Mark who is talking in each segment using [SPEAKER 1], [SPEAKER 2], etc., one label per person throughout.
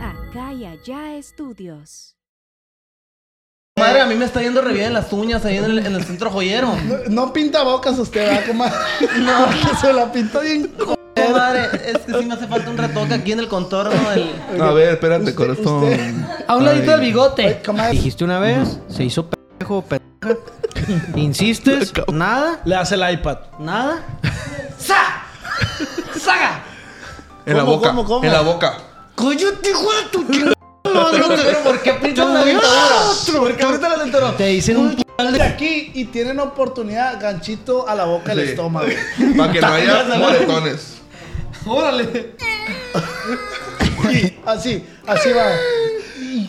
[SPEAKER 1] Acá y allá estudios.
[SPEAKER 2] Madre, a mí me está yendo re bien las uñas ahí en el, en el centro joyero.
[SPEAKER 3] No, no pinta bocas usted, ¿verdad, comadre? No, que se la pintó bien. co-
[SPEAKER 2] Madre, es que sí me hace falta un retoque aquí en el contorno del.
[SPEAKER 4] No, a ver, espérate,
[SPEAKER 3] Usted-
[SPEAKER 4] corazón.
[SPEAKER 3] usted-
[SPEAKER 5] A un ladito
[SPEAKER 4] Ay.
[SPEAKER 5] del bigote.
[SPEAKER 3] Oye, comadre,
[SPEAKER 6] Dijiste una vez, se hizo pendejo, pendeja. Insistes, nada,
[SPEAKER 7] Le hace el iPad.
[SPEAKER 6] nada.
[SPEAKER 5] ¡Sa! ¡Saga!
[SPEAKER 4] En la
[SPEAKER 3] ¿Cómo,
[SPEAKER 4] boca.
[SPEAKER 3] cómo, cómo?
[SPEAKER 4] En la boca.
[SPEAKER 6] ¡Cállate, hijo de tu
[SPEAKER 2] ¿Por qué aprietan la dentadura? ¿Por qué aprietan la dentadura?
[SPEAKER 5] Te dicen un p-
[SPEAKER 3] de aquí y tienen oportunidad ganchito a la boca del
[SPEAKER 4] Sí.
[SPEAKER 3] estómago.
[SPEAKER 4] Para que no haya moretones.
[SPEAKER 2] Órale.
[SPEAKER 3] Así, así va. Y- y-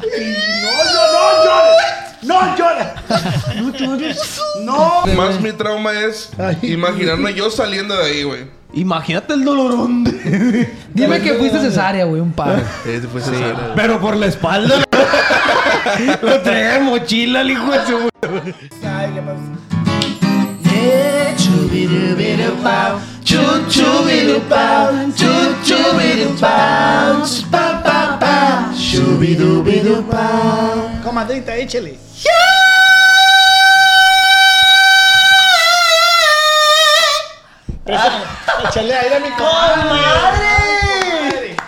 [SPEAKER 3] No, no, no llores. No llores. No llores.
[SPEAKER 4] Más mi trauma es
[SPEAKER 3] Ay.
[SPEAKER 4] imaginarme yo saliendo de ahí, güey.
[SPEAKER 2] Imagínate el dolorón. de-
[SPEAKER 5] Dime que fuiste cesárea, güey, un par.
[SPEAKER 4] Ese fue César.
[SPEAKER 2] Pero por la espalda. Lo traía en mochila el hijo de su.
[SPEAKER 3] No. Ay, qué mal- Comadrita, échele. Préstame, Échale aire a mi comadre.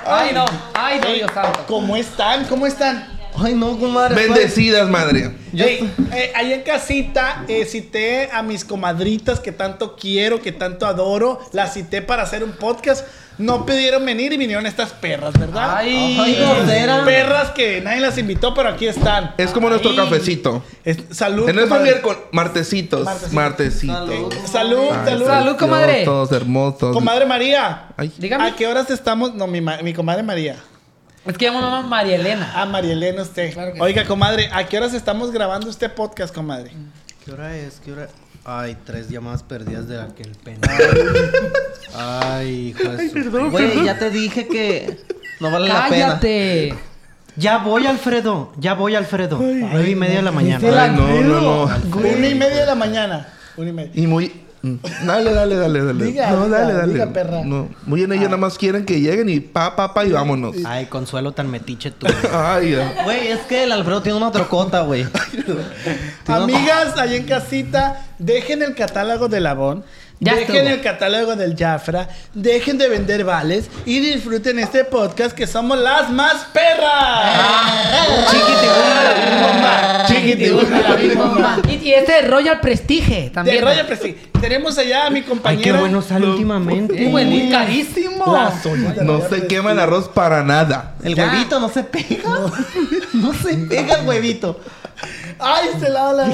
[SPEAKER 5] Ay, no. Ay, no, Dios santo.
[SPEAKER 3] ¿Cómo están? ¿Cómo están?
[SPEAKER 2] Ay, no,
[SPEAKER 3] pues.
[SPEAKER 2] comadre.
[SPEAKER 4] Bendecidas, madre.
[SPEAKER 3] Ey, eh, ahí en casita eh, cité a mis comadritas que tanto quiero, que tanto adoro. Las cité para hacer un podcast. No pidieron venir y vinieron estas perras, ¿verdad?
[SPEAKER 5] Ay,
[SPEAKER 2] Ay, gordera.
[SPEAKER 3] Perras que nadie las invitó, pero aquí están.
[SPEAKER 4] Es como nuestro
[SPEAKER 3] Ay.
[SPEAKER 4] cafecito.
[SPEAKER 3] Es- salud.
[SPEAKER 4] En nuestro
[SPEAKER 3] comadre.
[SPEAKER 4] miércoles, martesitos.
[SPEAKER 3] Martesitos.
[SPEAKER 4] Martesitos.
[SPEAKER 3] Eh, salud,
[SPEAKER 4] Ay,
[SPEAKER 3] salud.
[SPEAKER 5] Salud, comadre.
[SPEAKER 4] Todos hermosos.
[SPEAKER 3] Comadre María.
[SPEAKER 4] Ay.
[SPEAKER 5] Dígame.
[SPEAKER 3] ¿A qué horas estamos? No, mi, ma- mi comadre María.
[SPEAKER 5] Es que llamo mamá María Elena.
[SPEAKER 3] Ah, María Elena, usted.
[SPEAKER 5] Claro que
[SPEAKER 3] Oiga, comadre, ¿a qué horas estamos grabando este podcast, comadre?
[SPEAKER 6] ¿Qué hora es? ¿Qué hora? Ay, tres llamadas perdidas de aquel penal. Ay, hijo de su...
[SPEAKER 2] Güey, ya te dije que no vale la pena.
[SPEAKER 5] ¡Cállate!
[SPEAKER 6] Ya voy, Alfredo. Ya voy, Alfredo. Nueve y media de la mañana.
[SPEAKER 4] Ay, no, no, no.
[SPEAKER 3] Una y media de la mañana. Una y media.
[SPEAKER 4] Y muy. Mm. Dale, dale, dale, dale.
[SPEAKER 3] Diga,
[SPEAKER 4] no,
[SPEAKER 3] diga,
[SPEAKER 4] dale, dale.
[SPEAKER 3] diga, perra. Ah.
[SPEAKER 4] No. Muy bien, ellos nada más quieren que lleguen y pa, pa, pa y vámonos.
[SPEAKER 6] Ay, consuelo tan metiche tú.
[SPEAKER 4] Ay, ya.
[SPEAKER 2] Güey, es que el Alfredo tiene una trocota, güey.
[SPEAKER 3] Amigas, ahí en casita, dejen el catálogo del Avon.
[SPEAKER 5] Ya
[SPEAKER 3] dejen
[SPEAKER 5] estuvo.
[SPEAKER 3] el catálogo del Jafra. Dejen de vender vales y disfruten este podcast que somos las más
[SPEAKER 6] Ah.
[SPEAKER 3] perras.
[SPEAKER 5] Chiquitibuna, la Big Bomba. Y, y este de Royal Prestige
[SPEAKER 3] De
[SPEAKER 5] también.
[SPEAKER 3] Royal Presti. pues Tenemos allá a mi
[SPEAKER 6] Ay,
[SPEAKER 3] compañera.
[SPEAKER 6] qué bueno sale últimamente.
[SPEAKER 5] Muy buenísimo, carísimo.
[SPEAKER 3] La soya de
[SPEAKER 4] No
[SPEAKER 3] Royal
[SPEAKER 4] se
[SPEAKER 3] Prestige.
[SPEAKER 4] quema el arroz para nada.
[SPEAKER 2] El huevito no se pega. No se pega el huevito.
[SPEAKER 3] Ay, se la la.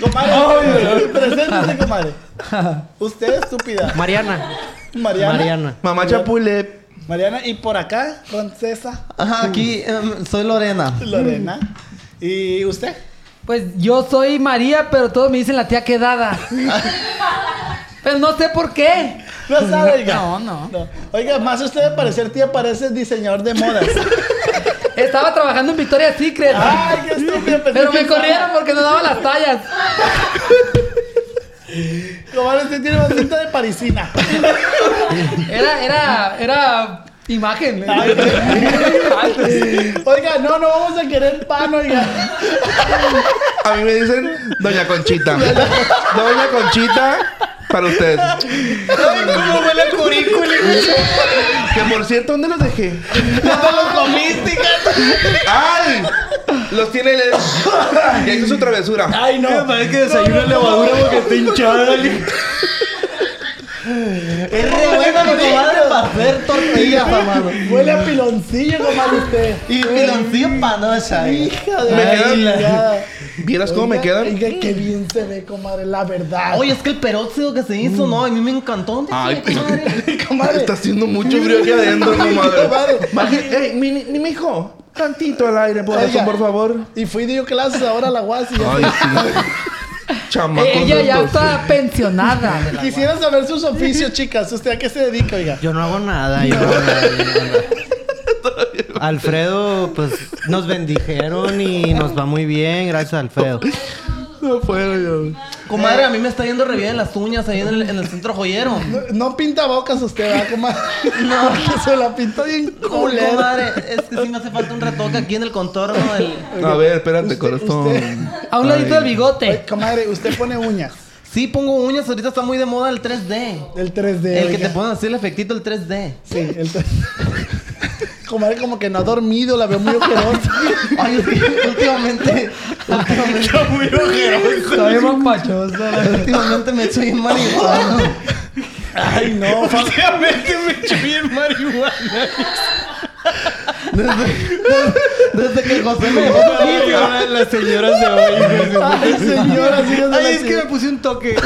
[SPEAKER 3] Comadre, preséntese, comadre. Usted estúpida.
[SPEAKER 6] Mariana.
[SPEAKER 3] Mariana.
[SPEAKER 6] Mariana.
[SPEAKER 4] Mamá Chapule.
[SPEAKER 3] Mariana, y por acá, francesa
[SPEAKER 2] Ajá, aquí em, soy Lorena.
[SPEAKER 3] Lorena. ¿Y usted?
[SPEAKER 5] Pues yo soy María, pero todos me dicen la tía quedada. pero no sé por qué.
[SPEAKER 3] No sabe, oiga.
[SPEAKER 5] No, no.
[SPEAKER 3] Oiga, más usted de parecer tía parece diseñador de modas.
[SPEAKER 5] Estaba trabajando en Victoria's Secret.
[SPEAKER 3] Ay, qué estúpido. Ah, pensé
[SPEAKER 5] pero
[SPEAKER 3] que
[SPEAKER 5] me
[SPEAKER 3] estaba-
[SPEAKER 5] corrieron porque no daba las tallas.
[SPEAKER 3] Lo malo es que tiene más pinta de parisina.
[SPEAKER 5] Era, era, era imagen. Eh,
[SPEAKER 3] Ay,
[SPEAKER 5] Ay,
[SPEAKER 3] qué- oiga, no, no vamos a querer pan, oiga.
[SPEAKER 4] A mí me dicen Doña Conchita. Doña Conchita para usted.
[SPEAKER 3] ¿Cómo huele el currículum?
[SPEAKER 4] Que por cierto, ¿dónde los dejé?
[SPEAKER 3] te lo comiste, gato?
[SPEAKER 4] ¡Ay! Los tiene el. Ya hizo su travesura.
[SPEAKER 3] Ay, no.
[SPEAKER 2] Parece que desayuna levadura porque está hinchada. Es re buena mi comadre para hacer tortillas, amado.
[SPEAKER 3] Huele a piloncillo, comadre, usted.
[SPEAKER 2] Y piloncillo panocha. eh.
[SPEAKER 3] Hija de
[SPEAKER 4] Me
[SPEAKER 3] la
[SPEAKER 4] quedan-
[SPEAKER 3] chingada.
[SPEAKER 4] ¿Vieras cómo me
[SPEAKER 3] Oiga,
[SPEAKER 4] quedan?
[SPEAKER 3] Oiga, qué bien se ve, comadre, la verdad.
[SPEAKER 2] Oye, es que el peróxido que se hizo, no, a mí me encantó.
[SPEAKER 6] Ah.
[SPEAKER 2] ¿Dónde
[SPEAKER 4] Ay,
[SPEAKER 2] sigue, comadre?
[SPEAKER 3] comadre.
[SPEAKER 4] Está haciendo mucho frío aquí adentro,
[SPEAKER 3] Comadre.
[SPEAKER 4] comadre. Maje- ¡Ey, mi, mi mijo! Tantito al aire, por,
[SPEAKER 3] Oiga.
[SPEAKER 4] por favor.
[SPEAKER 3] Y fui dio clases ahora a la UAS y ya
[SPEAKER 4] Ay, sí. Chamacos
[SPEAKER 5] Ella ya
[SPEAKER 4] rotos.
[SPEAKER 5] está pensionada. de la-
[SPEAKER 3] Quisiera saber sus oficios, chicas. ¿Usted a qué se dedica, oiga?
[SPEAKER 6] Yo no hago nada, yo no hago nada, yo no hago nada. Alfredo, pues nos bendijeron y nos va muy bien, gracias a Alfredo.
[SPEAKER 4] No puedo yo.
[SPEAKER 2] Comadre, a mí me está yendo re bien en las uñas ahí en el, en el centro joyero.
[SPEAKER 3] No, no pinta bocas usted, ¿verdad, comadre? No, que se la pintó bien
[SPEAKER 2] No,
[SPEAKER 3] culera.
[SPEAKER 2] comadre, es que sí me hace falta un retoque aquí en el contorno del...
[SPEAKER 4] A ver, espérate,
[SPEAKER 3] Usted-
[SPEAKER 4] corazón.
[SPEAKER 3] usted-
[SPEAKER 5] A un ladito
[SPEAKER 4] Ay.
[SPEAKER 5] del bigote.
[SPEAKER 3] Oye, comadre, usted pone uñas.
[SPEAKER 2] Sí, pongo uñas, ahorita está muy de moda el 3D.
[SPEAKER 3] El 3D.
[SPEAKER 2] El que te
[SPEAKER 3] oiga.
[SPEAKER 2] ponen así el efectito, el 3D.
[SPEAKER 3] Sí, el 3D. Comadre, como que no ha dormido, la veo muy ojerosa.
[SPEAKER 2] Ay, es que últimamente... últimamente,
[SPEAKER 5] Está bien mapachosa.
[SPEAKER 2] últimamente me he hecho bien marihuana.
[SPEAKER 3] Ay, no, fa-
[SPEAKER 7] Obviamente me eché bien marihuana.
[SPEAKER 2] Desde que José me dejó su
[SPEAKER 7] Ay,
[SPEAKER 2] niño.
[SPEAKER 7] ahora las señoras de hoy. güey.
[SPEAKER 3] Ay, señora, sí, no se la
[SPEAKER 7] Ay, es que me
[SPEAKER 3] siento.
[SPEAKER 7] puse un toque.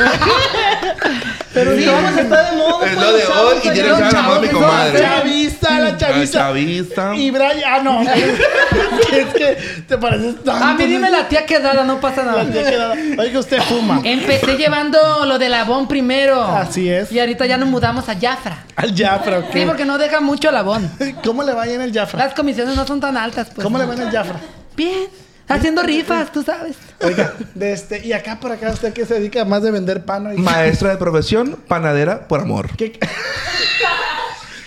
[SPEAKER 2] Pero sí, vamos, está de moda.
[SPEAKER 4] Es
[SPEAKER 2] pues,
[SPEAKER 4] lo de
[SPEAKER 2] chavos,
[SPEAKER 4] hoy y tiene que
[SPEAKER 5] salieron
[SPEAKER 4] ser la moda de mi
[SPEAKER 5] chavos,
[SPEAKER 4] comadre.
[SPEAKER 5] chavos.
[SPEAKER 3] Chavista, la
[SPEAKER 4] Ah,
[SPEAKER 3] chavista.
[SPEAKER 4] Chavista.
[SPEAKER 3] Y Brian, ah, no. es que te pareces tanto.
[SPEAKER 5] A mí Ah, dime la Eh, tía quedada, no pasa
[SPEAKER 3] La tía
[SPEAKER 5] nada.
[SPEAKER 3] que nada. Oiga, usted fuma.
[SPEAKER 5] Empecé llevando lo de la Bon primero.
[SPEAKER 3] Así es.
[SPEAKER 5] Y ahorita ya nos mudamos a Jafra.
[SPEAKER 3] Al Jafra, ok.
[SPEAKER 5] Sí, porque no deja mucho la Bon.
[SPEAKER 3] ¿Cómo le va ahí en el Jafra?
[SPEAKER 5] Las comisiones no son tan altas, pues.
[SPEAKER 3] ¿Cómo le va en el Jafra?
[SPEAKER 5] Bien. Haciendo rifas, tú sabes.
[SPEAKER 3] Oiga, de este, y acá por acá, ¿usted que se dedica más de vender pan? oiga?
[SPEAKER 4] Maestra de profesión, panadera por amor.
[SPEAKER 3] ¿Qué,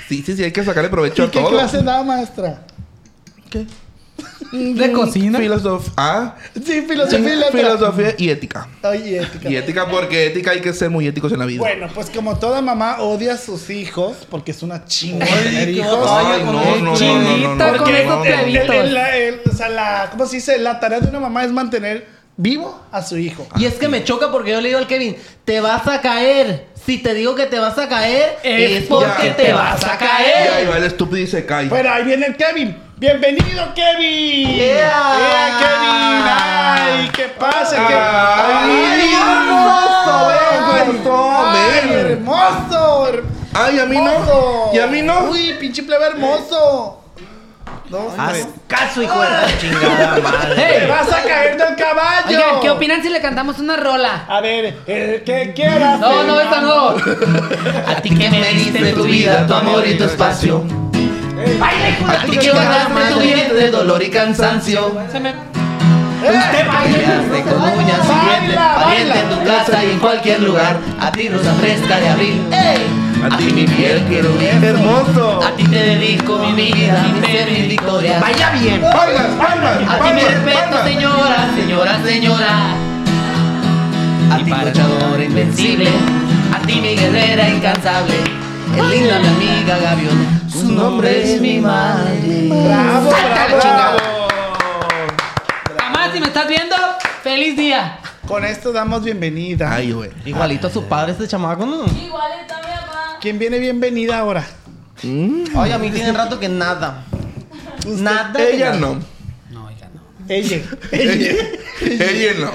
[SPEAKER 4] Sí, sí, sí, hay que sacarle provecho
[SPEAKER 3] ¿Y
[SPEAKER 4] a
[SPEAKER 3] qué
[SPEAKER 4] todo.
[SPEAKER 3] clase da, maestra? ¿Qué?
[SPEAKER 5] De cocina.
[SPEAKER 4] Filosof- ah,
[SPEAKER 3] Sí, filosofía y letra.
[SPEAKER 4] filosofía y ética.
[SPEAKER 3] Ay, y ética.
[SPEAKER 4] Y ética porque ética hay que ser muy éticos en la vida.
[SPEAKER 3] Bueno, pues como toda mamá odia a sus hijos, porque es una chingada tener hijos.
[SPEAKER 4] Ay, no, no, no, no, no,
[SPEAKER 5] Chinguita
[SPEAKER 4] no,
[SPEAKER 5] con
[SPEAKER 4] no,
[SPEAKER 5] esos
[SPEAKER 4] no, no.
[SPEAKER 3] El- el-
[SPEAKER 5] Bebitos.
[SPEAKER 3] la- el- o sea, la, ¿cómo se dice? La tarea de una mamá es mantener vivo a su hijo.
[SPEAKER 2] Y es que me choca porque yo le digo al Kevin, te vas a caer. Si te digo que te vas a caer,
[SPEAKER 3] Es
[SPEAKER 2] es, porque
[SPEAKER 4] porque
[SPEAKER 2] te
[SPEAKER 4] te
[SPEAKER 2] vas a
[SPEAKER 4] Y ahí
[SPEAKER 2] caer.
[SPEAKER 4] va el estúpido y se cae.
[SPEAKER 3] Bueno, ahí viene el Kevin. ¡Bienvenido, Kevin!
[SPEAKER 2] Yeah.
[SPEAKER 3] ¡Ea, Kevin! ¡Ay, qué pasa, Kevin!
[SPEAKER 4] Ay, hermoso,
[SPEAKER 3] ¡Ay,
[SPEAKER 4] ven.
[SPEAKER 3] hermoso! her-
[SPEAKER 4] Ay, a mí
[SPEAKER 3] hermoso.
[SPEAKER 4] no. Y a mí no.
[SPEAKER 3] ¡Uy, pinche plebe hermoso! No,
[SPEAKER 6] Haz
[SPEAKER 3] hombre.
[SPEAKER 2] Caso, hijo de la chingada.
[SPEAKER 6] chingada madre.
[SPEAKER 3] ¡Te
[SPEAKER 5] ¡Hey!
[SPEAKER 3] vas a caer del caballo!
[SPEAKER 5] Oigan, ¿qué opinan si le cantamos una rola?
[SPEAKER 3] A ver, el que quieras.
[SPEAKER 5] No, no, esta
[SPEAKER 3] hermano.
[SPEAKER 5] no.
[SPEAKER 2] A ti que me diste tu vida, tu amor y tu espacio. A ti que ganaste tu vida de dolor y cansancio.
[SPEAKER 5] Se me-
[SPEAKER 3] Eh,
[SPEAKER 2] Usted bailaste con uñas y dientes,
[SPEAKER 3] Baila,
[SPEAKER 2] valiente en
[SPEAKER 3] baila.
[SPEAKER 2] tu casa y en cualquier lugar. A ti rosa fresca de abril. ¡Ey! A ti mi piel quiero ver.
[SPEAKER 4] Hermoso.
[SPEAKER 2] A ti te dedico mi vida, mis mis victorias. Vaya bien.
[SPEAKER 4] Palmas, palmas,
[SPEAKER 2] A ti mi
[SPEAKER 4] palmas,
[SPEAKER 2] respeto,
[SPEAKER 4] palmas.
[SPEAKER 2] señora, señora, señora. A ti luchadora invencible, a ti mi guerrera incansable. Es linda mi amiga Gavión, su nombre es mi madre.
[SPEAKER 3] Bravo, bravo.
[SPEAKER 5] Mamá, si me estás viendo, feliz día.
[SPEAKER 3] Con esto damos bienvenida.
[SPEAKER 4] Ay, güey.
[SPEAKER 2] Igualito a su padre este chamaco, ¿no?
[SPEAKER 8] Igual está mi papá.
[SPEAKER 3] ¿Quién viene bienvenida ahora?
[SPEAKER 2] Oye, a mí tiene rato que nada. Nada. que
[SPEAKER 4] Ella
[SPEAKER 2] nada.
[SPEAKER 4] no.
[SPEAKER 3] Ella.
[SPEAKER 4] Ella no.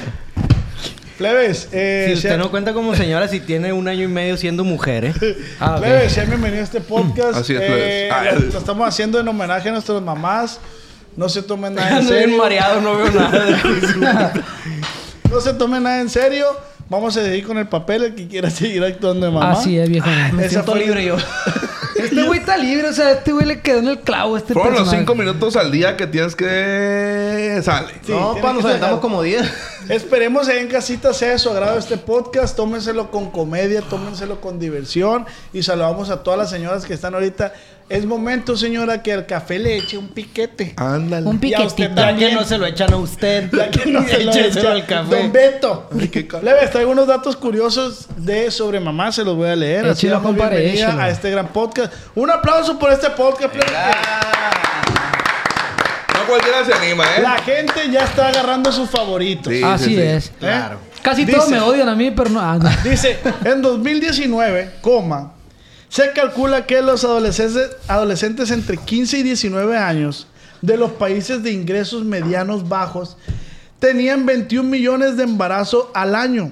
[SPEAKER 3] Plebes, eh,
[SPEAKER 6] Si usted
[SPEAKER 3] sean-
[SPEAKER 6] no cuenta como señora, si tiene un año y medio siendo mujer, ¿eh? Ah, ok.
[SPEAKER 3] plebes, sean bienvenidos a este podcast.
[SPEAKER 4] Así es,
[SPEAKER 3] Eh,
[SPEAKER 4] plebes.
[SPEAKER 3] lo, lo estamos haciendo en homenaje a nuestras mamás. No se tomen nada en
[SPEAKER 6] Ando bien
[SPEAKER 3] serio.
[SPEAKER 6] mareado, no veo nada.
[SPEAKER 3] No se tomen nada en serio. Vamos a seguir con el papel el que quiera seguir actuando de mamá.
[SPEAKER 5] Así es, viejo.
[SPEAKER 3] Me siento libre yo.
[SPEAKER 5] Este güey está libre, o sea, este güey le quedó en el clavo. Este
[SPEAKER 4] Fueron los
[SPEAKER 5] personaje.
[SPEAKER 4] cinco minutos al día que tienes que... Sale.
[SPEAKER 2] No, pa, nos aventamos como 10.
[SPEAKER 3] Esperemos ahí en casita sea de su agrado este podcast. Tómenselo con comedia, tómenselo con diversión. Y saludamos a todas las señoras que están ahorita. Es momento, señora, que al café le eche un piquete.
[SPEAKER 4] Ándale.
[SPEAKER 5] Un
[SPEAKER 3] Y a usted
[SPEAKER 5] piquetito.
[SPEAKER 3] también.
[SPEAKER 7] Que no se lo echan a usted.
[SPEAKER 3] Ya que no se lo
[SPEAKER 7] Échenselo
[SPEAKER 3] echa.
[SPEAKER 7] al café.
[SPEAKER 3] Don Beto.
[SPEAKER 4] qué ca-
[SPEAKER 3] Leves, traigo unos datos curiosos de sobre mamá. Se los voy a leer. Así
[SPEAKER 5] Échelo,
[SPEAKER 3] damos
[SPEAKER 5] compadre,
[SPEAKER 3] bienvenida
[SPEAKER 5] échelo.
[SPEAKER 3] a este gran podcast. Un aplauso por este podcast. plebe.
[SPEAKER 4] No cualquiera se anima, ¿eh?
[SPEAKER 3] La gente ya está agarrando sus favoritos.
[SPEAKER 4] Sí,
[SPEAKER 5] Así
[SPEAKER 4] sí, sí.
[SPEAKER 5] es.
[SPEAKER 3] Claro.
[SPEAKER 5] Casi
[SPEAKER 3] Dice-
[SPEAKER 5] todos me odian a mí, pero no. ah, no.
[SPEAKER 3] Dice, en 2019, coma, se calcula que los adolescentes, adolescentes entre 15 y 19 años de los países de ingresos medianos bajos tenían 21 millones de embarazos al año,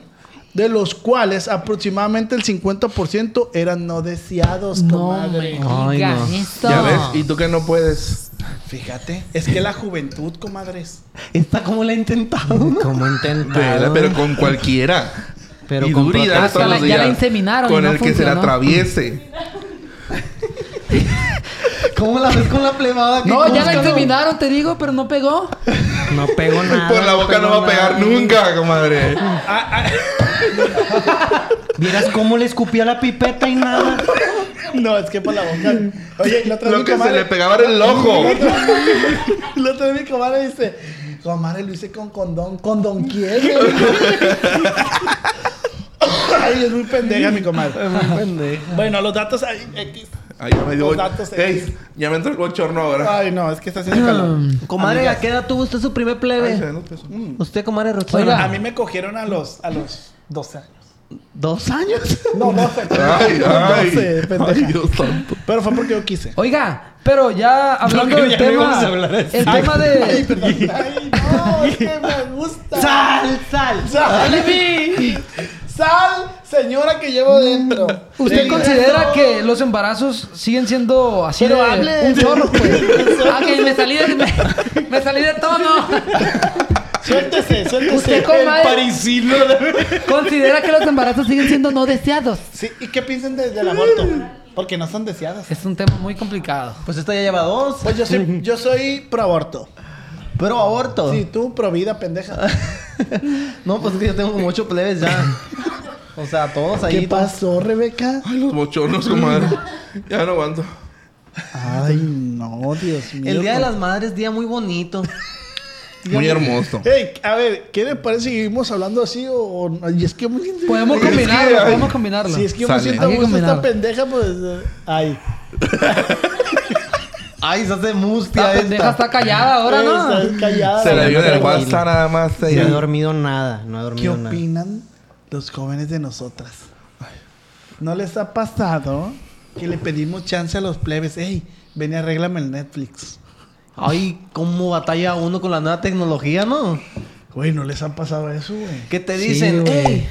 [SPEAKER 3] de los cuales aproximadamente el 50% eran no deseados.
[SPEAKER 5] No
[SPEAKER 3] comadre.
[SPEAKER 5] me digas
[SPEAKER 4] Ya ves,
[SPEAKER 5] eso.
[SPEAKER 4] y tú que no puedes.
[SPEAKER 3] Fíjate, es que la juventud, comadres.
[SPEAKER 2] Está como la he intentado.
[SPEAKER 6] Como intentado.
[SPEAKER 4] Vela, pero con cualquiera.
[SPEAKER 6] Pero
[SPEAKER 4] y
[SPEAKER 6] con
[SPEAKER 4] dura y dale
[SPEAKER 6] protesta.
[SPEAKER 4] todos
[SPEAKER 5] la-
[SPEAKER 4] los
[SPEAKER 5] Ah, ya la
[SPEAKER 4] días.
[SPEAKER 5] inseminaron y
[SPEAKER 4] Con
[SPEAKER 5] no
[SPEAKER 4] el que se la
[SPEAKER 5] funcionó.
[SPEAKER 4] atraviese.
[SPEAKER 2] ¿Cómo la ves con la plebada? que
[SPEAKER 5] No, ya la
[SPEAKER 2] busca,
[SPEAKER 5] examinaron, te digo, pero no pegó.
[SPEAKER 6] No pego nada.
[SPEAKER 4] Por la boca no va a
[SPEAKER 6] pego
[SPEAKER 4] pegar
[SPEAKER 6] nada.
[SPEAKER 4] nunca, comadre.
[SPEAKER 3] Ah, ah,
[SPEAKER 7] Vieras cómo le escupía la pipeta y nada.
[SPEAKER 3] No, es que por la boca. Oye, y la otra vez
[SPEAKER 4] Lo
[SPEAKER 3] mi
[SPEAKER 4] que se
[SPEAKER 3] comadre-
[SPEAKER 4] le pegaba era el ojo.
[SPEAKER 3] La otra vez mi comadre dice, comadre, lo hice con condón. ¿Condón quién? Ay, es muy pendeja mi comadre. Bueno, los datos ahí, X.
[SPEAKER 4] Ay, ya me dio.
[SPEAKER 3] Los datos
[SPEAKER 4] Ey,
[SPEAKER 3] X.
[SPEAKER 4] ya me entró el bochorno ahora.
[SPEAKER 3] Ay, no, es que está haciendo calor.
[SPEAKER 7] Comadre, ¿a qué edad tuvo usted su primer
[SPEAKER 4] Ay, se
[SPEAKER 7] plebe?
[SPEAKER 4] ven los pesos.
[SPEAKER 7] Usted, comadre
[SPEAKER 5] Oiga.
[SPEAKER 7] Roxana.
[SPEAKER 3] A mí me cogieron a los, a los 12 años.
[SPEAKER 7] ¿Dos años?
[SPEAKER 3] No, 12.
[SPEAKER 4] Ay, ay.
[SPEAKER 3] Doce, pendeja.
[SPEAKER 4] Ay, Dios santo.
[SPEAKER 3] Pero fue porque yo quise.
[SPEAKER 5] Oiga, pero ya hablando
[SPEAKER 7] creo
[SPEAKER 5] del
[SPEAKER 7] que ya no
[SPEAKER 5] tema.
[SPEAKER 7] íbamos a hablar de
[SPEAKER 5] el tema
[SPEAKER 3] Ay,
[SPEAKER 5] de.
[SPEAKER 3] perdón. Ay, no, es que me gusta.
[SPEAKER 7] ¡Sal, sal!
[SPEAKER 3] Sal, sal, señora que
[SPEAKER 5] Mm.
[SPEAKER 3] llevo dentro.
[SPEAKER 5] ¿Usted
[SPEAKER 3] Sí.
[SPEAKER 5] considera que los embarazos siguen siendo así
[SPEAKER 3] Pero
[SPEAKER 5] de
[SPEAKER 3] hable de-
[SPEAKER 5] un chorro, pues? ah, que me salí de, me, me salí de tono.
[SPEAKER 3] Suéltese, suéltese.
[SPEAKER 5] ¿Usted,
[SPEAKER 7] El
[SPEAKER 5] comadre,
[SPEAKER 7] parisino. de-
[SPEAKER 5] considera que los embarazos siguen siendo no deseados?
[SPEAKER 3] Sí, ¿y qué piensan de- del aborto?
[SPEAKER 5] Mm.
[SPEAKER 3] Porque no son deseadas.
[SPEAKER 5] Es un tema muy complicado.
[SPEAKER 7] Pues esta ya lleva dos.
[SPEAKER 3] Pues yo
[SPEAKER 5] Mm.
[SPEAKER 3] soy, yo soy pro aborto.
[SPEAKER 7] Pero aborto.
[SPEAKER 3] Sí, tú pro vida, pendeja.
[SPEAKER 5] Ah,
[SPEAKER 7] No, pues es que yo tengo como ocho plebes ya. O sea, todos ahí.
[SPEAKER 3] pasó, Rebeca?
[SPEAKER 4] Ay, los bochornos, comadre. Ya no aguanto.
[SPEAKER 3] Ay, no, Dios mío.
[SPEAKER 7] El Día de las Madres, día muy bonito.
[SPEAKER 4] Muy hermoso.
[SPEAKER 3] Ey, a ver, ¿qué les parece si seguimos hablando así o, o no? Y es que muy
[SPEAKER 5] Podemos
[SPEAKER 4] Es que,
[SPEAKER 5] combinarlo,
[SPEAKER 4] ay,
[SPEAKER 5] podemos combinarlo.
[SPEAKER 3] Si es que yo me
[SPEAKER 4] Sale.
[SPEAKER 3] siento
[SPEAKER 5] Hay que
[SPEAKER 3] gusto esta
[SPEAKER 5] combinarlo.
[SPEAKER 3] pendeja, pues. eh, Ay.
[SPEAKER 7] Ay, se hace mustia
[SPEAKER 5] La
[SPEAKER 7] esta.
[SPEAKER 5] pendeja está callada ahora, ¿no?
[SPEAKER 3] Está callada.
[SPEAKER 4] Se la vio en el
[SPEAKER 3] Tranquila.
[SPEAKER 4] WhatsApp nada más.
[SPEAKER 7] No he
[SPEAKER 4] ella.
[SPEAKER 7] dormido nada, no he
[SPEAKER 3] ¿Qué
[SPEAKER 7] dormido nada.
[SPEAKER 3] opinan los jóvenes de nosotras? ¿No les ha pasado que le pedimos chance a los plebes? Ey, ven y arréglame el Netflix.
[SPEAKER 7] Ay, cómo batalla uno con la nueva tecnología, ¿no?
[SPEAKER 3] Güey, ¿no les ha pasado eso, güey?
[SPEAKER 7] Que te dicen,
[SPEAKER 5] güey.
[SPEAKER 7] hey,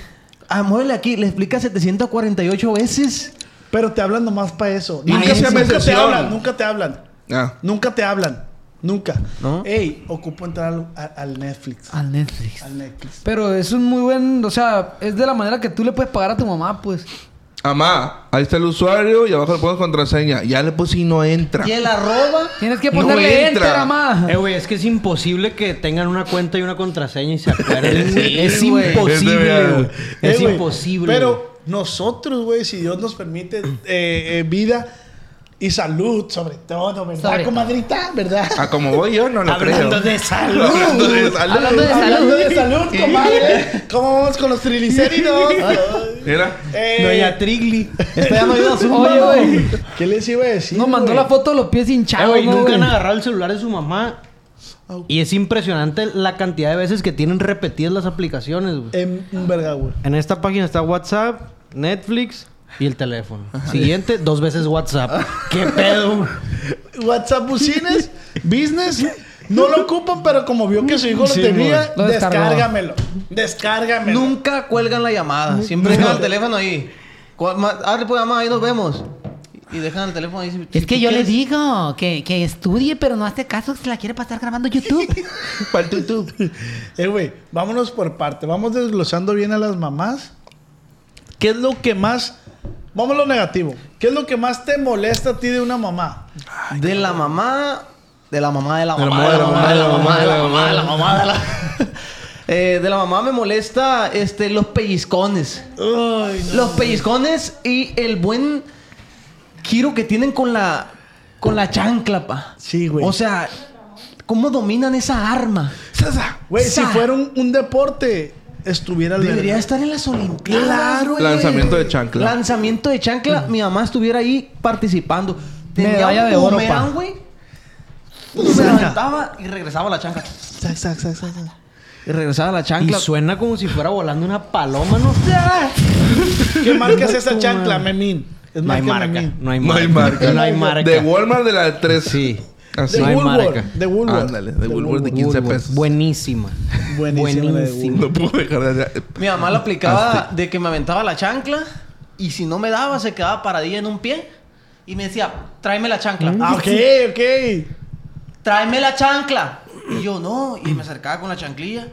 [SPEAKER 7] ah, muévele aquí, le explica 748 veces.
[SPEAKER 3] Pero te hablan nomás para eso.
[SPEAKER 4] Y
[SPEAKER 3] Nunca,
[SPEAKER 4] no se me
[SPEAKER 3] nunca te
[SPEAKER 4] decepciona.
[SPEAKER 3] hablan, nunca te hablan.
[SPEAKER 4] Ah.
[SPEAKER 3] Nunca te hablan. Nunca.
[SPEAKER 7] ¿No?
[SPEAKER 3] Ey, ocupo entrar al, a- al Netflix.
[SPEAKER 5] Al Netflix.
[SPEAKER 3] Al Netflix.
[SPEAKER 5] Pero es un muy buen, o sea, es de la manera que tú le puedes pagar a tu mamá, pues.
[SPEAKER 4] Amá, ahí está el usuario y abajo le pones contraseña. Ya le puse y no entra.
[SPEAKER 7] Y el arroba.
[SPEAKER 5] Tienes que
[SPEAKER 4] No
[SPEAKER 5] ponerle
[SPEAKER 4] entra.
[SPEAKER 5] enter, mamá.
[SPEAKER 7] Eh, güey, es que es imposible que tengan una cuenta y una contraseña y se acuerden.
[SPEAKER 4] Sí,
[SPEAKER 7] es
[SPEAKER 4] güey. Es de
[SPEAKER 7] imposible,
[SPEAKER 4] verdad.
[SPEAKER 7] güey. Es
[SPEAKER 3] Ey, güey,
[SPEAKER 7] imposible. güey.
[SPEAKER 3] Pero nosotros, güey, si Dios nos permite eh, eh, vida y salud, sobre todo, ¿verdad,
[SPEAKER 5] Sobre todo.
[SPEAKER 3] comadrita? ¿Verdad?
[SPEAKER 4] Ah, como voy yo, no lo creo.
[SPEAKER 7] de salud.
[SPEAKER 4] Hablando de
[SPEAKER 5] Hablando de
[SPEAKER 3] Hablando
[SPEAKER 5] salud.
[SPEAKER 3] de salud, comadre. ¿Cómo vamos con los triglicéridos?
[SPEAKER 4] Mira.
[SPEAKER 3] Eh,
[SPEAKER 7] Doña Trigli. Esta ya no ayuda a su
[SPEAKER 5] Oye, güey.
[SPEAKER 3] ¿Qué les iba a decir?
[SPEAKER 5] Nos mandó
[SPEAKER 3] güey?
[SPEAKER 5] la foto de los pies
[SPEAKER 7] Eh,
[SPEAKER 5] hinchados.
[SPEAKER 7] güey,
[SPEAKER 5] ¿no,
[SPEAKER 7] nunca
[SPEAKER 5] güey?
[SPEAKER 7] han agarrado el celular de su mamá. Y es impresionante la cantidad de veces que tienen repetidas las aplicaciones, güey.
[SPEAKER 3] En Em, un verga, güey.
[SPEAKER 7] En esta página está WhatsApp, Netflix y el teléfono. Siguiente, dos veces WhatsApp. ¿Qué pedo?
[SPEAKER 3] WhatsApp business, business. No lo ocupan, pero como vio que su hijo lo
[SPEAKER 7] Sí,
[SPEAKER 3] tenía,
[SPEAKER 5] güey. Lo descargó.
[SPEAKER 3] descárgamelo. Descárgamelo.
[SPEAKER 7] Nunca cuelgan la llamada. Siempre dejan el teléfono ahí. Abre pues mamá, ahí nos vemos. Y dejan el teléfono ahí.
[SPEAKER 8] Es que yo le digo que, que estudie, pero no hace caso, se la quiere pasar grabando YouTube.
[SPEAKER 4] Para YouTube.
[SPEAKER 3] Eh, güey, vámonos por parte. Vamos desglosando bien a las mamás. ¿Qué es lo que más. Vamos a lo negativo. ¿Qué es lo que más te molesta a ti de una mamá?
[SPEAKER 7] De la mamá. De la mamá, de la mamá.
[SPEAKER 4] mamá, de la mamá, de la mamá, de la mamá.
[SPEAKER 7] de la mamá, de la Eh, de la mamá me molesta este, los pellizcones. Los pellizcones y el buen giro que tienen con la con la chancla, pa.
[SPEAKER 3] Sí, güey.
[SPEAKER 7] O sea, ¿cómo dominan esa arma?
[SPEAKER 4] Sasa.
[SPEAKER 3] Güey, si
[SPEAKER 7] Sa-
[SPEAKER 3] fuera un, un deporte, estuviera al
[SPEAKER 7] Debería
[SPEAKER 3] verga.
[SPEAKER 7] estar en las Olimpiadas. Claro,
[SPEAKER 4] Lanzamiento de chancla.
[SPEAKER 7] Lanzamiento de chancla.
[SPEAKER 3] Mm.
[SPEAKER 7] Mi mamá estuviera ahí participando. Tenía
[SPEAKER 5] Medalla
[SPEAKER 7] un
[SPEAKER 5] de oro,
[SPEAKER 7] boomerang,
[SPEAKER 5] pa.
[SPEAKER 7] güey. Se levantaba y regresaba la chancla.
[SPEAKER 3] Sac, sac, sac, sac, sac.
[SPEAKER 7] Y regresaba la chancla. Y suena como si fuera volando una paloma, ¿no?
[SPEAKER 3] ¿Qué marca es esa chancla, Memín? Es
[SPEAKER 7] No hay marca.
[SPEAKER 3] Memín.
[SPEAKER 7] No hay
[SPEAKER 4] No
[SPEAKER 7] marca.
[SPEAKER 4] hay marca.
[SPEAKER 7] No hay marca.
[SPEAKER 4] De Walmart de la 3.
[SPEAKER 7] Sí.
[SPEAKER 4] Así.
[SPEAKER 7] No hay
[SPEAKER 3] Woolworth,
[SPEAKER 7] marca.
[SPEAKER 3] De Woolworth.
[SPEAKER 4] Ándale, de Woolworth de 15
[SPEAKER 7] Woolworth.
[SPEAKER 4] pesos.
[SPEAKER 7] Buenísima.
[SPEAKER 3] Buenísima la de Woolworth.
[SPEAKER 4] No puedo dejar de hacer.
[SPEAKER 7] Mi mamá la aplicaba de que me aventaba la chancla y si no me daba se quedaba paradilla en un pie y me decía, tráeme la chancla.
[SPEAKER 3] Ah,
[SPEAKER 7] Ah,
[SPEAKER 3] ok, ok.
[SPEAKER 7] tráeme la chancla. Y yo, no. Y me acercaba con la chanclilla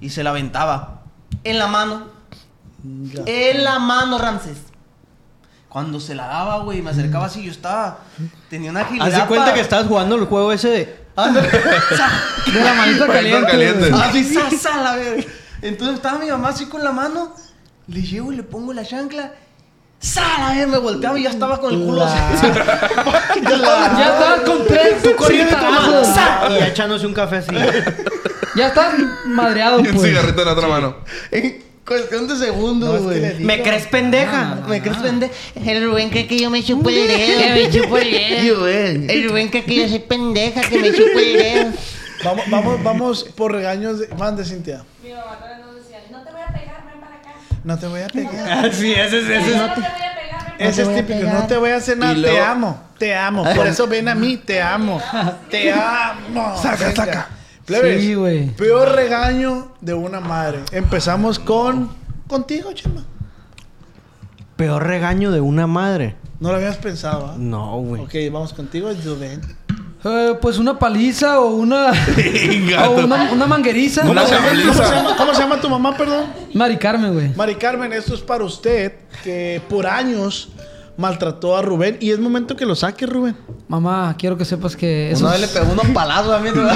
[SPEAKER 7] y se la aventaba. En la mano. En la mano, Ramses. Cuando se la daba, güey, me acercaba así, yo estaba... Tenía una agilidad para-
[SPEAKER 6] estabas jugando el juego ese de.
[SPEAKER 7] Ándale. Ah,
[SPEAKER 5] De la
[SPEAKER 4] Manito
[SPEAKER 5] manita caliente.
[SPEAKER 4] caliente.
[SPEAKER 7] Así, sa, sa, la verga. Entonces estaba mi mamá así con la mano Le llevo y le pongo la chancla. ¡Sala! eh! Me volteaba y ya estaba con el culo así.
[SPEAKER 5] Ya estabas con tres corrientazos.
[SPEAKER 6] Y ya echándose un café así.
[SPEAKER 5] Ya estás madreado,
[SPEAKER 4] Y un
[SPEAKER 5] pues.
[SPEAKER 4] cigarrito en la otra mano.
[SPEAKER 7] En cuestión de segundos, güey.
[SPEAKER 6] ¿Me crees pendeja?
[SPEAKER 7] me crees pendeja. El Rubén cree que yo me chupo el dedo. Que me chupo el dedo. El Rubén cree que yo soy pendeja, que me chupo el dedo.
[SPEAKER 3] Vamos, vamos, vamos por regaños de. Mande, Cintia.
[SPEAKER 9] Mi mamá todavía nos decía, no te voy a pegar, ven para acá.
[SPEAKER 3] No te voy a pegar.
[SPEAKER 6] Así, Ah, ese es ese.
[SPEAKER 9] No te voy a pegar, ven para
[SPEAKER 3] Ese es típico. No te voy a hacer nada.
[SPEAKER 4] Y
[SPEAKER 3] Te
[SPEAKER 4] luego-
[SPEAKER 3] amo. Te amo. Por eso ven a mí. Te amo. Te amo. Saca, saca. Plebes,
[SPEAKER 5] Sí, güey.
[SPEAKER 3] Peor regaño de una madre. Empezamos con. Contigo, Chema.
[SPEAKER 6] Peor regaño de una madre.
[SPEAKER 3] No lo habías pensado, ¿ah?
[SPEAKER 6] No, güey.
[SPEAKER 3] Ok, vamos contigo, Rubén.
[SPEAKER 5] Eh, pues una paliza o una. o
[SPEAKER 4] Gato.
[SPEAKER 5] una, una mangueriza.
[SPEAKER 4] Una
[SPEAKER 3] ¿Cómo se,
[SPEAKER 4] chapuliza.
[SPEAKER 3] llama, cómo se llama tu mamá, perdón?
[SPEAKER 5] Mari Carmen, güey.
[SPEAKER 3] Mari Carmen, esto es para usted que por años maltrató a Rubén y es momento que lo saque, Rubén.
[SPEAKER 5] Mamá, quiero que sepas que eso.
[SPEAKER 7] Una vez le pegó unos palazos a mí, ¿verdad?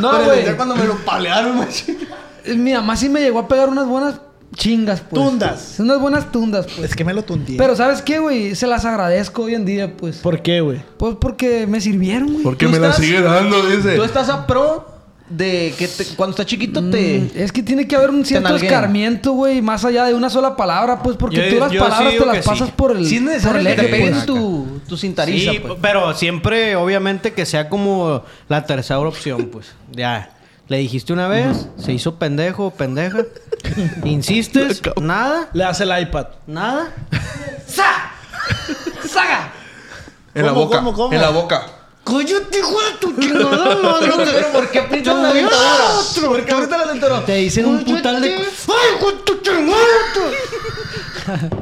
[SPEAKER 5] No,
[SPEAKER 7] Pero
[SPEAKER 5] güey.
[SPEAKER 7] ya cuando me lo palearon, macho.
[SPEAKER 5] Mi mamá eh, sí me llegó a pegar unas buenas chingas, pues.
[SPEAKER 3] Tundas.
[SPEAKER 5] Unas buenas tundas, pues.
[SPEAKER 3] Es que me lo tundí.
[SPEAKER 5] Pero ¿sabes qué, güey? Se las agradezco hoy en día, pues.
[SPEAKER 3] ¿Por qué, güey?
[SPEAKER 5] Pues porque me sirvieron, güey.
[SPEAKER 4] ¿Por qué
[SPEAKER 7] ¿Tú
[SPEAKER 4] me la
[SPEAKER 7] estás-
[SPEAKER 4] sigue dando? Dice.
[SPEAKER 7] Tú estás a pro de que te- cuando estás chiquito
[SPEAKER 5] Mm,
[SPEAKER 7] te.
[SPEAKER 5] Es que tiene que haber un cierto
[SPEAKER 7] nalguean.
[SPEAKER 5] escarmiento, güey, más allá de una sola palabra, pues, porque
[SPEAKER 6] Yo-
[SPEAKER 5] tú las
[SPEAKER 6] yo sí
[SPEAKER 5] palabras te
[SPEAKER 6] digo
[SPEAKER 5] las
[SPEAKER 6] que sí.
[SPEAKER 5] pasas por el,
[SPEAKER 7] Si es
[SPEAKER 5] por
[SPEAKER 7] necesario
[SPEAKER 5] el
[SPEAKER 7] que te
[SPEAKER 5] eje,
[SPEAKER 7] peguen
[SPEAKER 5] pues.
[SPEAKER 7] tu, tu cintariza,
[SPEAKER 6] Sí,
[SPEAKER 7] pues.
[SPEAKER 6] pero siempre, obviamente, que sea como la tercera opción, pues. Ya. Le dijiste una vez, se hizo pendejo o pendeja. Insistes, nada,
[SPEAKER 3] Le hace el iPad.
[SPEAKER 6] nada.
[SPEAKER 5] ¡Sa! ¡Saga!
[SPEAKER 4] En la
[SPEAKER 3] ¿Cómo,
[SPEAKER 4] boca.
[SPEAKER 3] cómo, cómo?
[SPEAKER 4] En la boca.
[SPEAKER 7] ¡Cállate, hijo de tu chingada madre! Pero ¿Por qué aprietas la dentadura? ¿Por qué aprietas la dentadura?
[SPEAKER 6] Te dicen un putal de.
[SPEAKER 7] ¡Ay, hijo de tu chingada! tu!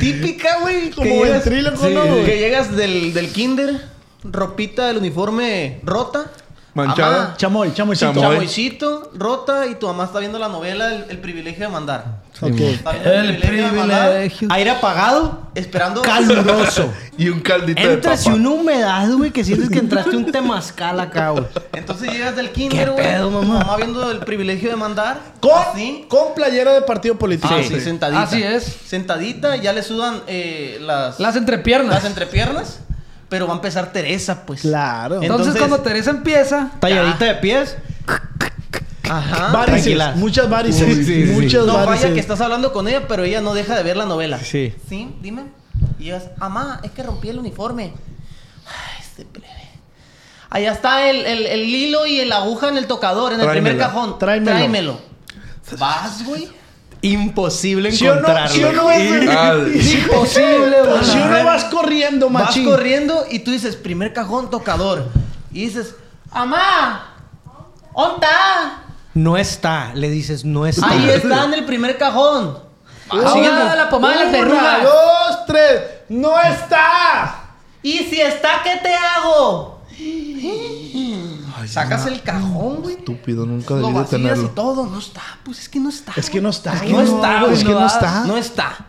[SPEAKER 7] Típica, güey.
[SPEAKER 3] Como
[SPEAKER 7] que llegas-
[SPEAKER 3] ventríloco,
[SPEAKER 7] sí,
[SPEAKER 3] ¿no, güey?
[SPEAKER 7] Que llegas del, del kinder, ropita del uniforme rota.
[SPEAKER 4] Manchada.
[SPEAKER 7] amá,
[SPEAKER 3] Chamoy, chamoycito.
[SPEAKER 4] Chamoy.
[SPEAKER 7] Chamoycito, rota y tu mamá está viendo la novela El, El privilegio de mandar.
[SPEAKER 3] Ok.
[SPEAKER 7] Está viendo
[SPEAKER 5] El privilegio.
[SPEAKER 7] Aire apagado, esperando.
[SPEAKER 6] Caluroso.
[SPEAKER 4] Y un caldito de papa.
[SPEAKER 6] Entras y una humedad, güey, que sientes que entraste un temazcal acá, güey.
[SPEAKER 7] Entonces llegas del kinder, güey.
[SPEAKER 6] pedo,
[SPEAKER 7] tu
[SPEAKER 6] mamá?
[SPEAKER 7] Mamá viendo el privilegio de mandar.
[SPEAKER 3] Con,
[SPEAKER 7] así.
[SPEAKER 3] con playera de partido político.
[SPEAKER 7] Ah, sí, sentadita.
[SPEAKER 5] Así es.
[SPEAKER 7] Sentadita, ya le sudan eh, las,
[SPEAKER 5] Las entrepiernas.
[SPEAKER 7] las entrepiernas, pero va a empezar Teresa, pues.
[SPEAKER 3] Claro.
[SPEAKER 7] En-
[SPEAKER 5] Entonces,
[SPEAKER 7] Entonces-
[SPEAKER 5] cuando Teresa empieza,
[SPEAKER 6] Talladita de pies.
[SPEAKER 7] Ajá.
[SPEAKER 3] Varices,
[SPEAKER 6] tranquilas.
[SPEAKER 3] muchas varices.
[SPEAKER 6] Uy, sí, sí.
[SPEAKER 3] muchas
[SPEAKER 7] No
[SPEAKER 3] varices.
[SPEAKER 7] vaya que estás hablando con ella, pero ella no deja de ver la novela.
[SPEAKER 6] Sí.
[SPEAKER 7] Sí, dime. Y llegas, mamá, es que rompí el uniforme. Ay, este plebe. Allá está el, el- el hilo y el aguja en el tocador, en el primer
[SPEAKER 4] Tráemelo,
[SPEAKER 7] cajón.
[SPEAKER 3] tráemelo.
[SPEAKER 7] Tráemelo. Vas, güey.
[SPEAKER 6] Imposible
[SPEAKER 3] Si o no,
[SPEAKER 6] encontrarlo.
[SPEAKER 3] si o no vas,
[SPEAKER 4] Ah,
[SPEAKER 5] imposible, güey.
[SPEAKER 3] si o no vas corriendo,
[SPEAKER 7] Vas
[SPEAKER 3] machín.
[SPEAKER 7] corriendo y tú dices, primer cajón, tocador. Y dices, ¡Amá! ¡Onta!
[SPEAKER 6] No está. Le dices, no está.
[SPEAKER 7] Ahí está en el primer cajón.
[SPEAKER 5] Ah,
[SPEAKER 7] Siguiendo.
[SPEAKER 5] la pomada de las
[SPEAKER 3] Una,
[SPEAKER 5] verrugas.
[SPEAKER 3] dos, tres. ¡No está!
[SPEAKER 7] Y si está, ¿qué te hago? Sacas el cajón, güey.
[SPEAKER 4] Estúpido, nunca
[SPEAKER 7] Lo
[SPEAKER 4] debí de
[SPEAKER 7] vacías y
[SPEAKER 4] tenerlo.
[SPEAKER 7] todo. No está. Pues es que no está.
[SPEAKER 3] Es que no está.
[SPEAKER 7] Es que
[SPEAKER 3] güey.
[SPEAKER 7] no está, güey.
[SPEAKER 3] Es que no
[SPEAKER 7] da-
[SPEAKER 3] está.
[SPEAKER 7] No está.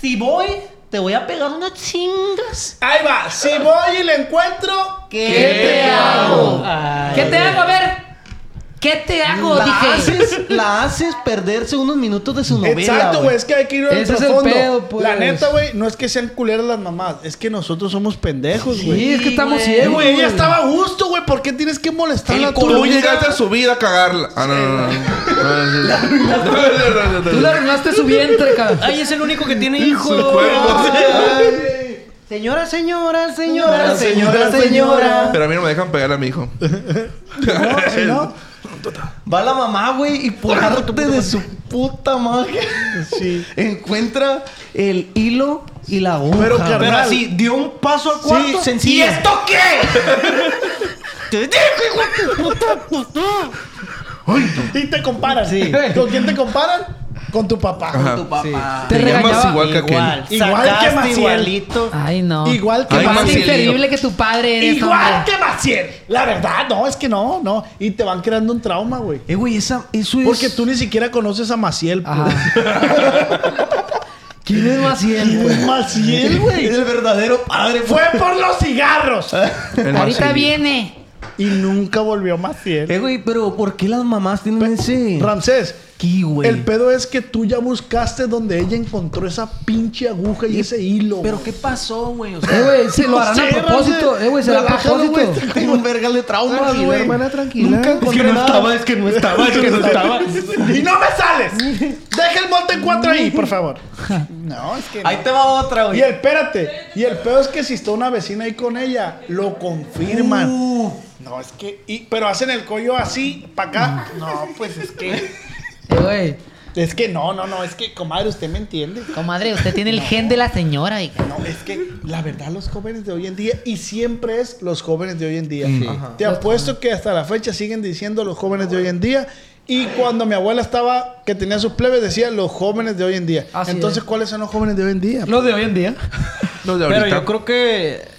[SPEAKER 7] Si voy, te voy a pegar unas chingas.
[SPEAKER 3] Ahí va. Si voy y le encuentro.
[SPEAKER 7] ¿Qué, te hago?
[SPEAKER 5] ¿qué te hago? A ver. ¿Qué te hago?
[SPEAKER 7] La
[SPEAKER 5] Dije.
[SPEAKER 7] haces, la haces perderse unos minutos de su novela.
[SPEAKER 3] Exacto, güey. Es que hay que ir al
[SPEAKER 5] Ese es el
[SPEAKER 3] trasfondo.
[SPEAKER 5] pedo, pues.
[SPEAKER 3] La neta, güey, no es que sean culeras las mamás. Es que nosotros somos pendejos, güey.
[SPEAKER 5] Sí, es que estamos
[SPEAKER 7] güey.
[SPEAKER 3] Eh,
[SPEAKER 5] ciegos.
[SPEAKER 3] güey, ella
[SPEAKER 5] güey.
[SPEAKER 3] estaba a gusto, güey. ¿Por qué tienes que molestarla tú?
[SPEAKER 4] Tú llegaste a su vida a cagarla. Ah, no, no, no. no. No, no, no,
[SPEAKER 5] Tú le
[SPEAKER 4] no, no.
[SPEAKER 5] arruinaste su vientre, cabrón.
[SPEAKER 6] Ay, es el único que tiene hijos.
[SPEAKER 4] Su cuerpo.
[SPEAKER 6] Señora, señora, señora,
[SPEAKER 3] señora,
[SPEAKER 6] señora,
[SPEAKER 3] señora.
[SPEAKER 6] señora.
[SPEAKER 4] Pero a mí no me dejan pegar a mi hijo.
[SPEAKER 3] No, si no.
[SPEAKER 7] Va la mamá, güey, y por arte de su puta magia
[SPEAKER 3] Sí.
[SPEAKER 7] encuentra el hilo y la aguja.
[SPEAKER 3] Pero, carnal.
[SPEAKER 6] Pero así, dio un paso al cuarto.
[SPEAKER 7] sencillo.
[SPEAKER 6] ¿Y esto qué?
[SPEAKER 3] Y te comparan. ¿Con quién te comparan? Con tu papá.
[SPEAKER 4] Ajá.
[SPEAKER 7] Tu papá.
[SPEAKER 5] Te
[SPEAKER 4] Te llamas
[SPEAKER 5] regañaba.
[SPEAKER 4] igual que aquel.
[SPEAKER 6] Igual,
[SPEAKER 3] Igual que
[SPEAKER 6] sacaste
[SPEAKER 3] Maciel.
[SPEAKER 6] igualito.
[SPEAKER 5] Ay, no.
[SPEAKER 3] Igual que
[SPEAKER 4] Ay,
[SPEAKER 3] Maciel.
[SPEAKER 5] Más
[SPEAKER 4] Maciel.
[SPEAKER 5] increíble que tu padre eres,
[SPEAKER 3] Igual
[SPEAKER 5] hombre.
[SPEAKER 3] que Maciel. La verdad, no, es que no, no. Y te van creando un trauma, güey.
[SPEAKER 7] Eh, güey, esa, eso es.
[SPEAKER 3] Porque tú ni siquiera conoces a Maciel. pues.
[SPEAKER 5] Ajá. ¿Quién es Maciel, güey?
[SPEAKER 3] Maciel, güey.
[SPEAKER 7] el verdadero padre.
[SPEAKER 3] Fue por los cigarros.
[SPEAKER 4] El
[SPEAKER 8] Ahorita
[SPEAKER 4] Marcelo.
[SPEAKER 8] viene.
[SPEAKER 3] y nunca volvió Maciel.
[SPEAKER 7] Eh, güey, pero ¿por qué las mamás tienen ese.
[SPEAKER 3] Ramsés,
[SPEAKER 7] aquí, güey.
[SPEAKER 3] El pedo es que tú ya buscaste donde ella encontró esa pinche aguja y ese hilo.
[SPEAKER 7] Pero ¿qué pasó, güey? O
[SPEAKER 5] Eh,
[SPEAKER 7] sea,
[SPEAKER 5] güey, se lo harán
[SPEAKER 3] No sé,
[SPEAKER 5] a propósito. Eh, güey, se lo harán a
[SPEAKER 3] relájalo, güey,
[SPEAKER 5] propósito. Ah,
[SPEAKER 3] está
[SPEAKER 7] tengo un vergal de traumas,
[SPEAKER 3] Tranquila,
[SPEAKER 7] güey.
[SPEAKER 3] hermana, tranquila.
[SPEAKER 6] Es que no estaba, es que no estaba, es que no estaba.
[SPEAKER 3] ¡Y no me sales! Deja el monte en cuatro ahí, por favor. No, es que. no.
[SPEAKER 7] Ahí te va otra,
[SPEAKER 3] Y
[SPEAKER 7] güey.
[SPEAKER 3] el, espérate, y el pedo es que si está una vecina ahí con ella, lo confirman.
[SPEAKER 7] Uh.
[SPEAKER 3] No, es que. y- pero hacen el collo así, para acá. No, pues es que.
[SPEAKER 5] Eh, güey.
[SPEAKER 3] Es que no, no, no, es que, comadre, usted me entiende.
[SPEAKER 8] Comadre, usted tiene el gen de la señora. oiga.
[SPEAKER 3] No, es que la verdad, los jóvenes de hoy en día, y siempre es los jóvenes de hoy en día. Te apuesto que hasta la fecha siguen diciendo los jóvenes de hoy en día. Y cuando mi abuela estaba, que tenía sus plebes, decía los jóvenes de hoy en día.
[SPEAKER 5] Así
[SPEAKER 3] Entonces,
[SPEAKER 5] es.
[SPEAKER 3] ¿cuáles son los jóvenes de hoy en día?
[SPEAKER 5] Lo de hoy en día.
[SPEAKER 4] Los de
[SPEAKER 6] Pero
[SPEAKER 4] ahorita.
[SPEAKER 6] yo creo que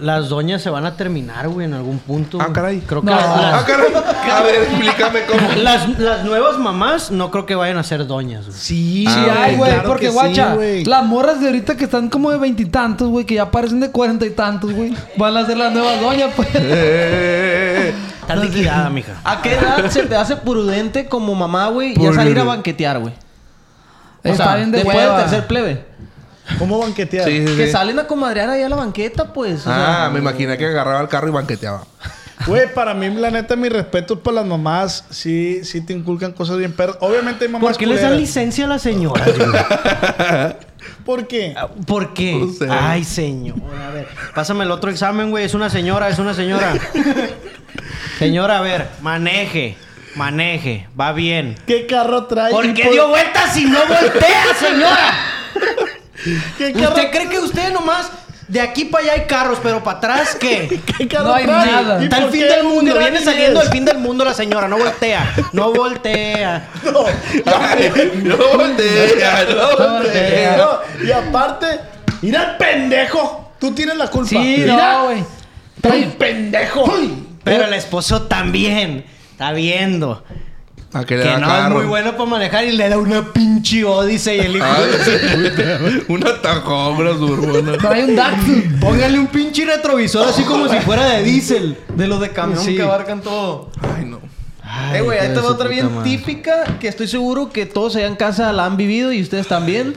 [SPEAKER 6] las doñas se van a terminar, güey, en algún punto.
[SPEAKER 4] Ah, caray.
[SPEAKER 6] Creo que
[SPEAKER 5] No.
[SPEAKER 4] Ah,
[SPEAKER 6] las,
[SPEAKER 4] caray. A ver, explícame cómo.
[SPEAKER 6] las- las nuevas mamás no creo que vayan a ser doñas, güey.
[SPEAKER 3] Sí,
[SPEAKER 5] Sí, hay, güey,
[SPEAKER 3] claro
[SPEAKER 5] porque
[SPEAKER 3] que sí,
[SPEAKER 5] guacha,
[SPEAKER 3] güey.
[SPEAKER 5] las morras de ahorita que están como de veintitantos, güey, que ya parecen de cuarenta y tantos, güey, van a ser las nuevas doñas, pues.
[SPEAKER 4] Eh,
[SPEAKER 6] Está liquidada, mija.
[SPEAKER 7] ¿A qué edad se te hace prudente como mamá, güey, ya salir a banquetear, güey? O
[SPEAKER 5] Está
[SPEAKER 7] sea,
[SPEAKER 5] bien de
[SPEAKER 7] después del
[SPEAKER 5] hueva.
[SPEAKER 7] tercer plebe.
[SPEAKER 3] ¿Cómo banquetear?
[SPEAKER 4] Sí, sí,
[SPEAKER 7] Que
[SPEAKER 4] sí.
[SPEAKER 7] salen a comadrear allá a la banqueta, pues. o sea,
[SPEAKER 4] Ah, me imaginé que agarraba el carro y banqueteaba.
[SPEAKER 3] Güey, para mí, la neta, mis respetos para las mamás. Sí, sí te inculcan cosas bien perras. Obviamente hay mamás
[SPEAKER 6] ¿Por qué les dan
[SPEAKER 3] culeras.
[SPEAKER 6] licencia a las señoras, güey?
[SPEAKER 3] ¿Por qué?
[SPEAKER 6] ¿Por qué?
[SPEAKER 4] No sé.
[SPEAKER 6] Ay, señor. A ver, pásame el otro examen, güey. Es una señora, es una señora. señora, a ver, maneje, maneje, va bien.
[SPEAKER 3] ¿Qué carro trae?
[SPEAKER 6] ¿Por
[SPEAKER 3] ¿Y
[SPEAKER 6] qué dio vueltas si no voltea, señora?
[SPEAKER 3] ¿Qué carro,
[SPEAKER 6] ¿Usted cree que usted nomás de aquí para allá hay carros, pero para atrás qué?
[SPEAKER 3] qué carro
[SPEAKER 5] No hay
[SPEAKER 3] trae?
[SPEAKER 5] nada.
[SPEAKER 3] ¿Y
[SPEAKER 6] Está el
[SPEAKER 3] por
[SPEAKER 6] fin
[SPEAKER 3] qué
[SPEAKER 6] del
[SPEAKER 3] un
[SPEAKER 6] mundo,
[SPEAKER 3] Grammy
[SPEAKER 6] viene saliendo
[SPEAKER 3] es?
[SPEAKER 6] el fin del mundo la señora, no voltea, no voltea.
[SPEAKER 4] Ay, no voltea, no voltea.
[SPEAKER 3] No, y aparte, mira el pendejo. Tú tienes la culpa.
[SPEAKER 5] Sí,
[SPEAKER 3] Mira,
[SPEAKER 5] no, güey.
[SPEAKER 3] el pendejo.
[SPEAKER 6] Pero el esposo también está viendo.
[SPEAKER 4] A que le
[SPEAKER 6] Que
[SPEAKER 4] da
[SPEAKER 6] no es
[SPEAKER 4] carro.
[SPEAKER 6] muy bueno para manejar y le da una pinche Odyssey y el hijo.
[SPEAKER 4] Ay, Ah, sí. Una tajombra suburbana.
[SPEAKER 5] Trae un Datsun.
[SPEAKER 6] Póngale un pinche retrovisor así como si fuera de diésel.
[SPEAKER 7] De los de camión
[SPEAKER 6] Sí.
[SPEAKER 7] que abarcan todo.
[SPEAKER 4] Ay, no.
[SPEAKER 7] eh, güey, ahí te va
[SPEAKER 6] va
[SPEAKER 7] otra bien típica que estoy seguro que todos allá en casa la han vivido y ustedes también.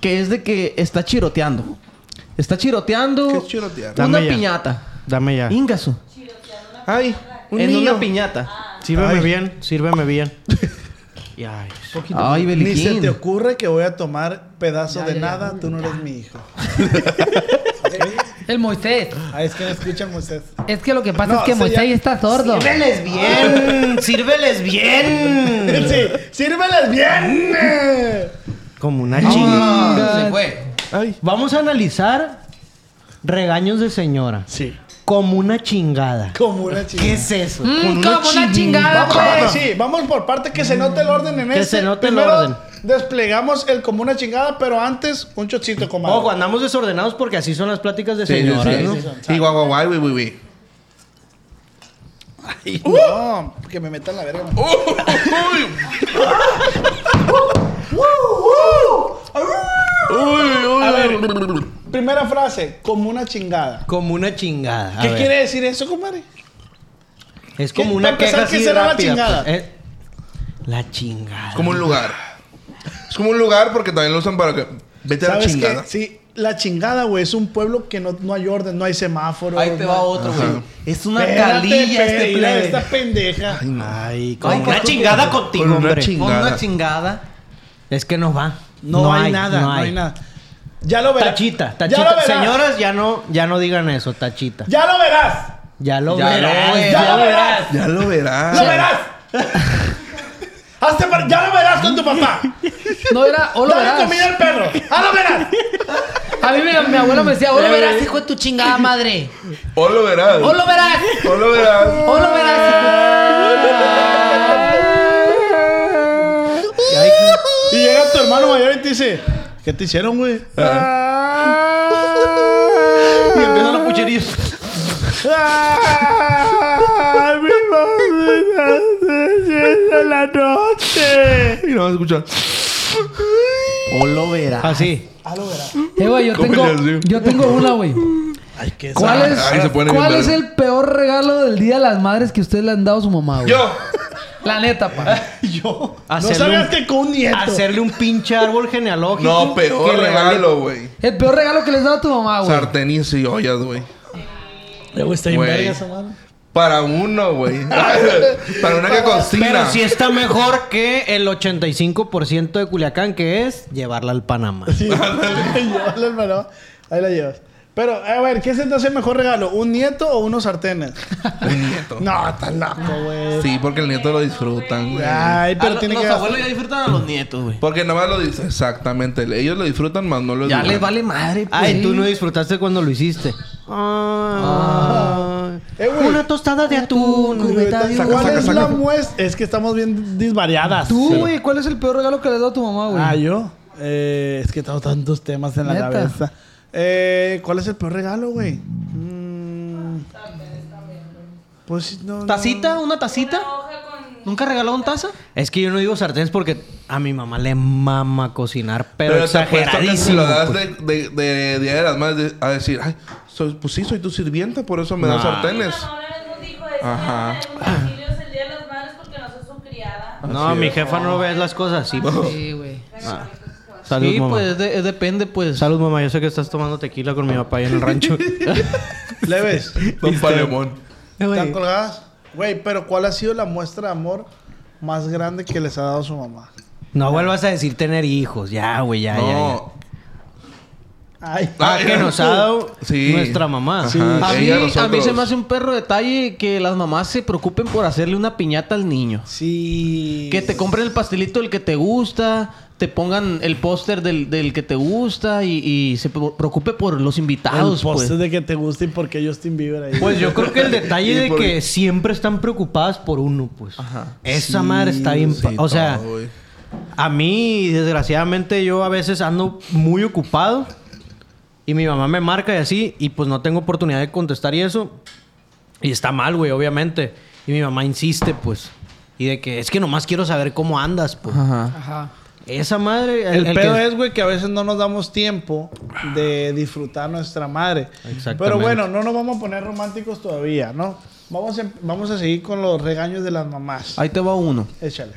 [SPEAKER 7] Que es de que está chiroteando. Está chiroteando.
[SPEAKER 4] ¿Qué es chirotear?
[SPEAKER 7] Una
[SPEAKER 6] Dame ya.
[SPEAKER 7] piñata.
[SPEAKER 6] Dame ya.
[SPEAKER 7] Ingaso.
[SPEAKER 4] Ay, un
[SPEAKER 7] Ah. en
[SPEAKER 4] niño.
[SPEAKER 7] una piñata.
[SPEAKER 6] Sírveme bien, sírveme bien. Y ay,
[SPEAKER 7] Ay,
[SPEAKER 3] Ni se
[SPEAKER 7] Beliquín.
[SPEAKER 3] te ocurre que voy a tomar pedazo de nada. Tú no eres mi hijo.
[SPEAKER 5] El Moisés.
[SPEAKER 3] Ah, es que me escuchan ustedes.
[SPEAKER 5] Es que lo que pasa
[SPEAKER 3] No,
[SPEAKER 5] es que
[SPEAKER 3] o sea, ya-
[SPEAKER 5] Moisés ya está sordo.
[SPEAKER 6] sírveles bien, sírveles bien.
[SPEAKER 3] Sí, sírveles bien. eh.
[SPEAKER 6] Como una chingada.
[SPEAKER 7] Ah, se fue.
[SPEAKER 4] Ay.
[SPEAKER 6] Vamos a analizar regaños de señora.
[SPEAKER 3] Sí,
[SPEAKER 6] Como una chingada.
[SPEAKER 3] como una chica.
[SPEAKER 6] ¿Qué es eso?
[SPEAKER 5] Mm, como una chingada,
[SPEAKER 3] Vamos,
[SPEAKER 5] pues.
[SPEAKER 3] vamos, sí, vamos por parte que se note el orden en
[SPEAKER 6] Que
[SPEAKER 3] este.
[SPEAKER 6] se note el
[SPEAKER 3] Primero
[SPEAKER 6] orden.
[SPEAKER 3] Desplegamos el como una chingada, pero antes un chocito comadre.
[SPEAKER 6] Ojo, andamos desordenados porque así son las pláticas de
[SPEAKER 4] Sí, sí,
[SPEAKER 6] señora,
[SPEAKER 4] sí.
[SPEAKER 6] ¿no?
[SPEAKER 4] Y guau, guau, guau, güey, güey, güey.
[SPEAKER 3] No, que me metan la verga.
[SPEAKER 4] Uy, uy,
[SPEAKER 3] A ver.
[SPEAKER 4] uy.
[SPEAKER 3] Primera frase, como una chingada.
[SPEAKER 6] Como una chingada. A
[SPEAKER 3] ¿Qué
[SPEAKER 6] ver.
[SPEAKER 3] quiere decir eso, compadre?
[SPEAKER 6] Es
[SPEAKER 3] ¿Qué-
[SPEAKER 6] como una
[SPEAKER 3] para empezar,
[SPEAKER 6] queja
[SPEAKER 3] qué
[SPEAKER 6] así
[SPEAKER 3] será la
[SPEAKER 6] rápida,
[SPEAKER 3] chingada?
[SPEAKER 6] pues, eh, la chingada.
[SPEAKER 4] Es como un lugar. Es como un lugar porque también lo usan para que. Vete a la
[SPEAKER 3] ¿Sabes
[SPEAKER 4] chingada.
[SPEAKER 3] qué? Sí, la chingada, güey, es un pueblo que no, no hay orden, no hay semáforo.
[SPEAKER 7] Ahí te
[SPEAKER 3] no
[SPEAKER 7] va
[SPEAKER 3] hay-
[SPEAKER 7] otro,
[SPEAKER 4] Ajá.
[SPEAKER 7] güey. Es una
[SPEAKER 3] Espérate,
[SPEAKER 7] calilla este
[SPEAKER 3] espérate,
[SPEAKER 7] plebe.
[SPEAKER 3] Esta pendeja.
[SPEAKER 6] Ay, con
[SPEAKER 7] Ay,
[SPEAKER 6] una
[SPEAKER 7] con-
[SPEAKER 6] chingada contigo,
[SPEAKER 4] con una
[SPEAKER 6] hombre.
[SPEAKER 4] chingada.
[SPEAKER 7] Con una chingada.
[SPEAKER 6] Es que no va.
[SPEAKER 3] No, hay, nada, no hay. nada. Ya lo verás.
[SPEAKER 6] Tachita,
[SPEAKER 3] Ya lo
[SPEAKER 6] tachita.
[SPEAKER 3] verás.
[SPEAKER 6] Señoras, ya no, ya no digan eso, tachita.
[SPEAKER 3] Ya lo verás.
[SPEAKER 6] Ya lo
[SPEAKER 7] Ya lo
[SPEAKER 6] verás.
[SPEAKER 7] verás.
[SPEAKER 3] Ya lo verás.
[SPEAKER 4] Ya lo verás.
[SPEAKER 3] ¡Lo verás! Hazte par- ¡Ya lo verás con tu papá!
[SPEAKER 5] No era, o lo
[SPEAKER 3] ¡Dale
[SPEAKER 5] verás.
[SPEAKER 3] comida al perro! ¡Ah, lo verás!
[SPEAKER 5] A mí mi, mi abuela me decía, o
[SPEAKER 8] O
[SPEAKER 5] lo
[SPEAKER 8] lo verás,
[SPEAKER 5] verás.
[SPEAKER 8] hijo de tu chingada madre.
[SPEAKER 4] O lo verás.
[SPEAKER 8] O lo verás.
[SPEAKER 4] O lo verás.
[SPEAKER 8] O lo verás.
[SPEAKER 3] Y llega tu hermano mayor y te dice: ¿Qué te hicieron, güey? Ah.
[SPEAKER 7] Y empiezan los pucheríos.
[SPEAKER 3] ¡Ay, mi mamá! ¡Es la noche!
[SPEAKER 4] Y no vas a escuchar.
[SPEAKER 7] O lo verás.
[SPEAKER 6] Así.
[SPEAKER 5] Eh, güey, yo
[SPEAKER 4] ¿Cómo
[SPEAKER 5] tengo,
[SPEAKER 4] le digo?
[SPEAKER 5] yo tengo una, güey. ¿Cuál es,
[SPEAKER 4] Ahí se pone
[SPEAKER 5] cuál
[SPEAKER 4] bien
[SPEAKER 5] es
[SPEAKER 4] verga.
[SPEAKER 5] el peor regalo del Día de las Madres que usted le han dado a su mamá, güey?
[SPEAKER 4] Yo.
[SPEAKER 5] La neta, pa.
[SPEAKER 7] Yo.
[SPEAKER 3] No
[SPEAKER 6] Hacerle
[SPEAKER 3] salgas
[SPEAKER 6] un,
[SPEAKER 3] que con Ah. un nieto.
[SPEAKER 6] hacerle un pinche árbol genealógico.
[SPEAKER 4] No, peor
[SPEAKER 6] que le vale-
[SPEAKER 4] regalo, güey.
[SPEAKER 5] El peor regalo que les da a tu mamá, Ah, güey.
[SPEAKER 4] Sartenis y ollas, güey.
[SPEAKER 3] Luego está bien
[SPEAKER 4] Güey.
[SPEAKER 3] verga esa madre.
[SPEAKER 4] Para uno, güey. Para una que
[SPEAKER 6] Pero
[SPEAKER 4] cocina.
[SPEAKER 6] sí está mejor que el 85% de Culiacán, que es llevarla al Panamá.
[SPEAKER 3] Sí. Llévala, hermano. Ahí la llevas. Pero, a ver, ¿qué se te hace mejor regalo? ¿Un nieto o unos sartenes?
[SPEAKER 4] Un nieto.
[SPEAKER 3] No, estás loco, güey.
[SPEAKER 4] Sí, porque el nieto lo disfrutan, güey.
[SPEAKER 3] Ay, pero
[SPEAKER 7] Ah,
[SPEAKER 3] tiene
[SPEAKER 7] los
[SPEAKER 3] que
[SPEAKER 7] abuelos ya disfrutan a los nietos, güey.
[SPEAKER 4] Porque nomás lo dicen. Exactamente. Ellos lo disfrutan, más no lo
[SPEAKER 7] Ya
[SPEAKER 4] disfrutan.
[SPEAKER 7] les vale madre, pues.
[SPEAKER 6] Ay, tú no disfrutaste cuando lo hiciste.
[SPEAKER 3] Eh, güey.
[SPEAKER 6] Una tostada de atún.
[SPEAKER 3] ¿Cuál
[SPEAKER 4] saca, saca,
[SPEAKER 3] es
[SPEAKER 4] saca.
[SPEAKER 3] la muestra? Es que estamos bien disvariadas.
[SPEAKER 5] Tú, güey, ¿cuál es el peor regalo que le das a tu mamá, güey?
[SPEAKER 3] Ah, yo. Eh, es que tengo tantos temas en la
[SPEAKER 5] Neta.
[SPEAKER 3] cabeza. Eh, ¿Cuál es el peor regalo, güey? Mm, pues no. no.
[SPEAKER 7] ¿Tacita? ¿Una tacita?
[SPEAKER 9] Una hoja con.
[SPEAKER 7] ¿Nunca regaló un taza?
[SPEAKER 6] Es que yo no digo sartenes porque a mi mamá le mama cocinar, pero,
[SPEAKER 4] Pero, te apuesto que si
[SPEAKER 6] exageradísimo.
[SPEAKER 4] lo das
[SPEAKER 6] pues.
[SPEAKER 4] de, de, de Día de las Madres de- a decir, ay, soy- pues sí, soy tu sirvienta, por eso me das
[SPEAKER 6] No.
[SPEAKER 4] sartenes.
[SPEAKER 9] Mi mamá una vez nos dijo eso.
[SPEAKER 4] Ajá.
[SPEAKER 9] Ajá. Los el día de las madres porque no soy su criada.
[SPEAKER 6] No, mi jefa no ve las cosas así. pues.
[SPEAKER 5] Sí, güey.
[SPEAKER 6] Salud,
[SPEAKER 7] sí,
[SPEAKER 6] mamá.
[SPEAKER 7] pues es de- es depende, pues.
[SPEAKER 6] Salud, mamá. Yo sé que estás tomando tequila con mi papá ahí en el rancho.
[SPEAKER 3] ¿Le ves?
[SPEAKER 4] Don Palemón.
[SPEAKER 3] ¿Están colgadas? Güey, pero ¿cuál ha sido la muestra de amor más grande que les ha dado su mamá?
[SPEAKER 6] no vuelvas a decir tener hijos. Ya, güey, ya, ya, ya.
[SPEAKER 4] No.
[SPEAKER 3] Ay,
[SPEAKER 6] Ah, que nos ha dado
[SPEAKER 4] Sí.
[SPEAKER 6] nuestra mamá.
[SPEAKER 4] Ajá,
[SPEAKER 7] A mí,
[SPEAKER 4] ella,
[SPEAKER 7] a mí
[SPEAKER 4] nosotros.
[SPEAKER 7] se me hace un perro detalle que las mamás se preocupen por hacerle una piñata al niño.
[SPEAKER 3] sí.
[SPEAKER 7] Que te compren el pastelito del que te gusta, te pongan el póster del, del que te gusta y, y se pro- preocupe por los
[SPEAKER 3] El
[SPEAKER 7] invitados, pues.
[SPEAKER 3] poste de que te guste y porque Justin Bieber ahí.
[SPEAKER 6] Pues yo creo que el
[SPEAKER 4] Y
[SPEAKER 6] detalle de
[SPEAKER 4] por-
[SPEAKER 6] que siempre están preocupadas por uno, pues. Esa madre está bien. pa-
[SPEAKER 4] Sí,
[SPEAKER 6] o sea,
[SPEAKER 4] todo, güey.
[SPEAKER 6] a mí, desgraciadamente, yo a veces ando muy ocupado. Y mi mamá me marca y así, y pues no tengo oportunidad de contestar y eso. Y está mal, güey, obviamente. Y mi mamá insiste, pues. Y de que es que nomás quiero saber cómo andas, pues.
[SPEAKER 7] Ajá.
[SPEAKER 5] Ajá.
[SPEAKER 6] Esa madre.
[SPEAKER 3] El,
[SPEAKER 6] el
[SPEAKER 3] pedo
[SPEAKER 6] que-
[SPEAKER 3] es, güey, que a veces no nos damos tiempo de disfrutar nuestra madre.
[SPEAKER 6] Exactamente.
[SPEAKER 3] Pero bueno, no nos vamos a poner románticos todavía, ¿no? Vamos a, em, vamos a seguir con los regaños de las mamás.
[SPEAKER 7] Ahí te va uno.
[SPEAKER 3] Échale.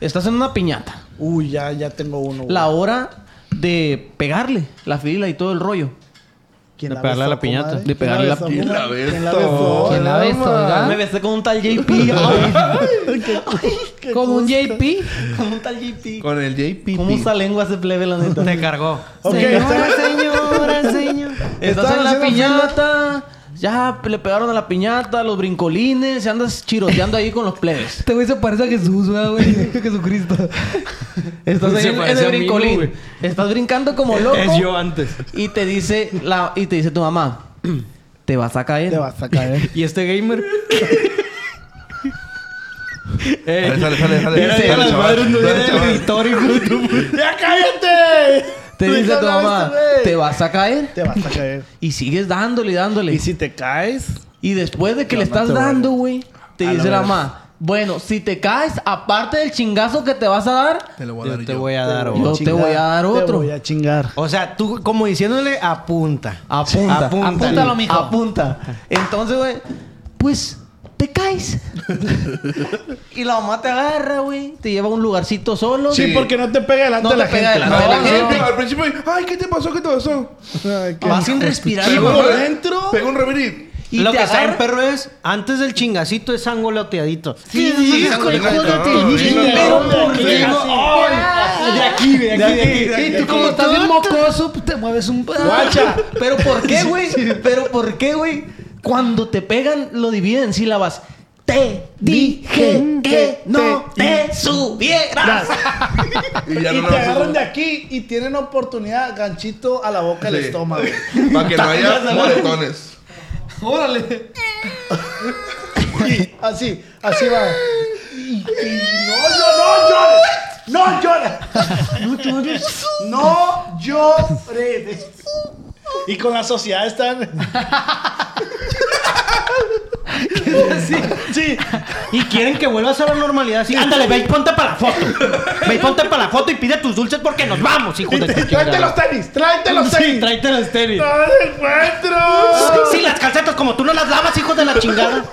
[SPEAKER 7] Estás en una piñata.
[SPEAKER 3] Uy, ya, ya tengo uno. güey.
[SPEAKER 7] La hora de pegarle la fila y todo el rollo.
[SPEAKER 3] ¿Quién
[SPEAKER 6] De pegarle a la
[SPEAKER 3] besó,
[SPEAKER 6] piñata.
[SPEAKER 3] comadre?
[SPEAKER 7] De pegarle la-
[SPEAKER 3] ¿Quién la
[SPEAKER 4] ¿Quién
[SPEAKER 3] besó?
[SPEAKER 4] la
[SPEAKER 3] ¿Quién la
[SPEAKER 4] besó?
[SPEAKER 3] besó?
[SPEAKER 5] ¿Quién la besó,
[SPEAKER 3] Dama.
[SPEAKER 7] Me besé con un tal JP. Ay,
[SPEAKER 3] Qué
[SPEAKER 5] Con un
[SPEAKER 3] cosa.
[SPEAKER 5] JP.
[SPEAKER 7] con un tal JP.
[SPEAKER 4] Con el JP.
[SPEAKER 7] ¿Cómo usa lengua ese plebe, la neta?
[SPEAKER 6] Te cargó.
[SPEAKER 3] Ok,
[SPEAKER 6] Señora,
[SPEAKER 3] está-
[SPEAKER 6] señora, señora.
[SPEAKER 7] Estás
[SPEAKER 3] Estaban
[SPEAKER 7] en la
[SPEAKER 3] haciendo
[SPEAKER 7] piñata. Ya le pegaron a la piñata, los brincolines, y andas chiroteando ahí con los plebes.
[SPEAKER 5] Este güey se parece a Jesús, ¿verdad, güey. Jesucristo.
[SPEAKER 7] Estás ahí
[SPEAKER 6] Se
[SPEAKER 7] en, en
[SPEAKER 6] parece
[SPEAKER 7] el
[SPEAKER 6] a mí,
[SPEAKER 7] brincolín.
[SPEAKER 6] güey.
[SPEAKER 7] estás brincando como loco.
[SPEAKER 6] Es yo antes.
[SPEAKER 7] Y te dice la, y te dice tu mamá, te vas a caer.
[SPEAKER 3] Te vas a caer.
[SPEAKER 6] ¿Y este gamer?
[SPEAKER 4] Sale, sale, sale. sale,
[SPEAKER 6] Era
[SPEAKER 4] sale,
[SPEAKER 6] de las
[SPEAKER 4] chaval.
[SPEAKER 6] madres, no
[SPEAKER 4] Sale,
[SPEAKER 6] era del
[SPEAKER 4] chaval.
[SPEAKER 6] editor, hijo de tu puta.
[SPEAKER 3] ¡Ya cállate!
[SPEAKER 7] Te dice tu
[SPEAKER 3] Déjalo a
[SPEAKER 7] mamá,
[SPEAKER 3] este güey.
[SPEAKER 7] te vas a caer.
[SPEAKER 3] Te vas a caer.
[SPEAKER 7] Y sigues dándole y dándole.
[SPEAKER 3] Y
[SPEAKER 7] Y,
[SPEAKER 3] si te caes,
[SPEAKER 7] después de que le
[SPEAKER 3] mamá
[SPEAKER 7] estás
[SPEAKER 3] te duele.
[SPEAKER 7] dando, güey, te
[SPEAKER 3] A la
[SPEAKER 7] dice la
[SPEAKER 3] verga.
[SPEAKER 7] mamá, bueno, si te caes, aparte del chingazo que te vas a dar,
[SPEAKER 4] Te lo voy a dar
[SPEAKER 6] Yo te
[SPEAKER 4] yo.
[SPEAKER 6] voy a dar,
[SPEAKER 7] Yo
[SPEAKER 6] güey.
[SPEAKER 7] te voy a dar
[SPEAKER 3] Te
[SPEAKER 7] otro.
[SPEAKER 3] voy a chingar.
[SPEAKER 6] O sea, tú como diciéndole apunta.
[SPEAKER 7] apunta.
[SPEAKER 6] Apunta.
[SPEAKER 7] Apúntalo,
[SPEAKER 6] Sí.
[SPEAKER 7] mijo. Apunta. Entonces, güey, pues te caes. y la mamá te agarra, güey, te lleva a un lugarcito solo.
[SPEAKER 3] Sí,
[SPEAKER 4] Sí.
[SPEAKER 3] porque no te pega delante
[SPEAKER 7] No
[SPEAKER 3] de
[SPEAKER 7] te
[SPEAKER 3] la
[SPEAKER 7] pega
[SPEAKER 3] gente.
[SPEAKER 7] delante.
[SPEAKER 4] No,
[SPEAKER 7] La
[SPEAKER 4] al
[SPEAKER 7] gente.
[SPEAKER 4] principio- al principio, ay, ¿qué te pasó? ¿Qué te pasó?
[SPEAKER 3] Ay, qué-
[SPEAKER 7] Vas sin respirar.
[SPEAKER 3] Sí,
[SPEAKER 7] la
[SPEAKER 3] por
[SPEAKER 7] mamá.
[SPEAKER 3] güey. dentro.
[SPEAKER 4] Pega un revir
[SPEAKER 7] Y
[SPEAKER 6] Lo
[SPEAKER 7] te
[SPEAKER 6] que sabe
[SPEAKER 7] agarra.
[SPEAKER 6] el perro es, antes del chingacito es angoloteadito.
[SPEAKER 7] Sí, sí, sí,
[SPEAKER 4] Híjole,
[SPEAKER 7] sí, sí,
[SPEAKER 4] jódete.
[SPEAKER 7] sí, sí, Pero por
[SPEAKER 3] Sí,
[SPEAKER 7] qué no?
[SPEAKER 6] De aquí, de aquí, de
[SPEAKER 5] Y tú, como estás bien mocoso, pues, te mueves un.
[SPEAKER 3] Guacha.
[SPEAKER 7] Pero por qué, güey? Pero por qué, güey? Cuando te pegan lo dividen en sílabas. Te dije que no te subieras.
[SPEAKER 4] Y ya
[SPEAKER 3] y
[SPEAKER 4] no
[SPEAKER 3] te
[SPEAKER 4] lo haces.
[SPEAKER 3] agarran de aquí y tienen oportunidad ganchito a la boca del
[SPEAKER 4] Sí.
[SPEAKER 3] estómago.
[SPEAKER 4] Para que no haya moretones.
[SPEAKER 7] Órale.
[SPEAKER 3] Y así, así va. Y- y- no, no, no llores. No llores. No llores. No llores. Y con la sociedad están. Sí.
[SPEAKER 6] Y quieren que vuelvas a la normalidad. Sí, ándale, ve y ponte para la foto. Ve y ponte para la foto y pide tus dulces porque nos vamos, hijo
[SPEAKER 3] Y
[SPEAKER 6] de tu
[SPEAKER 3] te-
[SPEAKER 6] chingada.
[SPEAKER 3] Tráete los tenis. Tráete los
[SPEAKER 6] Sí,
[SPEAKER 3] tenis.
[SPEAKER 6] tráete los tenis.
[SPEAKER 3] ¡No los encuentro!
[SPEAKER 6] Sí, las calcetas como tú no las lavas, hijo de la chingada.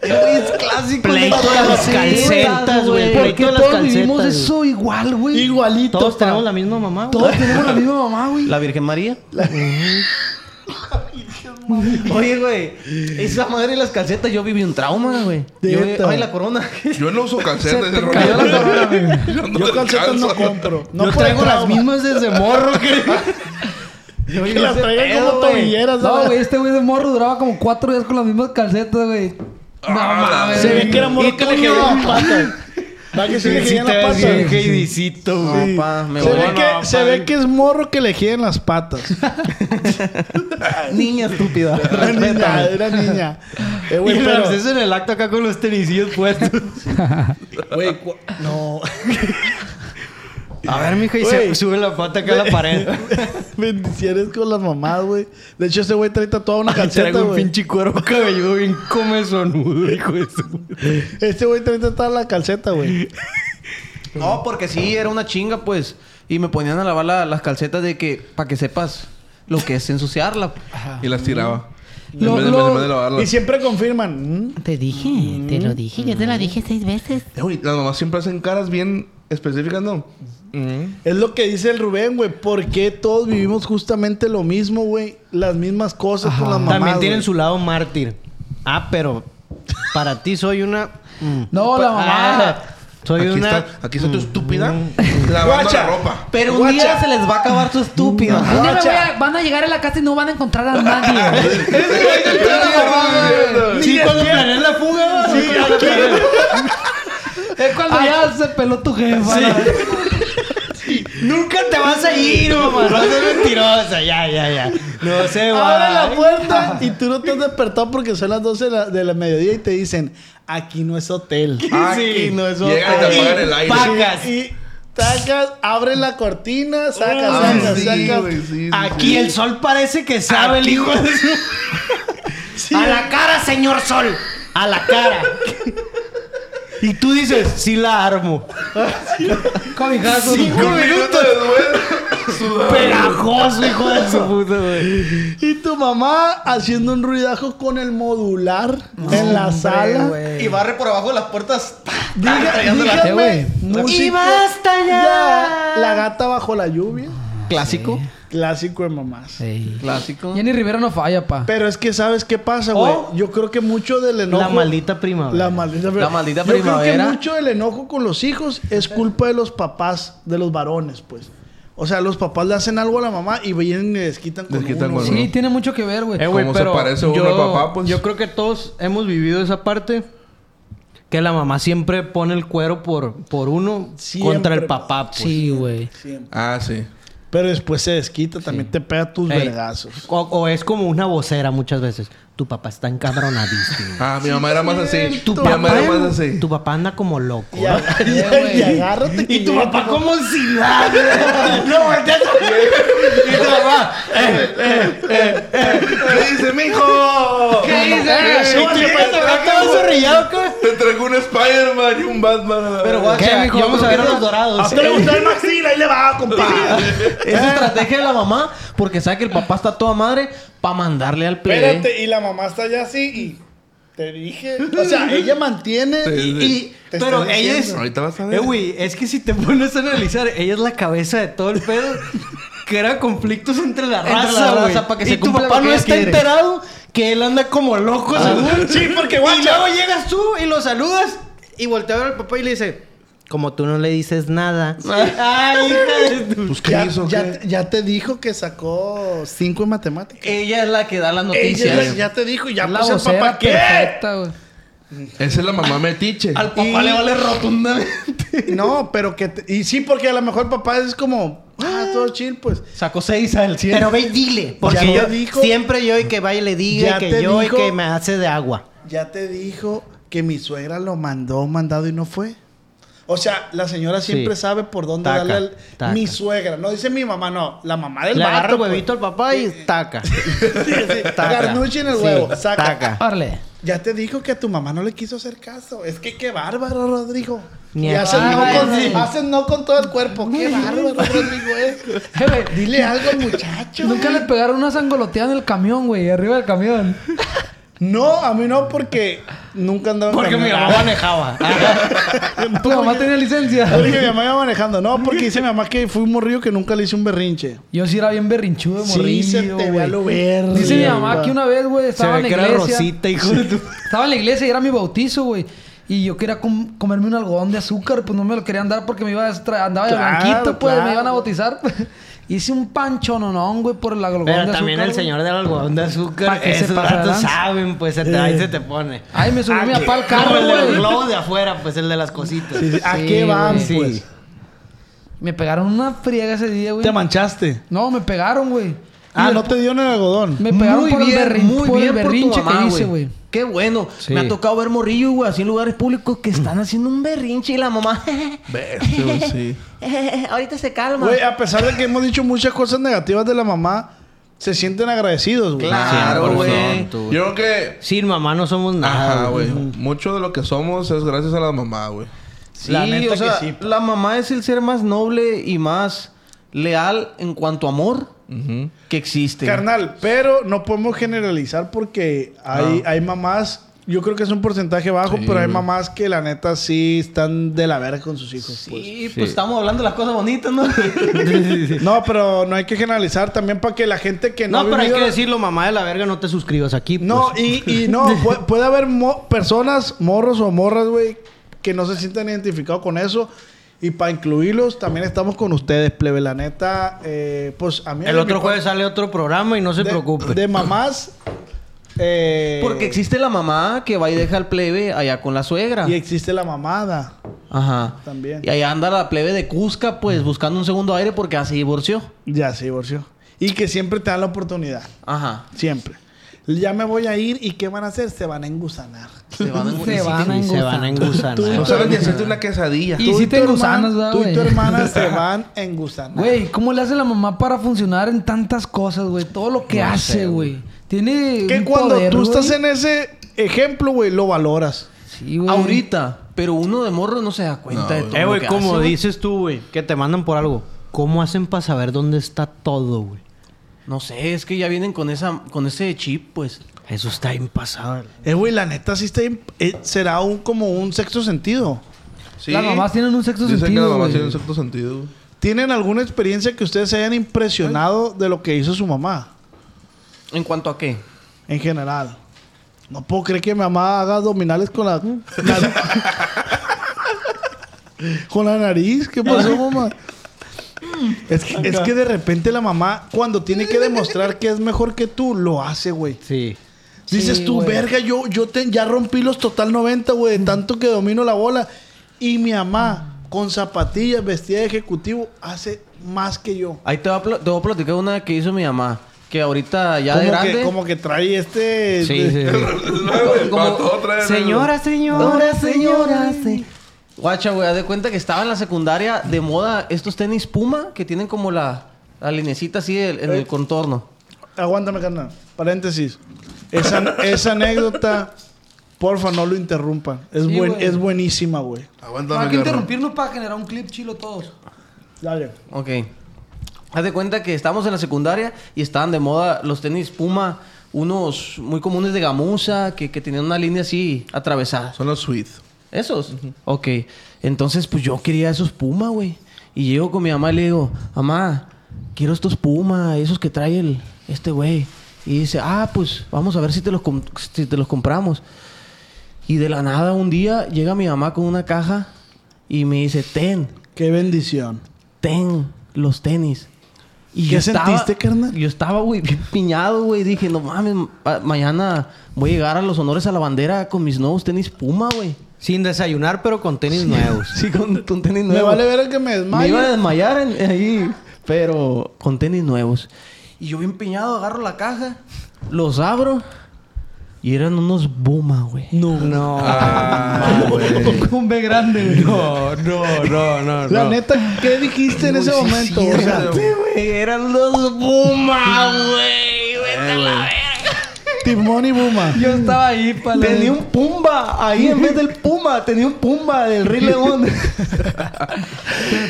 [SPEAKER 7] Es clásico.
[SPEAKER 6] Pleito de las calcetas, güey.
[SPEAKER 5] ¿Por qué
[SPEAKER 6] Pleito de las
[SPEAKER 5] todos vivimos
[SPEAKER 6] calcetas.
[SPEAKER 5] eso
[SPEAKER 6] güey.
[SPEAKER 5] igual, güey?
[SPEAKER 3] Igualito.
[SPEAKER 6] Todos
[SPEAKER 3] pa.
[SPEAKER 6] tenemos la misma mamá. güey.
[SPEAKER 5] Todos tenemos la misma mamá, güey.
[SPEAKER 7] ¿La Virgen María? Oye, güey. Esa madre de las calcetas, yo viví un trauma, güey. Yo-
[SPEAKER 3] Neta.
[SPEAKER 7] Ay, la corona.
[SPEAKER 4] Yo no uso calcetas. ese rollo.
[SPEAKER 3] Cayó la corona, güey.
[SPEAKER 4] Yo no
[SPEAKER 3] Yo calcetas no
[SPEAKER 4] descanso.
[SPEAKER 3] compro. No
[SPEAKER 6] Yo
[SPEAKER 3] por
[SPEAKER 6] traigo
[SPEAKER 3] el
[SPEAKER 6] las
[SPEAKER 3] trauma.
[SPEAKER 6] mismas desde morro. que-
[SPEAKER 3] Que las traigan como
[SPEAKER 7] güey.
[SPEAKER 3] tobilleras,
[SPEAKER 5] No,
[SPEAKER 3] ¿sabes?
[SPEAKER 5] güey, este güey de morro duraba como cuatro días con las mismas calcetas, güey.
[SPEAKER 4] Ah,
[SPEAKER 5] No mames.
[SPEAKER 3] Se ve que era
[SPEAKER 6] Y
[SPEAKER 3] morro que
[SPEAKER 6] tú
[SPEAKER 3] le
[SPEAKER 6] no.
[SPEAKER 3] quedaban las patas. Va que se le
[SPEAKER 6] Sí,
[SPEAKER 3] quedan
[SPEAKER 6] te
[SPEAKER 3] las
[SPEAKER 6] ves bien
[SPEAKER 3] patas.
[SPEAKER 6] heidicito, güey.
[SPEAKER 3] Sí.
[SPEAKER 7] Papá, Ah, me
[SPEAKER 3] se
[SPEAKER 7] voy.
[SPEAKER 3] ve,
[SPEAKER 7] No,
[SPEAKER 3] que, se ve que es morro que le gíen las patas.
[SPEAKER 7] Niña estúpida.
[SPEAKER 3] Era niña, era niña. Eh, güey,
[SPEAKER 6] Y
[SPEAKER 3] pero-
[SPEAKER 6] Ramsés en el acto acá con los tenisillos puestos.
[SPEAKER 3] Güey, cu- no.
[SPEAKER 6] A ver, mija, y
[SPEAKER 3] Güey.
[SPEAKER 6] se sube la pata acá a la pared.
[SPEAKER 3] Bendiciones con las mamás, güey. De hecho, ese güey trae toda una calceta,
[SPEAKER 6] Traigo un
[SPEAKER 3] güey.
[SPEAKER 6] pinche cuero cabelludo bien comezonudo, hijo de su...
[SPEAKER 3] Este güey trae toda la calceta, güey.
[SPEAKER 7] No, porque sí, era una chinga, pues. Y me ponían a lavar la- las calcetas de que, para que sepas lo que es ensuciarla.
[SPEAKER 4] Y las tiraba.
[SPEAKER 5] Lo-
[SPEAKER 4] en vez de,
[SPEAKER 5] lo-
[SPEAKER 4] en vez de lavarlas.
[SPEAKER 3] Y siempre confirman. ¿Mm?
[SPEAKER 8] Te dije, te lo dije, ya te la dije seis veces.
[SPEAKER 4] Eh, güey, Las mamás siempre hacen caras bien específicas, ¿no?
[SPEAKER 3] Es lo que dice el Rubén, güey. ¿Por qué todos vivimos justamente lo mismo, güey? Las mismas cosas con las mamás.
[SPEAKER 6] También tienen
[SPEAKER 3] güey.
[SPEAKER 6] su lado mártir. Ah, pero para ti soy una... Mm.
[SPEAKER 5] No, la mamá.
[SPEAKER 6] Ah, soy
[SPEAKER 4] Aquí
[SPEAKER 6] una...
[SPEAKER 4] está, aquí está tu estúpida lavando
[SPEAKER 3] Guacha.
[SPEAKER 4] la ropa.
[SPEAKER 7] Pero un día se les va a acabar su estúpida.
[SPEAKER 5] Un día me voy
[SPEAKER 3] Guacha.
[SPEAKER 5] a- van a llegar a la casa y no van a encontrar a nadie.
[SPEAKER 6] Sí, cuando planeas la fuga. Sí,
[SPEAKER 5] es cuando ya se peló tu jefa.
[SPEAKER 6] Nunca te vas a ir, mamá. No seas mentirosa. Ya, ya, ya. No se va.
[SPEAKER 3] Abre la puerta y tú no te has despertado porque son las 12 de la, de la mediodía y te dicen, aquí no es hotel.
[SPEAKER 4] Aquí no es Llegan y te
[SPEAKER 6] hotel.
[SPEAKER 4] apagan el aire.
[SPEAKER 6] Pacas.
[SPEAKER 3] Y sacas, abres la cortina, sacas,
[SPEAKER 4] Ah,
[SPEAKER 3] sacas,
[SPEAKER 4] sí,
[SPEAKER 3] sacas.
[SPEAKER 4] güey, sí, sí,
[SPEAKER 6] Aquí el sol parece que sabe el hijo de su...
[SPEAKER 3] Sí,
[SPEAKER 6] A la cara, señor sol. A la cara. Y tú dices, sí la armo.
[SPEAKER 5] Cobijazo.
[SPEAKER 6] Cinco minutos. Pegajoso, hijo de su puta, güey.
[SPEAKER 3] Y tu mamá haciendo un ruidajo con el modular en la sala.
[SPEAKER 7] Y barre por abajo de las puertas. ta, ta,
[SPEAKER 3] Diga-
[SPEAKER 7] trayendo la-
[SPEAKER 5] Eh,
[SPEAKER 3] díganme,
[SPEAKER 5] güey.
[SPEAKER 3] música.
[SPEAKER 7] Y basta ya.
[SPEAKER 3] La gata bajo la lluvia.
[SPEAKER 7] Clásico.
[SPEAKER 3] Clásico de mamás.
[SPEAKER 7] Clásico.
[SPEAKER 5] Jenny Rivera no falla, pa.
[SPEAKER 3] Pero es que, ¿sabes qué pasa, güey?
[SPEAKER 7] Oh.
[SPEAKER 3] Yo creo que mucho del enojo.
[SPEAKER 6] La maldita primavera.
[SPEAKER 3] La maldita,
[SPEAKER 7] La maldita
[SPEAKER 3] Yo creo
[SPEAKER 7] primavera.
[SPEAKER 3] que mucho del enojo con los hijos es culpa de los papás, de los varones, pues. O sea, los papás le hacen algo a la mamá y vienen y les quitan con
[SPEAKER 4] Les quitan
[SPEAKER 3] uno,
[SPEAKER 4] con
[SPEAKER 3] güey.
[SPEAKER 5] Sí, tiene mucho que ver, güey.
[SPEAKER 6] Eh, güey,
[SPEAKER 4] ¿Cómo se
[SPEAKER 6] pero
[SPEAKER 4] parece uno al papá, pues?
[SPEAKER 6] Yo creo que todos hemos vivido esa parte. Que la mamá siempre pone el cuero por, por uno
[SPEAKER 3] Siempre,
[SPEAKER 6] contra el
[SPEAKER 3] pues.
[SPEAKER 6] papá, pues.
[SPEAKER 8] Sí, güey.
[SPEAKER 4] Ah, sí.
[SPEAKER 3] Pero después se desquita, también te pega tus
[SPEAKER 6] Ey.
[SPEAKER 3] vergazos.
[SPEAKER 6] O, o es como una vocera muchas veces. Tu papá está encabronadísimo.
[SPEAKER 4] Ah, mi mamá era más así.
[SPEAKER 6] Tu
[SPEAKER 4] mi mamá
[SPEAKER 6] papá,
[SPEAKER 4] era más así.
[SPEAKER 6] tu papá anda como loco. Eh,
[SPEAKER 3] Y, ag- y- y agárrate. que yo-
[SPEAKER 6] como si nada. no, volteas a- Y tu papá.
[SPEAKER 4] ¿Qué dice, mijo?
[SPEAKER 6] ¿Qué dices?
[SPEAKER 4] Eh,
[SPEAKER 6] Y
[SPEAKER 4] ¿qué
[SPEAKER 6] tu papá
[SPEAKER 4] te
[SPEAKER 6] acá
[SPEAKER 4] trajo?
[SPEAKER 6] todo zorrillado, acá.
[SPEAKER 4] Te traigo un Spider-Man y un Batman. a la
[SPEAKER 7] Pero
[SPEAKER 4] vez.
[SPEAKER 7] guacha,
[SPEAKER 6] ¿Qué, mijo?
[SPEAKER 7] yo
[SPEAKER 6] Vamos a
[SPEAKER 7] creo
[SPEAKER 6] ver
[SPEAKER 7] que
[SPEAKER 6] a
[SPEAKER 7] era-
[SPEAKER 6] los dorados.
[SPEAKER 3] ¿A usted le gusta el maxil? Ahí le va, compadre.
[SPEAKER 7] Es estrategia de la mamá porque sabe que el papá está toda madre para mandarle al plebe.
[SPEAKER 3] Espérate, y la mamá está allá así y te dije. O sea, ella mantiene
[SPEAKER 4] Sí,
[SPEAKER 3] y,
[SPEAKER 4] sí.
[SPEAKER 3] y te
[SPEAKER 6] Pero
[SPEAKER 3] está
[SPEAKER 6] ella es.
[SPEAKER 3] diciendo.
[SPEAKER 4] Pues, Ahorita vas a ver.
[SPEAKER 6] Eh, güey, es que si te pones a analizar, ella es la cabeza de todo el pedo. Que era conflictos entre la
[SPEAKER 7] Entre la
[SPEAKER 6] raza,
[SPEAKER 7] raza,
[SPEAKER 6] güey.
[SPEAKER 7] para que
[SPEAKER 6] y
[SPEAKER 7] se
[SPEAKER 6] tu
[SPEAKER 7] cumpla
[SPEAKER 6] papá
[SPEAKER 7] lo que
[SPEAKER 6] no
[SPEAKER 7] ella
[SPEAKER 6] está
[SPEAKER 7] quiere. Ah.
[SPEAKER 6] enterado que él anda como loco, según.
[SPEAKER 3] Sí, porque
[SPEAKER 6] Y
[SPEAKER 3] guacha.
[SPEAKER 6] luego llegas tú y lo saludas y voltea a ver al papá y le dice... Como tú no le dices nada. Ay, hija de tu...
[SPEAKER 4] Pues, ¿qué
[SPEAKER 3] Ya,
[SPEAKER 4] hizo?
[SPEAKER 3] ya-
[SPEAKER 4] ¿Qué?
[SPEAKER 3] ya te dijo que sacó 5 en matemáticas.
[SPEAKER 7] Ella es la que da las
[SPEAKER 3] Ella
[SPEAKER 7] noticias.
[SPEAKER 3] ya te dijo, ya
[SPEAKER 5] la
[SPEAKER 3] pues el
[SPEAKER 5] vocera
[SPEAKER 3] papá qué.
[SPEAKER 5] perfecta, güey.
[SPEAKER 4] Esa es la mamá metiche.
[SPEAKER 7] Al papá le vale rotundamente.
[SPEAKER 3] No, pero que te- y sí porque a lo mejor papá es como, ah, todo chill, pues.
[SPEAKER 7] Sacó seis al cielo.
[SPEAKER 6] Pero ve y dile.
[SPEAKER 3] Ya
[SPEAKER 6] Porque yo
[SPEAKER 3] te dijo.
[SPEAKER 6] siempre yo y que va y le diga
[SPEAKER 3] Ya
[SPEAKER 6] y que
[SPEAKER 3] te
[SPEAKER 6] yo
[SPEAKER 3] dijo.
[SPEAKER 6] y que me hace de agua.
[SPEAKER 3] Ya te dijo que mi suegra lo mandó mandado y no fue. O sea, la señora siempre sabe por dónde
[SPEAKER 6] Taca,
[SPEAKER 3] darle al
[SPEAKER 6] taca.
[SPEAKER 3] mi suegra, no dice mi mamá, no, la mamá del
[SPEAKER 6] Le agarra
[SPEAKER 3] vato,
[SPEAKER 6] el
[SPEAKER 3] pues.
[SPEAKER 6] huevito al papá y taca.
[SPEAKER 3] Sí, sí.
[SPEAKER 6] Taca.
[SPEAKER 3] Garnucci en el
[SPEAKER 6] Sí,
[SPEAKER 3] huevo. Saca.
[SPEAKER 6] taca.
[SPEAKER 5] Órale.
[SPEAKER 3] Ya te dijo que a tu mamá no le quiso hacer caso. Es que qué bárbaro, Rodrigo.
[SPEAKER 6] Ni
[SPEAKER 3] y
[SPEAKER 6] a-
[SPEAKER 3] hacen no,
[SPEAKER 6] Ay,
[SPEAKER 3] con,
[SPEAKER 6] sí.
[SPEAKER 3] hacen no con todo el cuerpo. Qué bárbaro, Rodrigo, eh.
[SPEAKER 5] Eh, güey,
[SPEAKER 3] Dile algo, muchacho.
[SPEAKER 5] Nunca le pegaron una sangoloteada en el camión, güey, arriba del camión.
[SPEAKER 3] No, a mí no, porque nunca andaba en
[SPEAKER 6] Porque mi
[SPEAKER 3] camioneta.
[SPEAKER 6] mamá manejaba.
[SPEAKER 5] Tu mamá tenía licencia.
[SPEAKER 3] Porque mi mamá iba manejando. No, porque dice mi mamá que fui un morrillo que nunca le hice un berrinche.
[SPEAKER 5] Yo sí era bien berrinchudo,
[SPEAKER 3] Sí,
[SPEAKER 5] morrillo,
[SPEAKER 3] se te ve
[SPEAKER 5] güey.
[SPEAKER 3] a lo verde,
[SPEAKER 5] Dice mi
[SPEAKER 3] güey.
[SPEAKER 5] mamá que una vez, güey,
[SPEAKER 6] Se
[SPEAKER 5] estaba
[SPEAKER 6] ve
[SPEAKER 5] en la
[SPEAKER 6] que era
[SPEAKER 5] iglesia.
[SPEAKER 6] Rosita, hijo de tu...
[SPEAKER 5] Estaba en la iglesia y era mi bautizo, güey. Y yo quería com- comerme un algodón de azúcar, pues no me lo querían dar porque me iba a estra- andaba de
[SPEAKER 3] Claro,
[SPEAKER 5] blanquito, pues
[SPEAKER 3] claro.
[SPEAKER 5] me iban a bautizar. Hice un panchononón, güey, por el algodón de
[SPEAKER 6] Pero
[SPEAKER 5] azúcar.
[SPEAKER 6] también el
[SPEAKER 5] güey.
[SPEAKER 6] señor del algodón de azúcar.
[SPEAKER 5] Pa' que se
[SPEAKER 6] esos
[SPEAKER 5] pasa de
[SPEAKER 6] vatos
[SPEAKER 5] lanza.
[SPEAKER 6] saben, pues se te, ahí se te pone.
[SPEAKER 5] Ay, me subí
[SPEAKER 6] Ah,
[SPEAKER 5] mi
[SPEAKER 6] que-
[SPEAKER 5] papá al carro,
[SPEAKER 6] como el de los
[SPEAKER 5] güey.
[SPEAKER 6] globos de afuera, pues el de las cositas.
[SPEAKER 3] Sí, sí. ¿A
[SPEAKER 5] Sí,
[SPEAKER 3] qué van,
[SPEAKER 5] güey.
[SPEAKER 3] pues?
[SPEAKER 5] Me pegaron una friega ese día, güey.
[SPEAKER 3] Te manchaste.
[SPEAKER 5] No, me pegaron, güey.
[SPEAKER 3] Ah,
[SPEAKER 5] Y
[SPEAKER 3] no te dio en el algodón.
[SPEAKER 5] Me pegaron por, el, berrin-
[SPEAKER 7] muy
[SPEAKER 5] por el
[SPEAKER 7] bien por tu
[SPEAKER 5] berrinche
[SPEAKER 7] mamá,
[SPEAKER 5] que hice, güey.
[SPEAKER 7] Qué bueno.
[SPEAKER 5] Sí.
[SPEAKER 7] Me ha tocado ver morrillos, güey, así en lugares públicos que están haciendo un berrinche y la mamá.
[SPEAKER 4] sí.
[SPEAKER 7] Ahorita se calma.
[SPEAKER 3] Güey, a pesar de que hemos dicho muchas cosas negativas de la mamá, se sienten agradecidos, güey.
[SPEAKER 7] claro, güey.
[SPEAKER 4] Yo creo que...
[SPEAKER 6] Sin mamá no somos
[SPEAKER 3] Ah,
[SPEAKER 6] nada.
[SPEAKER 4] Ajá,
[SPEAKER 6] güey.
[SPEAKER 4] güey. Mucho de lo que somos es gracias a la mamá, güey.
[SPEAKER 7] Sí,
[SPEAKER 3] La neta
[SPEAKER 7] o sea,
[SPEAKER 3] que sí, pa.
[SPEAKER 7] la mamá es el ser más noble y más leal en cuanto a amor
[SPEAKER 4] Ujú.
[SPEAKER 7] que existe.
[SPEAKER 3] Carnal, pero no podemos generalizar porque hay, hay mamás, yo creo que es un porcentaje bajo, pero hay mamás que la neta sí están de la verga con sus hijos. pues.
[SPEAKER 7] Sí, pues estamos hablando de las cosas bonitas, ¿no?
[SPEAKER 3] No, pero no hay que generalizar también para que la gente que no.
[SPEAKER 6] No,
[SPEAKER 3] ha
[SPEAKER 6] pero hay
[SPEAKER 3] vivido-
[SPEAKER 6] que decirlo, mamá de la verga, no te suscribas aquí. pues.
[SPEAKER 3] No, y, y no, pu- puede, haber mo- personas, morros o morras, güey, que no se sientan identificados con eso. Y para incluirlos, también estamos con ustedes, plebe. La neta, eh, pues a mí.
[SPEAKER 6] El
[SPEAKER 3] de
[SPEAKER 6] otro
[SPEAKER 3] mi
[SPEAKER 6] jueves sale otro programa y no se
[SPEAKER 3] de-
[SPEAKER 6] preocupen.
[SPEAKER 3] De mamás. eh,
[SPEAKER 7] Porque existe la mamá que va y deja al plebe allá con la
[SPEAKER 5] Ah.
[SPEAKER 7] suegra.
[SPEAKER 3] Y existe la mamada.
[SPEAKER 7] Ajá.
[SPEAKER 3] También.
[SPEAKER 7] Y allá anda la plebe de Cusca, pues, buscando un segundo aire porque así divorció.
[SPEAKER 3] Ya se divorció. Y que siempre te dan la oportunidad.
[SPEAKER 7] Ajá.
[SPEAKER 3] Siempre. Ya me voy a ir y ¿qué van a hacer? Se van a engusanar.
[SPEAKER 7] Se van a
[SPEAKER 5] Se van a
[SPEAKER 6] Y se van a
[SPEAKER 5] engustar.
[SPEAKER 6] engusanar.
[SPEAKER 3] Tú-
[SPEAKER 4] No sabes ni hacerte una quesadilla.
[SPEAKER 5] Y- sí
[SPEAKER 3] tu
[SPEAKER 5] te
[SPEAKER 3] hermana-
[SPEAKER 5] engusanas, ¿verdad,
[SPEAKER 3] Tú y tu
[SPEAKER 5] güey?
[SPEAKER 3] hermana se van a engusanar.
[SPEAKER 5] Güey, ¿cómo le hace la mamá para funcionar en tantas cosas, güey? Todo lo que hace, güey. Tiene.
[SPEAKER 3] Que
[SPEAKER 5] un
[SPEAKER 3] cuando
[SPEAKER 5] poder,
[SPEAKER 3] tú
[SPEAKER 5] güey.
[SPEAKER 3] estás en ese ejemplo, güey, lo valoras.
[SPEAKER 5] Sí, güey.
[SPEAKER 7] Ahorita. Pero uno de morro no se da cuenta
[SPEAKER 4] No,
[SPEAKER 7] de
[SPEAKER 4] güey.
[SPEAKER 7] todo.
[SPEAKER 6] Eh,
[SPEAKER 7] lo
[SPEAKER 6] güey,
[SPEAKER 7] que
[SPEAKER 6] como
[SPEAKER 7] hace, güey.
[SPEAKER 6] dices tú, güey, que te mandan por algo. ¿Cómo hacen para saber dónde está todo, güey?
[SPEAKER 7] No sé, es que ya vienen con esa, con ese chip, pues.
[SPEAKER 6] Eso está impasado.
[SPEAKER 3] Eh, güey, la neta sí está... imp- eh, será un, como un sexto sentido.
[SPEAKER 4] Sí.
[SPEAKER 5] Las mamás tienen un sexto
[SPEAKER 4] Dicen
[SPEAKER 5] sentido,
[SPEAKER 4] que las mamás
[SPEAKER 5] güey.
[SPEAKER 4] tienen un cierto sentido. güey.
[SPEAKER 3] ¿Tienen alguna experiencia que ustedes se hayan impresionado de lo que hizo su mamá?
[SPEAKER 7] ¿En cuanto a qué?
[SPEAKER 3] En general. No puedo creer que mi mamá haga abdominales con la... con la nariz. ¿Qué pasó, mamá? Es que, es que de repente la mamá, cuando tiene que demostrar que es mejor que tú, lo hace, güey.
[SPEAKER 6] Sí.
[SPEAKER 3] Dices
[SPEAKER 5] Sí,
[SPEAKER 3] tú,
[SPEAKER 5] güey.
[SPEAKER 3] verga, yo, yo te- ya rompí los total 90, güey, de tanto que domino la bola. Y mi mamá, con zapatillas, vestida de ejecutivo, hace más que yo.
[SPEAKER 7] Ahí te voy a, pla- te voy a platicar una que hizo mi mamá. Que ahorita ya de
[SPEAKER 3] Como
[SPEAKER 7] grande.
[SPEAKER 3] que, como que trae este.
[SPEAKER 6] Sí, sí, sí.
[SPEAKER 4] No, güey, para todo traer-
[SPEAKER 6] Señora, señora.
[SPEAKER 5] Ahora, señora. se-
[SPEAKER 7] Guacha, güey, haz de cuenta que estaba en la secundaria de moda estos tenis Puma que tienen como la, la linecita así del- en el contorno.
[SPEAKER 3] Aguántame, carnal. Paréntesis. Esa, esa anécdota, porfa, no lo interrumpan. Es,
[SPEAKER 5] Sí,
[SPEAKER 3] buen,
[SPEAKER 5] güey.
[SPEAKER 3] es buenísima, güey.
[SPEAKER 5] No
[SPEAKER 4] Aguántame,
[SPEAKER 5] hay que
[SPEAKER 4] carnal.
[SPEAKER 5] interrumpirnos para generar un clip chilo todos.
[SPEAKER 3] Dale.
[SPEAKER 7] Ok. Haz de cuenta que estábamos en la secundaria y estaban de moda los tenis Puma, unos muy comunes de gamuza que, que tenían una línea así atravesada.
[SPEAKER 4] Son los sweet.
[SPEAKER 7] ¿Esos? Ok. Entonces, pues yo quería esos Puma, güey. Y llego con mi mamá y le digo, mamá, quiero estos Puma, esos que trae el, este güey. Y dice, ah, pues vamos a ver si te los, com- si te los compramos. Y de la nada un día llega mi mamá con una caja y me dice, ten,
[SPEAKER 3] Qué bendición.
[SPEAKER 7] ten los tenis. Y
[SPEAKER 3] ¿Qué sentiste, carnal?
[SPEAKER 7] Yo estaba, güey, bien piñado, güey. Dije, no mames, ma- mañana voy a llegar a los honores a la bandera con mis nuevos tenis Puma, güey.
[SPEAKER 6] Sin desayunar, pero con tenis nuevos.
[SPEAKER 7] Sí, con, con tenis
[SPEAKER 3] Me
[SPEAKER 7] nuevos.
[SPEAKER 3] vale ver el que me
[SPEAKER 7] Me iba a
[SPEAKER 3] desmaye.
[SPEAKER 7] desmayar en- ahí, pero con tenis nuevos. Y yo bien piñado agarro la caja, los abro y eran unos Buma, güey.
[SPEAKER 6] No. No.
[SPEAKER 4] Ah, güey.
[SPEAKER 5] Un B grande, güey.
[SPEAKER 6] No, no, no, no.
[SPEAKER 3] La neta, ¿qué dijiste en ese momento? O sea,
[SPEAKER 7] güey. Eran los Buma, güey. Vete a la verga.
[SPEAKER 3] Timón y Buma.
[SPEAKER 5] Yo estaba ahí para.
[SPEAKER 7] Tenía un Pumba ahí en vez del Puma. Tenía un Pumba del Rey León.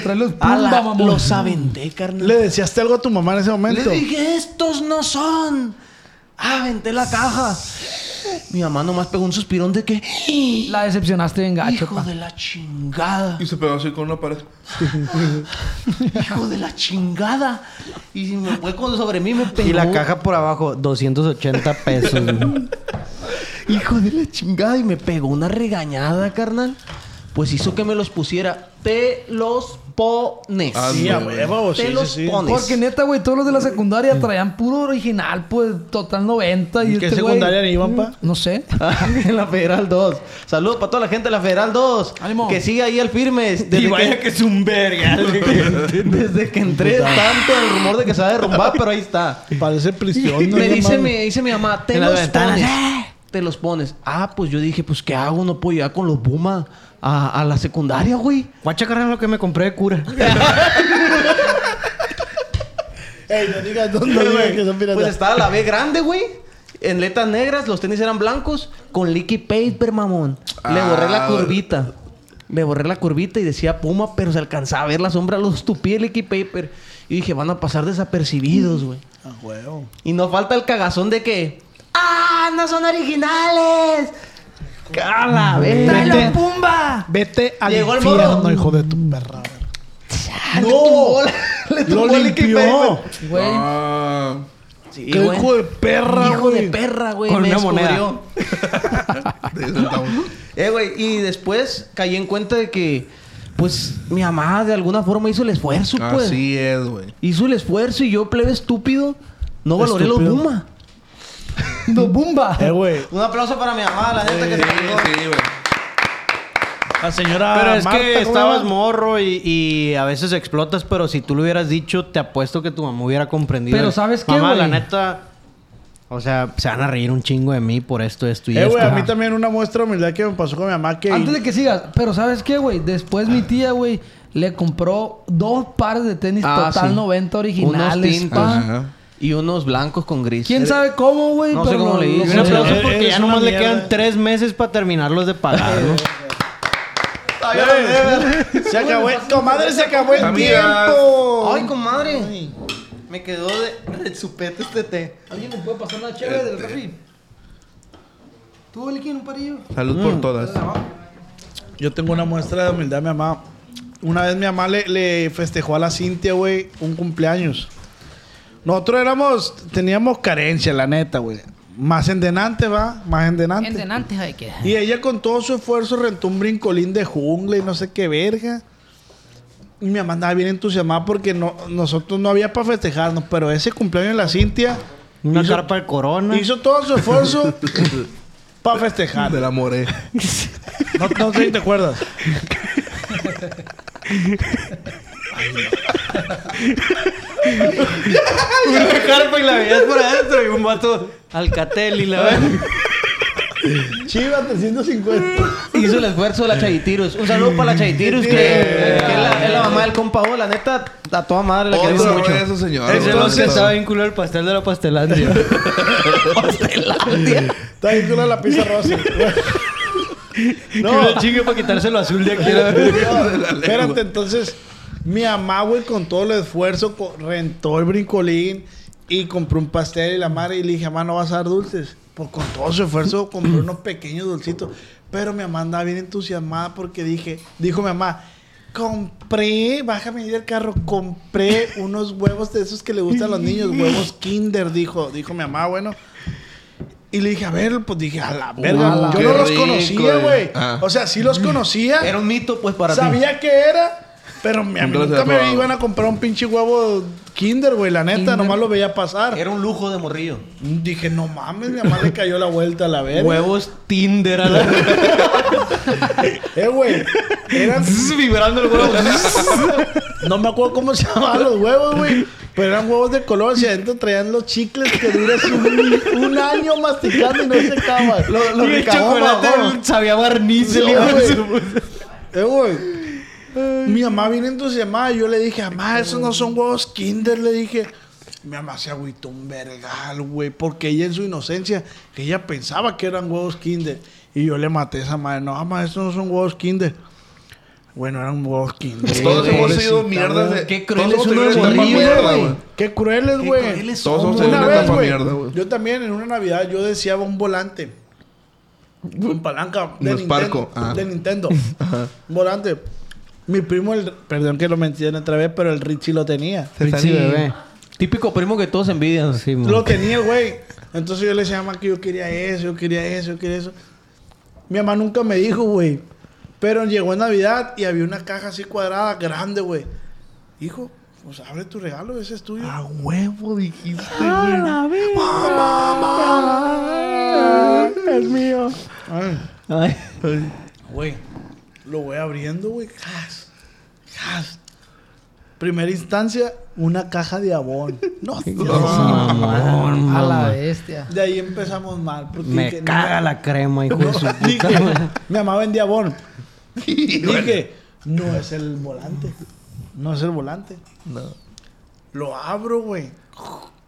[SPEAKER 5] Trae los
[SPEAKER 7] A la-
[SPEAKER 5] pumba, mamón.
[SPEAKER 7] los aventé, carnal.
[SPEAKER 3] ¿Le decíaste algo a tu mamá en ese momento?
[SPEAKER 7] Le dije, estos no son. Ah, aventé la caja. Mi mamá nomás pegó un suspirón de que.
[SPEAKER 5] La decepcionaste en gacho,
[SPEAKER 7] Hijo
[SPEAKER 5] pa.
[SPEAKER 7] de la chingada.
[SPEAKER 4] Y se pegó así con una pared.
[SPEAKER 7] Hijo de la chingada. Y si me fue con sobre mí, me pegó.
[SPEAKER 6] Y la caja por abajo, 280 pesos. güey.
[SPEAKER 7] Hijo de la chingada. Y me pegó una regañada, carnal. Pues hizo que me los pusiera. Te los pones.
[SPEAKER 4] Ah,
[SPEAKER 3] Sí, a huevo,
[SPEAKER 7] Te
[SPEAKER 3] sí, sí,
[SPEAKER 7] los
[SPEAKER 3] sí.
[SPEAKER 7] pones.
[SPEAKER 5] Porque neta, güey, todos los de la secundaria traían puro original, pues, total 90. Y
[SPEAKER 3] ¿Qué
[SPEAKER 5] este güey-
[SPEAKER 3] secundaria le iban, pa?
[SPEAKER 5] No sé.
[SPEAKER 7] Ah, en la Federal 2. Saludos para toda la gente de la Federal 2.
[SPEAKER 5] Ánimo.
[SPEAKER 7] Que sigue ahí al firme. Desde,
[SPEAKER 6] y
[SPEAKER 7] que,
[SPEAKER 6] vaya que es un verga.
[SPEAKER 7] desde que entré tanto el rumor de que se va a derrumbar, pero ahí está.
[SPEAKER 3] Parece prisión. ¿no?
[SPEAKER 7] me,
[SPEAKER 3] No
[SPEAKER 7] dice,
[SPEAKER 3] mames.
[SPEAKER 7] me dice mi mamá, te
[SPEAKER 6] En las
[SPEAKER 7] los
[SPEAKER 6] ventanas,
[SPEAKER 7] pones.
[SPEAKER 6] ¡eh!
[SPEAKER 7] Te los pones. Ah, pues yo dije, pues ¿qué hago? No puedo llegar con los Puma a, a la secundaria, güey.
[SPEAKER 6] Guacha, carnal, lo que me compré de cura.
[SPEAKER 3] Ey, no digas, no, no digas que son piratas.
[SPEAKER 7] Pues estaba la B grande, güey. En letras negras, los tenis eran blancos. Con liqui paper, mamón. Le borré la
[SPEAKER 4] Ah.
[SPEAKER 7] curvita. Le borré la curvita y decía Puma, pero se alcanzaba a ver la sombra, los estupía el liqui paper. Y dije, van a pasar desapercibidos, güey.
[SPEAKER 3] A Ah, huevo.
[SPEAKER 7] Y no falta el cagazón de que... ¡Ah, no son originales! ¡Cala, ve!
[SPEAKER 3] Vete.
[SPEAKER 7] ¡Tráelo, Mm. Pumba!
[SPEAKER 3] Vete al
[SPEAKER 7] Llegó el
[SPEAKER 3] infierno,
[SPEAKER 7] morro.
[SPEAKER 3] hijo de tu perra.
[SPEAKER 7] ¡No! Le
[SPEAKER 3] Lo
[SPEAKER 7] Ah, tumbó el liqui
[SPEAKER 3] limpió.
[SPEAKER 7] paper.
[SPEAKER 5] Güey,
[SPEAKER 4] Ah,
[SPEAKER 7] Sí,
[SPEAKER 3] ¡Qué
[SPEAKER 7] güey.
[SPEAKER 3] hijo de perra,
[SPEAKER 7] Hijo de
[SPEAKER 3] güey!
[SPEAKER 7] perra, güey.
[SPEAKER 6] Con
[SPEAKER 7] me
[SPEAKER 6] una moneda.
[SPEAKER 7] descubrió.
[SPEAKER 4] de eso estamos.
[SPEAKER 7] Eh, güey, y después caí en cuenta de que, pues, mi mamá de alguna forma hizo el esfuerzo, pues.
[SPEAKER 4] Así es, güey.
[SPEAKER 7] Hizo el esfuerzo y yo, plebe estúpido, no valoré
[SPEAKER 3] Estúpido.
[SPEAKER 7] los Puma.
[SPEAKER 5] no, bumba.
[SPEAKER 3] Eh, güey.
[SPEAKER 7] Un aplauso para mi mamá, la neta que
[SPEAKER 4] Sí,
[SPEAKER 7] se fijó.
[SPEAKER 4] sí, güey.
[SPEAKER 3] La señora
[SPEAKER 6] Pero es
[SPEAKER 3] Marta,
[SPEAKER 6] que
[SPEAKER 3] ¿cómo se llama?
[SPEAKER 6] estabas morro y, y a veces explotas, pero si tú lo hubieras dicho, te apuesto que tu mamá hubiera comprendido.
[SPEAKER 5] Pero ¿sabes qué,
[SPEAKER 6] Mamá,
[SPEAKER 5] güey?
[SPEAKER 6] la neta... O sea, se van a reír un chingo de mí por esto, esto y
[SPEAKER 3] Eh,
[SPEAKER 6] esto.
[SPEAKER 3] güey, a mí también una muestra de humildad que me pasó con mi mamá que...
[SPEAKER 5] Antes de que sigas, pero ¿sabes qué, güey? Después mi tía, güey, le compró dos pares de tenis
[SPEAKER 7] Ah,
[SPEAKER 5] total
[SPEAKER 7] sí.
[SPEAKER 5] 90
[SPEAKER 7] Unos
[SPEAKER 5] originales,
[SPEAKER 7] tintos
[SPEAKER 5] pa.
[SPEAKER 4] Ajá.
[SPEAKER 7] y unos blancos con gris. Eh,
[SPEAKER 5] ¿Quién sabe cómo, güey?
[SPEAKER 7] No sé
[SPEAKER 5] pero
[SPEAKER 7] cómo le
[SPEAKER 5] lo-
[SPEAKER 7] hizo.
[SPEAKER 6] Un
[SPEAKER 5] lo-
[SPEAKER 6] aplauso
[SPEAKER 3] Eh,
[SPEAKER 6] porque
[SPEAKER 3] eres
[SPEAKER 6] ya nomás
[SPEAKER 3] una
[SPEAKER 6] le quedan
[SPEAKER 3] mierda.
[SPEAKER 6] tres meses para terminarlos de pagar, ¿no?
[SPEAKER 7] Todavía no sé, ¿verdad?
[SPEAKER 3] Se acabó el... Comadre, se acabó el
[SPEAKER 4] Amigas.
[SPEAKER 3] tiempo.
[SPEAKER 7] Ay, comadre. Me quedó de rechupete este té. Este.
[SPEAKER 5] ¿Alguien me puede pasar una chévere del refri? ¿Tú, Eliquín, un parillo?
[SPEAKER 4] Salud por todas.
[SPEAKER 3] Yo tengo una muestra de humildad, mi mamá. Una vez mi mamá le, le festejó a la Cintia, güey, un cumpleaños. Nosotros éramos... Teníamos carencia, la neta, güey. Más endenante, va. Más endenante.
[SPEAKER 8] Endenantes hay que.
[SPEAKER 3] Y ella con todo su esfuerzo rentó un brincolín de jungla y no sé qué verga. Y mi mamá andaba bien entusiasmada porque no, nosotros no había para festejarnos, pero ese cumpleaños de la Cintia
[SPEAKER 6] Una
[SPEAKER 3] Hizo-
[SPEAKER 6] carpa de corona.
[SPEAKER 3] hizo todo su esfuerzo para festejar.
[SPEAKER 4] De la more.
[SPEAKER 3] No, no sé si te acuerdas.
[SPEAKER 6] una carpa y la veías por adentro y un vato alcatel y la veías.
[SPEAKER 3] Chivas 350.
[SPEAKER 7] Hizo el esfuerzo de la Chayitiros. Un saludo para la Chayitiros, que, que es, la, es la mamá del compa O. La neta, a toda madre la queremos
[SPEAKER 4] Otra
[SPEAKER 7] mucho.
[SPEAKER 4] vez esos señores.
[SPEAKER 6] Ese no se
[SPEAKER 4] güey.
[SPEAKER 6] estaba vinculado al pastel de la pastelandia.
[SPEAKER 3] Está ahí con la pizza rosa.
[SPEAKER 6] No. Que una chingue para quitárselo azul de aquí. a la verga.
[SPEAKER 3] Espérate, entonces, mi mamá, güey, con todo el esfuerzo, co- rentó el brincolín y compró un pastel y la madre y le dije, mamá, no vas a dar dulces. Pues con todo su esfuerzo compró unos pequeños dulcitos. Pero mi mamá andaba bien entusiasmada porque dije, dijo mi mamá, compré, bájame ahí del carro, compré unos huevos de esos que le gustan a los niños, huevos Kinder, dijo, dijo mi mamá, bueno. Y le dije, a ver, pues dije, a la verga,
[SPEAKER 4] Ah, la-
[SPEAKER 3] yo
[SPEAKER 4] qué
[SPEAKER 3] no los
[SPEAKER 4] rico,
[SPEAKER 3] conocía,
[SPEAKER 4] eh.
[SPEAKER 3] güey.
[SPEAKER 4] Ah.
[SPEAKER 3] O sea, sí los conocía.
[SPEAKER 7] Era un mito, pues, para ti.
[SPEAKER 3] Sabía que era, pero mi
[SPEAKER 4] Nunca
[SPEAKER 3] amigo
[SPEAKER 4] los
[SPEAKER 3] nunca
[SPEAKER 4] había
[SPEAKER 3] me
[SPEAKER 4] probado.
[SPEAKER 3] iban a comprar un pinche huevo Kinder, güey. La neta, nomás lo veía pasar.
[SPEAKER 7] Era un lujo de morrillo.
[SPEAKER 3] Dije, no mames, mi mamá le cayó la vuelta a la verga.
[SPEAKER 6] Huevos Tinder a la verga.
[SPEAKER 3] Eh, güey. Eran...
[SPEAKER 6] Vibrando el huevo.
[SPEAKER 3] no me acuerdo cómo se llamaban los huevos, güey. Pero eran huevos de color. Si adentro traían los chicles que duras un, un año masticando y no se acaban. Los
[SPEAKER 6] y el chocolate sabía barniz. el
[SPEAKER 3] Sí,
[SPEAKER 6] hijo de
[SPEAKER 3] güey.
[SPEAKER 6] su puta.
[SPEAKER 3] Eh, güey. Mi mamá viene entusiasmada. Yo le dije, mamá, esos no son huevos Kinder. Le dije, mi mamá se agüitó un vergal, güey. Porque ella en su inocencia, que ella pensaba que eran huevos Kinder. Y yo le maté a esa madre. No, mamá, esos no son huevos Kinder. Bueno, eran huevos Kinder.
[SPEAKER 4] Todos
[SPEAKER 7] güey,
[SPEAKER 4] hemos
[SPEAKER 3] pobrecita,
[SPEAKER 4] sido mierdas
[SPEAKER 3] güey.
[SPEAKER 4] de.
[SPEAKER 7] Qué cruel
[SPEAKER 4] todos
[SPEAKER 7] es uno
[SPEAKER 4] hemos
[SPEAKER 7] de
[SPEAKER 4] tenido una etapa
[SPEAKER 7] morrillo,
[SPEAKER 4] mierda,
[SPEAKER 7] güey.
[SPEAKER 4] güey.
[SPEAKER 3] Qué crueles,
[SPEAKER 7] Qué
[SPEAKER 3] güey.
[SPEAKER 7] crueles
[SPEAKER 4] Todos
[SPEAKER 7] somos.
[SPEAKER 4] somos-
[SPEAKER 3] Una
[SPEAKER 4] una
[SPEAKER 3] vez,
[SPEAKER 4] etapa
[SPEAKER 3] güey,
[SPEAKER 4] mierda, güey.
[SPEAKER 3] Yo también en una Navidad yo deseaba un volante. Con palanca.
[SPEAKER 4] No es parco,
[SPEAKER 3] Ninten-
[SPEAKER 4] ah.
[SPEAKER 3] de Nintendo. Volante. Mi primo, el, perdón que lo mencione otra vez, pero el Richie lo tenía.
[SPEAKER 6] Richie bebé.
[SPEAKER 7] Típico primo que todos envidian.
[SPEAKER 6] Sí, mo.
[SPEAKER 3] Lo tenía, el güey. Entonces yo le decía a mamá que yo quería eso, yo quería eso, yo quería eso. Mi mamá nunca me dijo, güey. Pero llegó Navidad y había una caja así cuadrada, grande, güey. Hijo, pues abre tu regalo, ese es tuyo. Ah,
[SPEAKER 4] A huevo dijiste,
[SPEAKER 3] es mío.
[SPEAKER 6] Ay.
[SPEAKER 3] Güey, lo voy abriendo, güey. Cas, cas. Primera instancia, una caja de abón. No,
[SPEAKER 5] A la bestia.
[SPEAKER 3] De ahí empezamos mal. Porque
[SPEAKER 6] Me
[SPEAKER 3] dije,
[SPEAKER 6] caga
[SPEAKER 3] no,
[SPEAKER 6] la crema, hijo de su
[SPEAKER 3] no,
[SPEAKER 6] puta.
[SPEAKER 3] dije,
[SPEAKER 6] madre.
[SPEAKER 3] mi mamá vendía abón.
[SPEAKER 4] güey.
[SPEAKER 3] Dije, no es el volante. No es el volante.
[SPEAKER 4] No.
[SPEAKER 3] Lo abro, güey.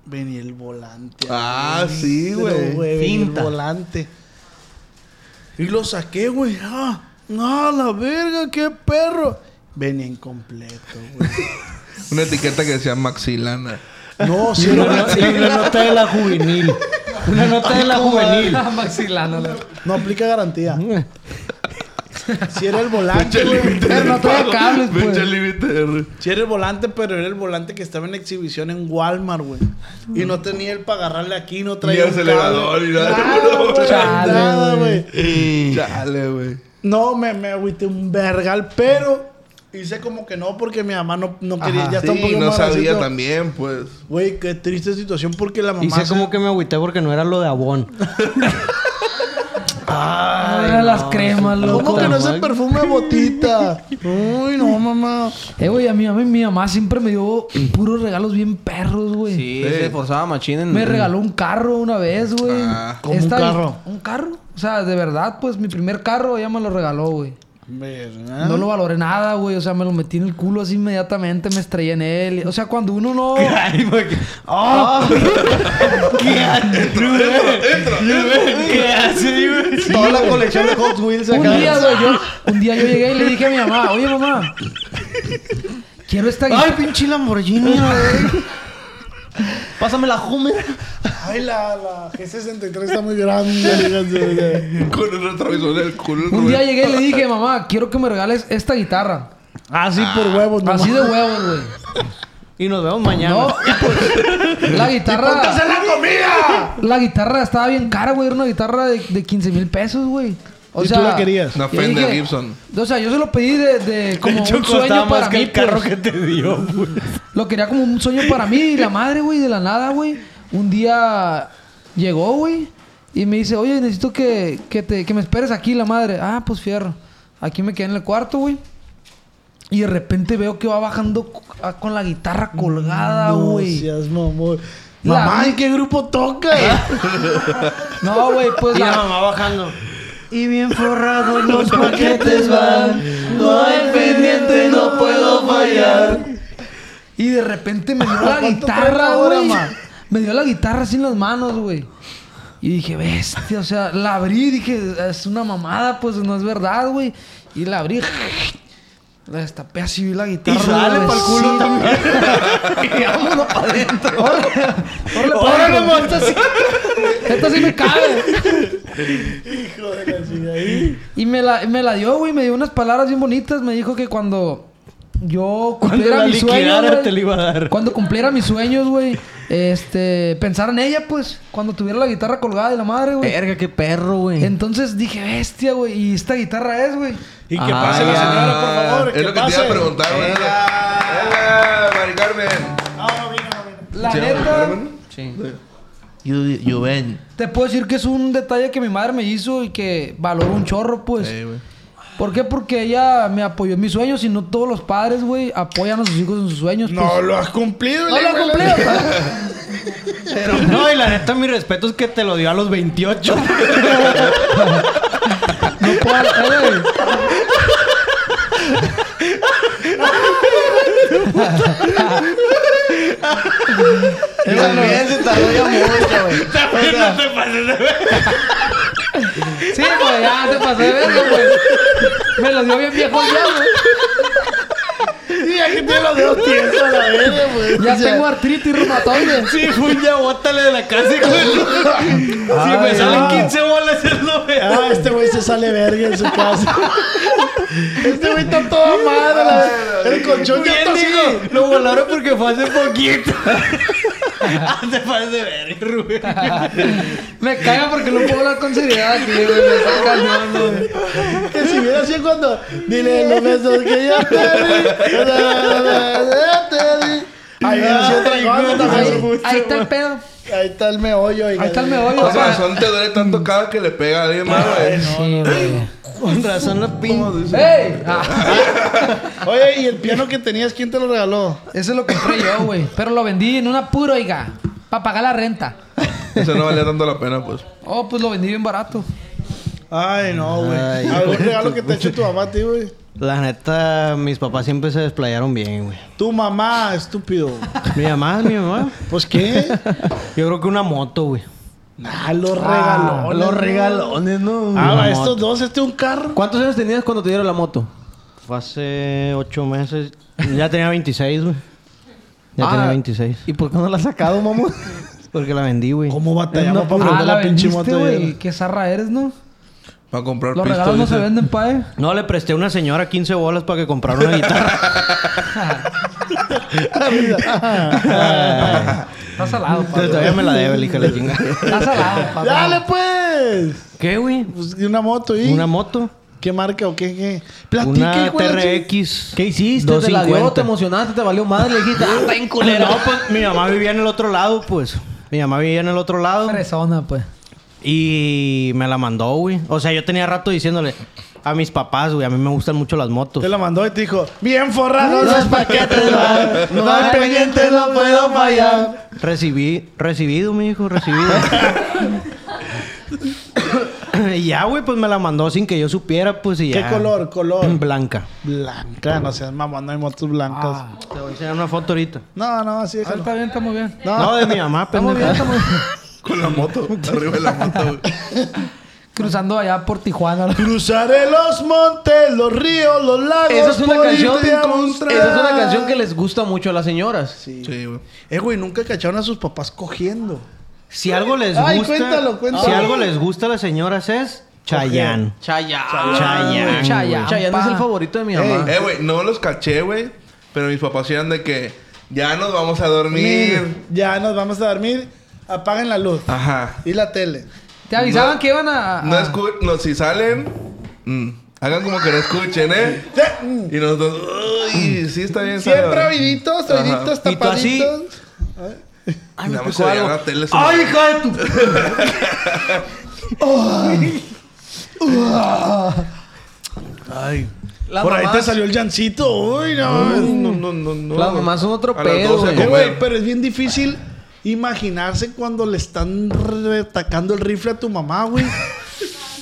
[SPEAKER 3] Venía el volante.
[SPEAKER 4] Ah,
[SPEAKER 3] adentro,
[SPEAKER 4] sí, güey.
[SPEAKER 3] venía
[SPEAKER 7] Finta.
[SPEAKER 3] El volante. Y lo saqué, güey. Ah, ah, la verga, qué perro. Venía incompleto, güey.
[SPEAKER 4] Una etiqueta que decía maxilana.
[SPEAKER 3] No, sí,
[SPEAKER 6] Y
[SPEAKER 3] lo
[SPEAKER 6] una, y una nota de la juvenil. Una nota de la juvenil.
[SPEAKER 5] Maxilano. la-
[SPEAKER 3] No aplica garantía. Si era el volante,
[SPEAKER 4] Fecha
[SPEAKER 3] güey.
[SPEAKER 4] límite
[SPEAKER 5] Pero
[SPEAKER 4] de
[SPEAKER 5] no trae
[SPEAKER 4] pago.
[SPEAKER 5] cables, pues.
[SPEAKER 4] Fecha límite de-
[SPEAKER 3] Si era el volante, pero era el volante que estaba en exhibición en Walmart, güey. Y no tenía el para agarrarle aquí, no
[SPEAKER 4] Ni
[SPEAKER 3] traía un
[SPEAKER 4] acelerador,
[SPEAKER 3] cable.
[SPEAKER 4] ni nada.
[SPEAKER 3] Nada, güey,
[SPEAKER 5] Chale,
[SPEAKER 3] nada,
[SPEAKER 5] güey.
[SPEAKER 3] güey.
[SPEAKER 4] Chale, güey.
[SPEAKER 3] No, me, me agüité un vergal, pero hice como que no porque mi mamá no, no quería. ya está un
[SPEAKER 4] Sí,
[SPEAKER 3] poco
[SPEAKER 4] no
[SPEAKER 3] más
[SPEAKER 4] sabía
[SPEAKER 3] grandecito.
[SPEAKER 4] también, pues.
[SPEAKER 3] Güey, qué triste situación porque la mamá.
[SPEAKER 6] Y sé
[SPEAKER 3] se-
[SPEAKER 5] ¿eh?
[SPEAKER 6] como que me agüité porque no era lo de Avon.
[SPEAKER 5] Ah, Era las cremas,
[SPEAKER 3] ¿Cómo
[SPEAKER 5] loco.
[SPEAKER 3] que no es el perfume de botita? Uy, no, mamá.
[SPEAKER 5] Eh, güey, a mí, a mí, mi mamá siempre me dio puros regalos bien perros, güey.
[SPEAKER 7] Sí, se esforzaba machín en...
[SPEAKER 5] Me regaló un carro una vez, güey.
[SPEAKER 4] Ah,
[SPEAKER 3] ¿cómo un
[SPEAKER 5] Esta-
[SPEAKER 3] carro?
[SPEAKER 5] Un carro. O sea, de verdad, pues mi primer carro ella me lo regaló, güey.
[SPEAKER 3] ¿Verdad?
[SPEAKER 5] No lo valoré nada, güey. O sea, me lo metí en el culo así inmediatamente, me estrellé en él. O sea, cuando uno no.
[SPEAKER 6] Ay, porque- ¡Oh! ¡Qué ¿Qué hace, güey?
[SPEAKER 2] Toda la colección de Hot Wheels
[SPEAKER 5] Un
[SPEAKER 2] acá.
[SPEAKER 5] día, güey, yo, un día yo llegué y le dije a mi mamá, oye mamá, quiero esta guitarra.
[SPEAKER 7] pinche Lamborghini, güey. Pásame la Hummer.
[SPEAKER 3] Ay, la, la G63 está muy grande.
[SPEAKER 4] Con el retrovisor del culo.
[SPEAKER 5] Un día
[SPEAKER 4] Rubén.
[SPEAKER 5] llegué y le dije, mamá, quiero que me regales esta guitarra.
[SPEAKER 3] ah, sí, por huevos, no.
[SPEAKER 5] Así de
[SPEAKER 3] mames.
[SPEAKER 5] huevos, güey.
[SPEAKER 6] Y nos vemos mañana.
[SPEAKER 5] No, pues, la guitarra. La guitarra estaba bien cara, güey. Era una guitarra de, de 15 mil pesos, güey. O
[SPEAKER 3] ¿Y tú
[SPEAKER 5] sea,
[SPEAKER 3] la querías?
[SPEAKER 4] Una
[SPEAKER 5] yo
[SPEAKER 4] Fender
[SPEAKER 5] dije-
[SPEAKER 4] Gibson.
[SPEAKER 5] O sea, yo se lo pedí de, de como
[SPEAKER 6] Yo
[SPEAKER 5] un sueño para mí. pues.
[SPEAKER 6] te dio, güey.
[SPEAKER 5] Lo quería como un sueño para mí. Y la madre, güey, de la nada, güey. Un día llegó, güey. Y me dice, oye, necesito que, que, te, que me esperes aquí, la madre. Ah, pues fierro. Aquí me quedé en el cuarto, güey. Y de repente veo que va bajando co- ah, con la guitarra colgada,
[SPEAKER 3] No
[SPEAKER 5] güey.
[SPEAKER 3] seas mamón.
[SPEAKER 5] La-
[SPEAKER 3] Mamá, ¿en qué grupo toca?
[SPEAKER 5] No, güey, pues
[SPEAKER 6] Y la
[SPEAKER 5] la-
[SPEAKER 6] mamá bajando.
[SPEAKER 7] Y bien forrado los paquetes van. No hay pendiente, no puedo fallar.
[SPEAKER 5] Y de repente me dio la
[SPEAKER 3] ¿Cuánto traes
[SPEAKER 5] guitarra,
[SPEAKER 3] ahora,
[SPEAKER 5] güey.
[SPEAKER 3] ma?
[SPEAKER 5] Me dio la guitarra sin las manos, güey. Y dije, bestia, o sea, la abrí, dije, es una mamada, pues no es verdad, güey. Y la abrí, la destapé así, vi la guitarra.
[SPEAKER 7] Y sale
[SPEAKER 5] la
[SPEAKER 7] pa'l culo
[SPEAKER 5] besé.
[SPEAKER 7] también.
[SPEAKER 5] y vámonos para adentro. Órale, órale,
[SPEAKER 6] Órale,
[SPEAKER 5] pa'
[SPEAKER 6] mo,
[SPEAKER 5] adentro.
[SPEAKER 6] esta sí.
[SPEAKER 5] Esta sí me cabe.
[SPEAKER 3] Hijo de la chingada.
[SPEAKER 5] Y me la, me la dio, güey, me dio unas palabras bien bonitas. Me dijo que cuando yo
[SPEAKER 6] Cuando
[SPEAKER 5] cumpliera
[SPEAKER 6] la
[SPEAKER 5] mis sueños,
[SPEAKER 6] liquidara
[SPEAKER 5] güey,
[SPEAKER 6] te la iba a dar.
[SPEAKER 5] cuando cumpliera mis sueños, güey, este, pensar en ella, pues, cuando tuviera la guitarra colgada de la madre,
[SPEAKER 6] Eh.
[SPEAKER 5] güey.
[SPEAKER 7] Verga, qué perro, güey.
[SPEAKER 5] Entonces dije, bestia, güey, y esta guitarra es, güey.
[SPEAKER 3] Y que pase la "Ah, señora, por favor.
[SPEAKER 4] Es lo que te iba a preguntar, güey. Hola, Mari Carmen.
[SPEAKER 5] La
[SPEAKER 4] ¿Se llama Mari
[SPEAKER 5] neta,
[SPEAKER 4] Carmen?
[SPEAKER 7] You ven.
[SPEAKER 5] te puedo decir que es un detalle que mi madre me hizo y que valoro un chorro, pues.
[SPEAKER 4] Sí, güey.
[SPEAKER 5] ¿Por qué? Porque ella me apoyó en mis sueños y no todos los padres, güey, apoyan a sus hijos en sus sueños.
[SPEAKER 3] No
[SPEAKER 5] pues.
[SPEAKER 3] lo has cumplido,
[SPEAKER 5] no
[SPEAKER 3] le-
[SPEAKER 5] lo cumplió.
[SPEAKER 6] No, y la neta, mi respeto es que te lo dio a los 28.
[SPEAKER 5] No puedo, eh, güey.
[SPEAKER 2] También se tardó ya mucho, güey.
[SPEAKER 5] Sí, pues ya te pasé de verga, pues. Me lo dio bien viejo ya, güey.
[SPEAKER 3] ya que tiene los dedos tiesos a la verga, güey.
[SPEAKER 5] Ya
[SPEAKER 3] O sea,
[SPEAKER 5] tengo artritis reumatoide.
[SPEAKER 6] Sí, fue un ya bótale de la casa. Si
[SPEAKER 5] Ay,
[SPEAKER 6] me salen
[SPEAKER 5] no.
[SPEAKER 6] 15 bolas, es lo peor.
[SPEAKER 3] Ah, este güey se sale verga en su casa. este güey está todo madre. la- El colchón ya está así.
[SPEAKER 6] Bien, digo, lo volaron porque fue hace poquito. Ah, hace parece ver, Rubén.
[SPEAKER 5] Me caga porque no puedo hablar con seriedad aquí, güey. Me está cañando, güey.
[SPEAKER 3] Que si hubiera sido cuando dile los besos que yo te di. la, la, la, la, te di. Ahí hubiera sido otra cosa también.
[SPEAKER 5] Ahí, ahí está el pedo.
[SPEAKER 3] Ahí está el meollo.
[SPEAKER 5] Ahí está el meollo.
[SPEAKER 4] Con
[SPEAKER 5] O sea,
[SPEAKER 4] razón te duele tanto cada que le pega a alguien eh. más, güey.
[SPEAKER 5] sí, güey.
[SPEAKER 6] Con razón la pin.
[SPEAKER 5] ¡Ey! Ah,
[SPEAKER 3] Oye, ¿y el piano que tenías, quién te lo regaló?
[SPEAKER 5] ese lo compré yo, güey. Pero lo vendí en un apuro, oiga. Para pagar la renta.
[SPEAKER 4] Eso no valía tanto la pena, pues.
[SPEAKER 5] Oh, pues lo vendí bien barato.
[SPEAKER 3] Ay, no, güey.
[SPEAKER 6] Ay,
[SPEAKER 3] ¿Algún regalo que te ha hecho tu mamá a ti, güey?
[SPEAKER 6] La neta, mis papás siempre se desplayaron bien, güey.
[SPEAKER 3] Tu mamá, estúpido.
[SPEAKER 6] Mi mamá, mi mamá.
[SPEAKER 3] ¿Pues qué?
[SPEAKER 6] Yo creo que una moto, güey.
[SPEAKER 3] Ah, los regalones. los regalones, ¿no? Ah,
[SPEAKER 6] Una
[SPEAKER 3] va, estos
[SPEAKER 6] moto.
[SPEAKER 3] dos, este un carro.
[SPEAKER 10] ¿Cuántos años tenías cuando te dieron la moto?
[SPEAKER 6] Fue hace 8 meses. Ya tenía 26, güey. Ya
[SPEAKER 10] Ah.
[SPEAKER 6] tenía 26.
[SPEAKER 10] ¿Y por qué no la has sacado, mamá?
[SPEAKER 6] Porque la vendí, güey.
[SPEAKER 3] ¿Cómo batallamos para
[SPEAKER 5] Ah,
[SPEAKER 3] prender
[SPEAKER 5] la
[SPEAKER 3] la pinche
[SPEAKER 5] vendiste,
[SPEAKER 3] moto?
[SPEAKER 5] güey.
[SPEAKER 3] güey?
[SPEAKER 5] Qué zarra eres, ¿no?
[SPEAKER 4] Para comprar
[SPEAKER 5] Los
[SPEAKER 4] pisto,
[SPEAKER 5] regalos no se
[SPEAKER 4] dice.
[SPEAKER 5] venden, pae.
[SPEAKER 6] No, le presté a una señora 15 bolas para que comprara una guitarra. Ay.
[SPEAKER 5] Está salado,
[SPEAKER 6] Entonces
[SPEAKER 5] pae.
[SPEAKER 6] todavía me la debe, el hija de la chinga.
[SPEAKER 5] Está salado, pae.
[SPEAKER 3] ¡Dale, pues!
[SPEAKER 6] ¿Qué, güey?
[SPEAKER 3] Pues, ¿y una moto, ¿y?
[SPEAKER 6] Una moto.
[SPEAKER 3] ¿Qué marca o qué? qué? Platique,
[SPEAKER 6] Una
[SPEAKER 3] güey.
[SPEAKER 6] TRX.
[SPEAKER 10] ¿Qué hiciste? Te la dio, te emocionaste, te valió madre. Le dijiste, ah, está en culero.
[SPEAKER 6] No, pues mi mamá vivía en el otro lado, pues. Mi mamá vivía en el otro lado.
[SPEAKER 5] Persona, pues.
[SPEAKER 6] Y me la mandó, güey. O sea, yo tenía rato diciéndole a mis papás, güey, a mí me gustan mucho las motos.
[SPEAKER 3] Te la mandó y te dijo, bien forrado los paquetes, va.
[SPEAKER 6] No
[SPEAKER 3] No hay pendientes, no puedo fallar.
[SPEAKER 6] Recibí, recibido, mi hijo, recibido. y ya, güey, pues me la mandó sin que yo supiera, pues y
[SPEAKER 3] ¿Qué
[SPEAKER 6] ya. Mm.
[SPEAKER 3] color? Color.
[SPEAKER 6] Blanca.
[SPEAKER 3] Blanca, no seas mamón, no hay motos blancas.
[SPEAKER 6] Te voy a enseñar una foto ahorita.
[SPEAKER 3] No, no, así
[SPEAKER 5] Ah,
[SPEAKER 3] déjalo.
[SPEAKER 5] está bien, está muy bien.
[SPEAKER 6] No, de mi mamá,
[SPEAKER 5] Estamos bien,
[SPEAKER 6] pendeja.
[SPEAKER 5] estamos bien.
[SPEAKER 4] Con la moto, arriba de la moto, güey.
[SPEAKER 5] Cruzando allá por Tijuana.
[SPEAKER 3] Cruzaré los montes, los ríos, los lagos.
[SPEAKER 10] Esa es una
[SPEAKER 3] por
[SPEAKER 10] canción.
[SPEAKER 3] irte a mostrar.
[SPEAKER 10] Esa es una canción que les gusta mucho a las señoras.
[SPEAKER 4] Sí, güey.
[SPEAKER 3] Eh, güey, nunca cacharon a sus papás cogiendo.
[SPEAKER 6] Si algo les gusta.
[SPEAKER 3] Ay, cuéntalo, cuéntalo.
[SPEAKER 6] Si algo les gusta a las señoras es Chayanne.
[SPEAKER 10] Chaya.
[SPEAKER 6] Chayanne, güey.
[SPEAKER 10] Chaya. Chayanne es el favorito de mi mamá.
[SPEAKER 4] Eh, güey, no los caché, güey. Pero mis papás eran de que ya nos vamos a dormir.
[SPEAKER 3] Miren, ya nos vamos a dormir. Apaguen la luz.
[SPEAKER 4] Ajá.
[SPEAKER 3] Y la tele.
[SPEAKER 5] Te avisaban
[SPEAKER 4] No-
[SPEAKER 5] que iban a.
[SPEAKER 4] No
[SPEAKER 5] a-
[SPEAKER 4] escuchen, no, si salen, mm, hagan como que no escuchen, ¿eh? Y nosotros, uy, sí está bien.
[SPEAKER 3] Siempre
[SPEAKER 4] Salvador".
[SPEAKER 3] habiditos,
[SPEAKER 4] Ajá.
[SPEAKER 3] oíditos,
[SPEAKER 6] Y tú así.
[SPEAKER 3] tapaditos.
[SPEAKER 4] Y nada más se veía la tele. se-
[SPEAKER 6] hija de tu!
[SPEAKER 10] Las
[SPEAKER 3] Por ahí te
[SPEAKER 10] mamás-
[SPEAKER 3] salió el llancito. Uy, no.
[SPEAKER 4] No, no, no, no.
[SPEAKER 10] Las mamás son otro
[SPEAKER 4] A las
[SPEAKER 10] pedo,
[SPEAKER 4] 12 a
[SPEAKER 10] güey.
[SPEAKER 3] Eh,
[SPEAKER 4] comer.
[SPEAKER 3] güey, pero es bien difícil imaginarse cuando le están retacando el rifle a tu mamá, güey.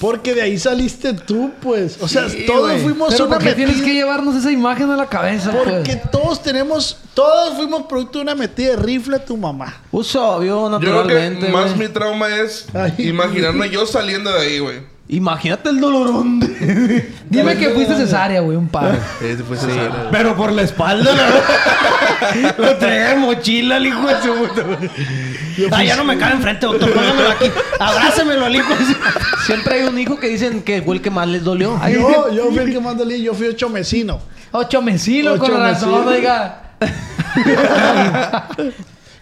[SPEAKER 3] Porque de ahí saliste tú, pues. O sea,
[SPEAKER 10] Sí,
[SPEAKER 3] todos
[SPEAKER 10] güey.
[SPEAKER 3] fuimos
[SPEAKER 5] Pero
[SPEAKER 3] una
[SPEAKER 5] porque
[SPEAKER 3] metida.
[SPEAKER 5] tienes que llevarnos esa imagen a la cabeza, pues.
[SPEAKER 3] Porque todos tenemos, todos fuimos producto de una metida de rifle a tu mamá.
[SPEAKER 10] Uso obvio,
[SPEAKER 4] Yo creo
[SPEAKER 10] naturalmente.
[SPEAKER 4] que más
[SPEAKER 10] güey.
[SPEAKER 4] mi trauma es
[SPEAKER 3] Ay.
[SPEAKER 4] imaginarme yo saliendo de ahí, güey.
[SPEAKER 10] Imagínate el dolorón. de-
[SPEAKER 5] Dime que fuiste cesárea, güey, un par.
[SPEAKER 4] Eh,
[SPEAKER 7] pues,
[SPEAKER 4] después se sale.
[SPEAKER 6] Pero por la espalda, la- Lo traía en mochila, el hijo de su puta. Ah, ya no me cabe enfrente, doctor. Póngamelo aquí. Abrácemelo al hijo de su-
[SPEAKER 10] Siempre hay un hijo que dicen que fue el que más les dolió.
[SPEAKER 3] Yo, yo fui el que mandó el yo fui ocho mesino.
[SPEAKER 5] Ocho mesilo con
[SPEAKER 3] Ocho
[SPEAKER 5] razón,
[SPEAKER 3] mesilo.
[SPEAKER 5] oiga.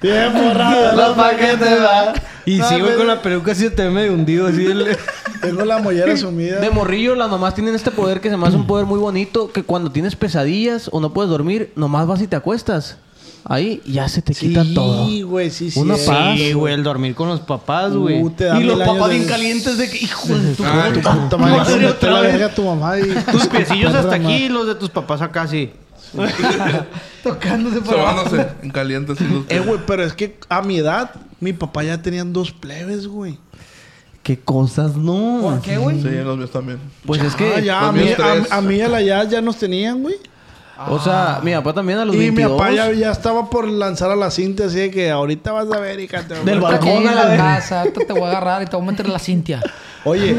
[SPEAKER 3] Bien borrado, los paquetes, va.
[SPEAKER 6] Y
[SPEAKER 3] No,
[SPEAKER 6] sigo
[SPEAKER 3] pues,
[SPEAKER 6] con la peluca así te ve medio hundido, así. el-
[SPEAKER 3] Tengo la mollera sumida.
[SPEAKER 10] De morrillo, las mamás tienen este poder que se me hace un poder muy bonito, que cuando tienes pesadillas o no puedes dormir, nomás vas y te acuestas. Ahí ya se te quita todo.
[SPEAKER 3] Sí, güey, sí, sí.
[SPEAKER 10] Una
[SPEAKER 3] es.
[SPEAKER 10] paz.
[SPEAKER 6] Sí, güey, el dormir con los papás, güey.
[SPEAKER 3] Uh, te da
[SPEAKER 10] y los
[SPEAKER 3] mil años
[SPEAKER 10] papás
[SPEAKER 3] de-
[SPEAKER 10] bien calientes de que, hijo de tu
[SPEAKER 4] Ay,
[SPEAKER 10] puta
[SPEAKER 3] Puta madre,
[SPEAKER 10] madre,
[SPEAKER 3] cómo
[SPEAKER 10] otra
[SPEAKER 3] te la
[SPEAKER 10] vez.
[SPEAKER 3] verga tu mamá y...
[SPEAKER 6] Tus piecillos hasta aquí y los de tus papás acá, sí.
[SPEAKER 5] Tocándose por abajo.
[SPEAKER 4] Sobándose en caliente así los
[SPEAKER 3] Eh, güey, pero es que a mi edad, mi papá ya tenían dos plebes, güey.
[SPEAKER 10] Qué cosas no.
[SPEAKER 5] ¿Por qué, güey?
[SPEAKER 4] Sí, los míos también.
[SPEAKER 10] Pues es
[SPEAKER 3] Ah,
[SPEAKER 10] que,
[SPEAKER 3] ya, a
[SPEAKER 4] los
[SPEAKER 3] mí,
[SPEAKER 4] míos tres.
[SPEAKER 3] a, a mí y a la ya, ya nos tenían, güey.
[SPEAKER 10] o sea,
[SPEAKER 6] Ah.
[SPEAKER 10] mi papá también a los
[SPEAKER 3] Y
[SPEAKER 10] 22.
[SPEAKER 3] mi papá ya, ya estaba por lanzar a la cinta, así de que ahorita vas a ver, hija. te voy a-
[SPEAKER 10] Del
[SPEAKER 5] Ahorita
[SPEAKER 10] balcón
[SPEAKER 5] que
[SPEAKER 10] a
[SPEAKER 5] llegue
[SPEAKER 10] la
[SPEAKER 5] a la
[SPEAKER 10] vez.
[SPEAKER 5] casa, ahorita te voy a agarrar y te voy a meter la Cintia.
[SPEAKER 3] Oye,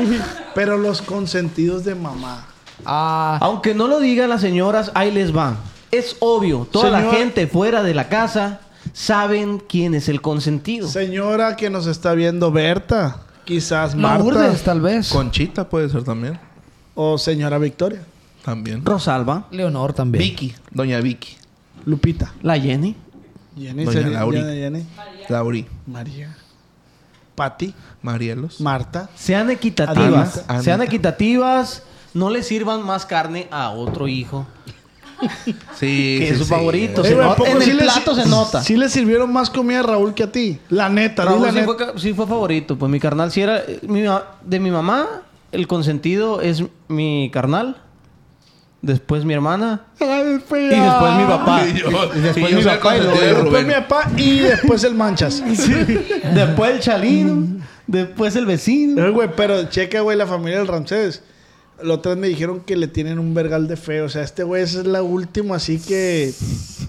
[SPEAKER 3] pero los consentidos de mamá.
[SPEAKER 5] Ah,
[SPEAKER 10] Aunque no lo digan las señoras, ahí les va.
[SPEAKER 7] Es obvio, toda la
[SPEAKER 3] Señor-
[SPEAKER 7] gente fuera de la casa saben quién es el consentido.
[SPEAKER 3] Señora que nos está viendo, Berta. Quizás Marta.
[SPEAKER 5] Lourdes, tal vez.
[SPEAKER 4] Conchita puede ser también.
[SPEAKER 3] O señora Victoria.
[SPEAKER 4] También.
[SPEAKER 7] Rosalba,
[SPEAKER 5] Leonor también.
[SPEAKER 4] Vicky. Doña Vicky.
[SPEAKER 3] Lupita.
[SPEAKER 7] la Jenny,
[SPEAKER 3] Jenny,
[SPEAKER 4] Doña
[SPEAKER 3] señora-
[SPEAKER 4] Lauri.
[SPEAKER 3] Jenny, Jenny.
[SPEAKER 4] Lauri.
[SPEAKER 3] María. Patti.
[SPEAKER 4] Marielos.
[SPEAKER 3] Marta.
[SPEAKER 7] sean equitativas,
[SPEAKER 4] Anita, Anita.
[SPEAKER 7] sean equitativas, no le sirvan más carne a otro hijo.
[SPEAKER 4] Sí,
[SPEAKER 7] Que es su favorito.
[SPEAKER 4] eh.
[SPEAKER 7] Se
[SPEAKER 3] Eh, güey,
[SPEAKER 7] nota-
[SPEAKER 3] ¿a poco
[SPEAKER 7] en el
[SPEAKER 3] le-
[SPEAKER 7] plato se nota.
[SPEAKER 3] Sí le sirvieron más comida a Raúl que a ti. La neta, di
[SPEAKER 7] Raúl
[SPEAKER 3] la
[SPEAKER 7] sí
[SPEAKER 3] neta.
[SPEAKER 7] fue, ca- sí fue favorito. Pues mi carnal sí era. eh, mi ma- de mi mamá, el consentido es mi carnal. Después mi hermana. Y después mi papá.
[SPEAKER 4] Y yo-
[SPEAKER 7] Y después
[SPEAKER 4] y yo
[SPEAKER 7] mi
[SPEAKER 4] soy el
[SPEAKER 7] papá. y luego
[SPEAKER 4] consentido de
[SPEAKER 7] yo.
[SPEAKER 3] Después
[SPEAKER 4] Rubén.
[SPEAKER 3] pues, mi papá y después el Manchas.
[SPEAKER 7] después el chalín. después el vecino.
[SPEAKER 3] Eh, güey, pero checa, güey, la familia del Ramsés. Los tres me dijeron que le tienen un vergal de fe. O sea, este güey esa es la última, así que.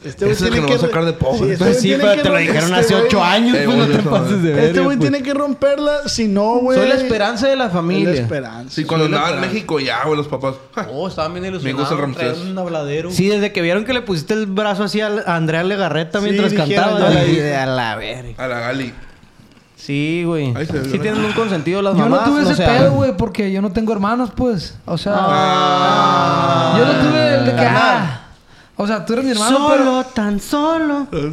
[SPEAKER 3] Este
[SPEAKER 4] Es el que nos va a sacar de pobre.
[SPEAKER 3] este
[SPEAKER 6] Pues
[SPEAKER 3] güey
[SPEAKER 6] sí,
[SPEAKER 3] tiene
[SPEAKER 6] pero
[SPEAKER 3] que
[SPEAKER 6] te lo
[SPEAKER 3] rom-
[SPEAKER 6] dijeron
[SPEAKER 3] este
[SPEAKER 6] hace
[SPEAKER 3] güey-
[SPEAKER 6] ocho años,
[SPEAKER 4] Eh,
[SPEAKER 6] pues no
[SPEAKER 4] güey,
[SPEAKER 6] te
[SPEAKER 4] no,
[SPEAKER 6] pases de
[SPEAKER 4] eh.
[SPEAKER 6] verga.
[SPEAKER 3] Este güey
[SPEAKER 6] pues.
[SPEAKER 3] tiene que romperla, si no, güey.
[SPEAKER 7] Soy la esperanza de la
[SPEAKER 3] Es la
[SPEAKER 7] familia.
[SPEAKER 3] esperanza.
[SPEAKER 4] Sí, cuando
[SPEAKER 7] Sí, la
[SPEAKER 4] andaba en
[SPEAKER 7] verdad.
[SPEAKER 4] México ya, güey, los papás. Ja.
[SPEAKER 7] Oh, estaban bien
[SPEAKER 4] Me gusta el
[SPEAKER 7] ilusionados.
[SPEAKER 4] Ramsés.
[SPEAKER 7] traían un habladero.
[SPEAKER 6] Sí, desde que vieron que le pusiste el brazo así al- a Andrea Legarreta
[SPEAKER 3] Sí,
[SPEAKER 6] mientras
[SPEAKER 3] dijeron,
[SPEAKER 6] cantaba.
[SPEAKER 3] ya
[SPEAKER 6] ¿no?
[SPEAKER 3] la
[SPEAKER 6] Y
[SPEAKER 3] vi.
[SPEAKER 6] de a la verga.
[SPEAKER 4] A la Gali.
[SPEAKER 7] Sí, güey.
[SPEAKER 4] Ahí se vio,
[SPEAKER 7] Sí
[SPEAKER 4] ¿no?
[SPEAKER 7] tienen un consentido las
[SPEAKER 5] Yo no
[SPEAKER 7] mamás.
[SPEAKER 5] tuve ese
[SPEAKER 7] se
[SPEAKER 5] pedo,
[SPEAKER 7] hagan.
[SPEAKER 5] güey, porque yo no tengo hermanos, pues. O sea.
[SPEAKER 3] Ah.
[SPEAKER 5] Yo no tuve el de que. ah, o sea, tú eres mi hermano,
[SPEAKER 6] Solo, tan solo.
[SPEAKER 5] pero.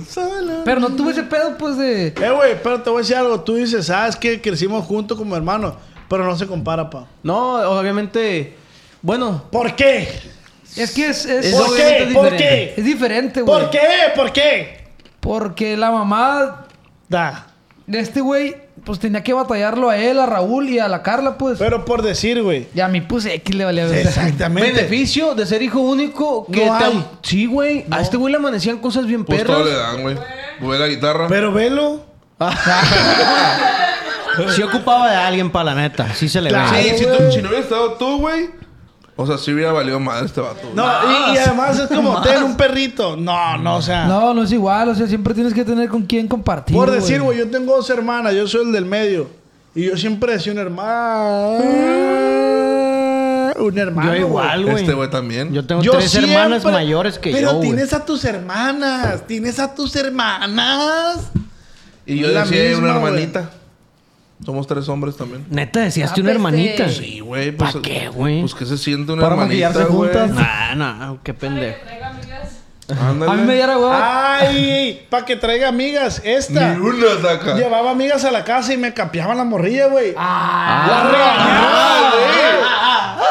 [SPEAKER 5] Pero no tuve ese pedo, pues, de.
[SPEAKER 3] Eh, güey, pero te voy a decir algo. Tú dices, ¿sabes que Crecimos juntos como hermanos, pero no se compara, pa.
[SPEAKER 7] No, obviamente. Bueno,
[SPEAKER 3] ¿Por qué?
[SPEAKER 5] Es que es. es-
[SPEAKER 3] ¿Por qué?
[SPEAKER 7] obviamente
[SPEAKER 3] ¿Por
[SPEAKER 7] diferente.
[SPEAKER 5] Es
[SPEAKER 3] qué?
[SPEAKER 5] diferente, güey.
[SPEAKER 3] ¿Por qué? ¿Por qué?
[SPEAKER 5] Porque la mamá
[SPEAKER 3] Da.
[SPEAKER 5] de este güey, pues tenía que batallarlo a él, a Raúl y a la Carla, pues.
[SPEAKER 3] Pero por decir, güey.
[SPEAKER 5] Ya mi puse pues, X le valía verga.
[SPEAKER 3] Exactamente.
[SPEAKER 7] Beneficio de ser hijo único que
[SPEAKER 3] No
[SPEAKER 7] te-
[SPEAKER 3] hay.
[SPEAKER 7] Sí, güey. A este güey le amanecían cosas bien
[SPEAKER 4] Pues todo le
[SPEAKER 7] perras.
[SPEAKER 4] dan, güey. Güey, la guitarra.
[SPEAKER 3] Pero velo.
[SPEAKER 6] Sí ocupaba de alguien para la neta. Sí se le
[SPEAKER 3] Claro.
[SPEAKER 6] ve.
[SPEAKER 4] sí,
[SPEAKER 3] Ay,
[SPEAKER 4] si,
[SPEAKER 3] güey.
[SPEAKER 4] tú- si no hubiera estado tú, güey. O sea, si hubiera valido madre este vato. güey.
[SPEAKER 3] No, y, y además es como tener un perrito. No, no, o sea.
[SPEAKER 5] No, no es igual, o sea, siempre tienes que tener con quién compartir.
[SPEAKER 3] por decir, güey, yo tengo dos hermanas, yo soy el del medio. Y yo siempre decía un hermano. Un hermano.
[SPEAKER 6] Yo igual, güey.
[SPEAKER 4] Este güey también.
[SPEAKER 6] Yo tengo
[SPEAKER 3] Yo
[SPEAKER 6] tres
[SPEAKER 3] siempre-
[SPEAKER 6] hermanas mayores que
[SPEAKER 3] pero
[SPEAKER 6] yo, güey.
[SPEAKER 3] tienes a tus hermanas, tienes a tus hermanas.
[SPEAKER 4] y yo
[SPEAKER 3] La
[SPEAKER 4] decía
[SPEAKER 3] misma,
[SPEAKER 4] una
[SPEAKER 3] güey.
[SPEAKER 4] hermanita. Somos tres hombres también.
[SPEAKER 6] Neta,
[SPEAKER 3] Ah,
[SPEAKER 6] decíaste una hermanita.
[SPEAKER 4] Sí, güey.
[SPEAKER 6] ¿Pa'
[SPEAKER 4] Pues,
[SPEAKER 6] qué, güey?
[SPEAKER 4] Pues que se siente una
[SPEAKER 7] Para
[SPEAKER 4] hermanita,
[SPEAKER 7] maquillarse
[SPEAKER 4] güey.
[SPEAKER 7] juntas.
[SPEAKER 6] Nah, nah, qué pendejo.
[SPEAKER 11] Traiga amigas.
[SPEAKER 4] Ándale.
[SPEAKER 5] A mí me diera huevo.
[SPEAKER 3] Ah, Ay, para que traiga amigas. Esta.
[SPEAKER 4] Ni una saca.
[SPEAKER 3] Llevaba amigas a la casa y me capeaban la morrilla, güey. las
[SPEAKER 4] Ah,
[SPEAKER 3] regañaba,
[SPEAKER 4] güey.
[SPEAKER 3] güey.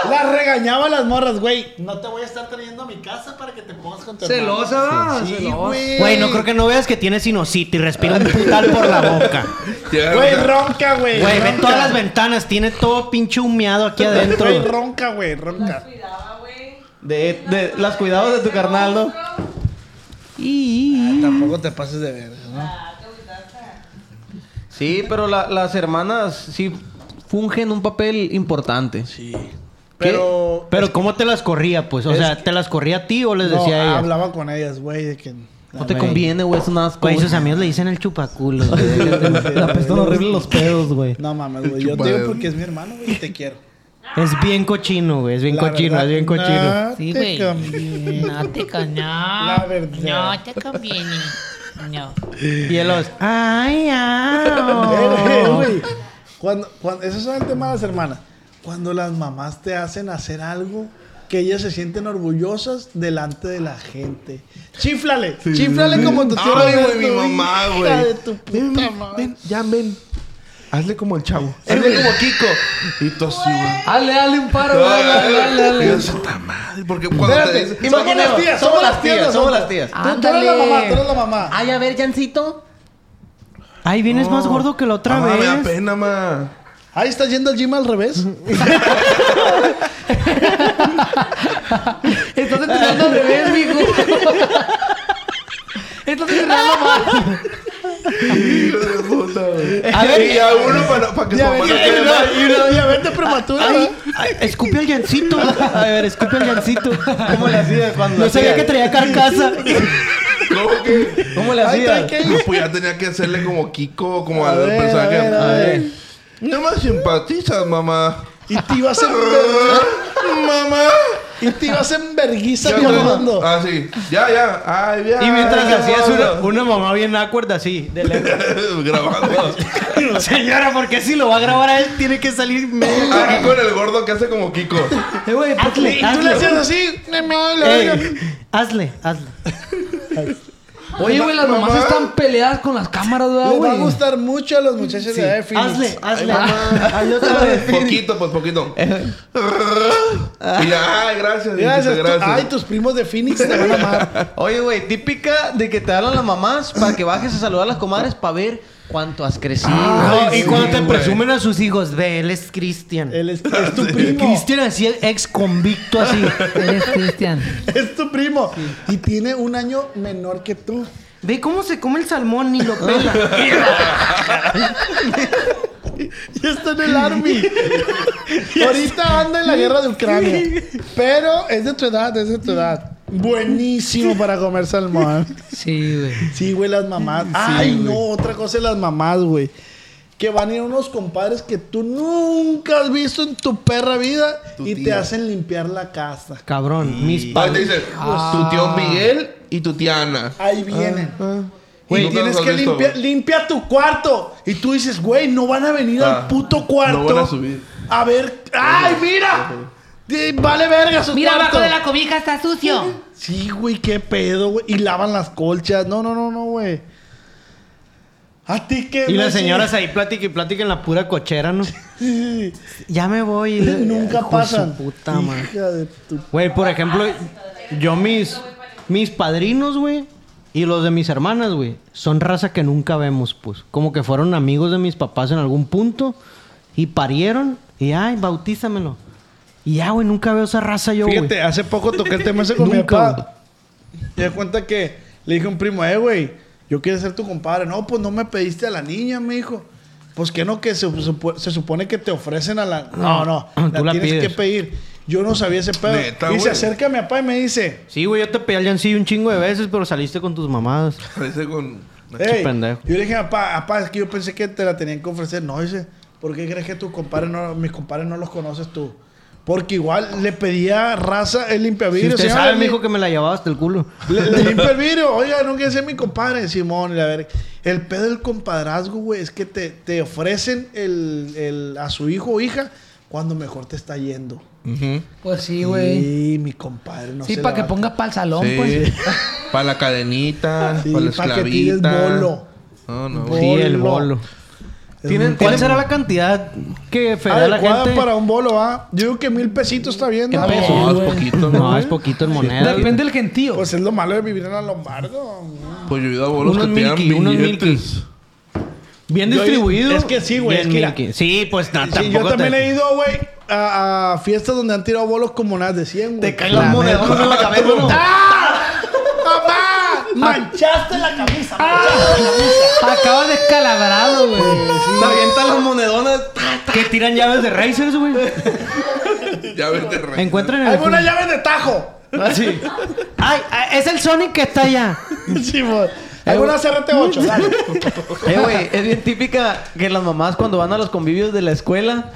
[SPEAKER 3] Las regañaba las morras, güey. No te voy a estar trayendo a mi casa para que te pongas con tu
[SPEAKER 5] Celosa, va.
[SPEAKER 3] Sí,
[SPEAKER 5] celosa.
[SPEAKER 3] güey.
[SPEAKER 6] Güey, no creo que no veas que tiene sinusitis. Respira un putal por la boca.
[SPEAKER 4] Llega-
[SPEAKER 3] Güey, ronca, güey.
[SPEAKER 6] Güey, ve
[SPEAKER 3] ronca.
[SPEAKER 6] todas las ventanas. Tiene todo pinche humeado aquí adentro.
[SPEAKER 3] Güey, ronca, güey, ronca.
[SPEAKER 11] Cuidaba, güey.
[SPEAKER 7] De, de las cuidados de tu carnal, ¿no?
[SPEAKER 3] Tampoco te pases de ver.
[SPEAKER 7] Sí, pero la- las hermanas sí fungen un papel importante.
[SPEAKER 3] Sí. Pero.
[SPEAKER 6] Pero ¿cómo te las corría, pues? O sea, ¿te las corría a ti o les
[SPEAKER 3] No,
[SPEAKER 6] decía a ella?
[SPEAKER 3] hablaba con ellas, güey, de que.
[SPEAKER 7] No te conviene, güey. Es un asco.
[SPEAKER 6] Güey,
[SPEAKER 7] güey.
[SPEAKER 6] sus amigos le dicen el chupaculo. güey.
[SPEAKER 7] Le apestan horrible los pedos, güey.
[SPEAKER 3] No mames, güey. Yo te digo porque es mi hermano, güey, y te quiero.
[SPEAKER 6] Es bien cochino, güey. Es bien
[SPEAKER 3] La
[SPEAKER 6] cochino,
[SPEAKER 3] verdad,
[SPEAKER 6] es bien cochino.
[SPEAKER 3] no
[SPEAKER 9] Sí,
[SPEAKER 3] te
[SPEAKER 9] güey.
[SPEAKER 3] conviene.
[SPEAKER 9] No te con- no.
[SPEAKER 3] La verdad.
[SPEAKER 9] No te conviene. No.
[SPEAKER 6] Y él los... ¡Ay,
[SPEAKER 3] Eh,
[SPEAKER 6] ay!
[SPEAKER 3] güey, Cuando, cuando, eso es el tema de las hermanas. Cuando las mamás te hacen hacer algo que ellas se sienten orgullosas delante de la gente. Chíflale, chíflale como tu tío
[SPEAKER 4] Ay, güey,
[SPEAKER 3] Roberto,
[SPEAKER 4] mi mamá,
[SPEAKER 3] hija
[SPEAKER 4] güey.
[SPEAKER 3] de tu
[SPEAKER 7] Mm.
[SPEAKER 3] puta madre.
[SPEAKER 4] ya ven. Hazle como el chavo. Hazle como Kiko. Y tú así, güey.
[SPEAKER 5] Dale, dale un paro, güey. Dale, dale, dale.
[SPEAKER 4] Dios, puta madre. Porque cuando te
[SPEAKER 3] Espérate,
[SPEAKER 4] dicen...
[SPEAKER 3] somos las tías, somos las tías, somos las tías. Tú, tú eres la mamá, tú eres la mamá.
[SPEAKER 9] Ay, a ver, Jancito.
[SPEAKER 6] Ay, vienes más gordo que la otra
[SPEAKER 4] "Mamá, me da
[SPEAKER 6] vez.
[SPEAKER 4] pena, ma.
[SPEAKER 3] Ahí estás yendo al gym al revés.
[SPEAKER 5] Estás entrenando al revés, mijo. Estás entrenando mal.
[SPEAKER 4] Hijo de puta, güey. Y a uno para, para que su mamá no quede mal.
[SPEAKER 3] Y una diabetes prematura.
[SPEAKER 6] Ay, ay, escupe al llancito. A ver, escupe al llancito.
[SPEAKER 7] ¿Cómo le hacía cuando
[SPEAKER 6] No sabía
[SPEAKER 7] hacía?
[SPEAKER 6] que traía carcasa.
[SPEAKER 4] ¿Cómo que?
[SPEAKER 7] ¿Cómo le
[SPEAKER 3] Ahí
[SPEAKER 7] hacía?
[SPEAKER 3] trae que-
[SPEAKER 4] No, pues ya tenía que hacerle como Kiko, como
[SPEAKER 3] A
[SPEAKER 4] al
[SPEAKER 3] ver,
[SPEAKER 4] personaje.
[SPEAKER 3] a ver, a
[SPEAKER 4] A
[SPEAKER 3] ver.
[SPEAKER 4] ver. No me simpatizas, mamá.
[SPEAKER 3] Y te ibas a hacer un bebé.
[SPEAKER 4] mamá.
[SPEAKER 3] Y te ibas en verguiza
[SPEAKER 4] Ya, güey.
[SPEAKER 3] tomando.
[SPEAKER 4] Ah, sí. Ya, ya. Ay, ya.
[SPEAKER 6] Y mientras
[SPEAKER 4] ya,
[SPEAKER 6] hacías una,
[SPEAKER 4] ya.
[SPEAKER 6] una mamá bien acuerda así, de lejos.
[SPEAKER 4] Grabando.
[SPEAKER 6] Señora, ¿por qué si lo va a grabar a él tiene que salir medio?
[SPEAKER 4] Aquí con el gordo que hace como Kiko.
[SPEAKER 6] Eh, güey, ¿por qué?
[SPEAKER 3] Y tú le hacías así, me muevo y la verga.
[SPEAKER 6] Ey, hazle, hazle.
[SPEAKER 5] Oye, güey, las mamás
[SPEAKER 4] Mamá.
[SPEAKER 5] están peleadas con las cámaras, ¿verdad,
[SPEAKER 3] Les va a
[SPEAKER 5] güey.
[SPEAKER 3] gustar mucho a los muchachos de la de Phoenix.
[SPEAKER 6] Hazle, hazle.
[SPEAKER 4] Poquito, pues poquito. y ya, ay, gracias.
[SPEAKER 3] Gracias.
[SPEAKER 4] Gracias,
[SPEAKER 3] tú-
[SPEAKER 4] gracias.
[SPEAKER 3] Ay, tus primos de Phoenix te van a amar.
[SPEAKER 10] Oye, güey, típica de que te hablan las mamás para que bajes a saludar a las comadres para ver cuánto has crecido.
[SPEAKER 6] No, y cuando te
[SPEAKER 4] güey.
[SPEAKER 6] presumen a Ah, sus hijos, ve, él es Cristian.
[SPEAKER 3] Él es, es tu primo.
[SPEAKER 6] Cristian así, ex convicto así.
[SPEAKER 5] Eres Cristian.
[SPEAKER 3] Es tu primo. Y tiene un año menor que tú.
[SPEAKER 6] Ve cómo se come el salmón y lo pela.
[SPEAKER 3] Ya está en el army. Ahorita anda en la guerra de Ucrania. Pero es de tu edad, es de tu edad. Buenísimo para comer salmón.
[SPEAKER 5] Sí, güey.
[SPEAKER 3] Sí, güey, las mamás. Ay, no, otra cosa de las mamás, güey. Que van a ir unos compadres que tú nunca has visto en tu perra vida
[SPEAKER 4] Tu
[SPEAKER 3] y te
[SPEAKER 4] tía.
[SPEAKER 3] hacen limpiar la casa.
[SPEAKER 6] Cabrón, mis
[SPEAKER 4] Ay,
[SPEAKER 6] padres.
[SPEAKER 4] te dicen,
[SPEAKER 3] Ah.
[SPEAKER 4] tu tío Miguel y tu tía Ana.
[SPEAKER 3] Ahí vienen.
[SPEAKER 4] Güey,
[SPEAKER 3] y
[SPEAKER 4] nunca
[SPEAKER 3] tienes
[SPEAKER 4] los has
[SPEAKER 3] que
[SPEAKER 4] visto,
[SPEAKER 3] limpiar,
[SPEAKER 4] güey.
[SPEAKER 3] limpia tu cuarto. Y tú dices, güey, no van a venir
[SPEAKER 4] Ah,
[SPEAKER 3] al puto
[SPEAKER 4] no
[SPEAKER 3] cuarto.
[SPEAKER 4] van a subir.
[SPEAKER 3] A ver, ¡ay, mira! Eh, Vale verga su
[SPEAKER 8] Mira,
[SPEAKER 3] cuarto.
[SPEAKER 8] abajo de la cobija está sucio.
[SPEAKER 3] Sí, güey, qué pedo, güey. Y lavan las colchas. No, no, no, no, güey. A ti qué.
[SPEAKER 6] Y las
[SPEAKER 3] güey?
[SPEAKER 6] señoras ahí platican y platican en la pura cochera, ¿no?
[SPEAKER 3] Sí, sí,
[SPEAKER 6] Ya me voy.
[SPEAKER 3] sí. Nunca
[SPEAKER 6] Hijo de su
[SPEAKER 3] pasan.
[SPEAKER 6] puta
[SPEAKER 3] Hija
[SPEAKER 6] madre.
[SPEAKER 3] de tu-
[SPEAKER 6] Güey, por ejemplo, yo mis, mis padrinos, güey, y los de mis hermanas, güey, son raza que nunca vemos, pues. Como que fueron amigos de mis papás en algún punto y parieron y, ay, bautízamelo. Y ya, güey, nunca veo esa raza yo, güey.
[SPEAKER 3] Fíjate, hace poco toqué el tema ese con mi
[SPEAKER 6] Nunca,
[SPEAKER 3] papá. Me di cuenta que le dije a un primo, eh, güey, yo quiero ser tu compadre. No, pues no me pediste a la niña, me dijo. Pues que no, que se, supo- se supone que te ofrecen a la. No, no,
[SPEAKER 6] Tú
[SPEAKER 3] la,
[SPEAKER 6] la
[SPEAKER 3] tienes
[SPEAKER 6] pides.
[SPEAKER 3] que pedir. Yo no sabía ese pedo.
[SPEAKER 4] Neta,
[SPEAKER 3] y se
[SPEAKER 4] güey.
[SPEAKER 3] acerca a mi papá y me dice,
[SPEAKER 6] Sí, güey, yo te pedí al Yancy un chingo de veces, pero saliste con tus mamadas.
[SPEAKER 4] Parece con.
[SPEAKER 3] Ey,
[SPEAKER 6] pendejo.
[SPEAKER 3] Yo le dije, papá, papá, es que yo pensé que te la tenían que ofrecer. No, dice, ¿por qué crees que tus compadres no, mis compadres no los conoces tú? Porque igual le pedía raza el
[SPEAKER 6] Si
[SPEAKER 3] limpiavidrio.
[SPEAKER 6] usted
[SPEAKER 3] señora,
[SPEAKER 6] sabe,
[SPEAKER 3] le-
[SPEAKER 6] mijo, que me la llevaba hasta el culo.
[SPEAKER 3] Le, le limpia el vidrio. Oiga, no quiere ser mi compadre, Simón. Y a ver, el pedo del compadrazgo, güey, es que te, te ofrecen el, el- a su hijo o hija cuando mejor te está yendo.
[SPEAKER 4] Ujú.
[SPEAKER 5] Pues sí, güey.
[SPEAKER 3] Sí, mi compadre. No
[SPEAKER 5] sí,
[SPEAKER 3] se
[SPEAKER 5] para
[SPEAKER 3] la
[SPEAKER 5] que
[SPEAKER 3] va a-
[SPEAKER 5] ponga pa'l salón,
[SPEAKER 4] Sí.
[SPEAKER 5] pues.
[SPEAKER 4] Para la cadenita,
[SPEAKER 3] Sí,
[SPEAKER 4] para la
[SPEAKER 3] pa' que tires
[SPEAKER 4] esclavita.
[SPEAKER 3] bolo.
[SPEAKER 4] No, no.
[SPEAKER 3] Bolo.
[SPEAKER 6] Sí, el bolo.
[SPEAKER 3] Es
[SPEAKER 6] ¿Tienen-
[SPEAKER 3] muy-
[SPEAKER 6] ¿Cuál será la cantidad que federal la
[SPEAKER 3] Adecuada
[SPEAKER 6] gente?
[SPEAKER 3] para un bolo, ¿ah? Yo digo que mil pesitos está bien, ¿no?
[SPEAKER 4] No, es poquito, ¿no?
[SPEAKER 6] No, es poquito en moneda.
[SPEAKER 5] Depende del gentío.
[SPEAKER 3] Pues es lo malo de vivir en la Lombardo.
[SPEAKER 4] Pues yo he ido a bolos
[SPEAKER 6] Unos
[SPEAKER 4] que te dan
[SPEAKER 6] milky, unos
[SPEAKER 4] billetes.
[SPEAKER 6] Bien
[SPEAKER 3] Yo-
[SPEAKER 6] distribuido.
[SPEAKER 3] es que sí, güey,
[SPEAKER 6] Bien
[SPEAKER 3] es que la-
[SPEAKER 6] milky. Sí, pues nada,
[SPEAKER 3] Sí, yo también he ido, güey, a, a fiestas donde han tirado bolos comunales de 100, güey.
[SPEAKER 6] caen las monedas en la cabeza.
[SPEAKER 3] ¡Mamá! ¡Manchaste la camisa!
[SPEAKER 5] Acaba descalabrado, güey.
[SPEAKER 10] Te avientan las monedonas.
[SPEAKER 6] Que tiran llaves de Racers, güey.
[SPEAKER 4] Ya vete, rey.
[SPEAKER 6] Encuentran
[SPEAKER 3] ¡Hay una
[SPEAKER 6] el.
[SPEAKER 3] llave de tajo!
[SPEAKER 6] Ah, Sí. Ay, ay, es el Sonic que está allá.
[SPEAKER 3] Sí, mo- Hay una CRT8, dale.
[SPEAKER 10] Eh, güey, es bien típica que las mamás cuando van a los convivios de la escuela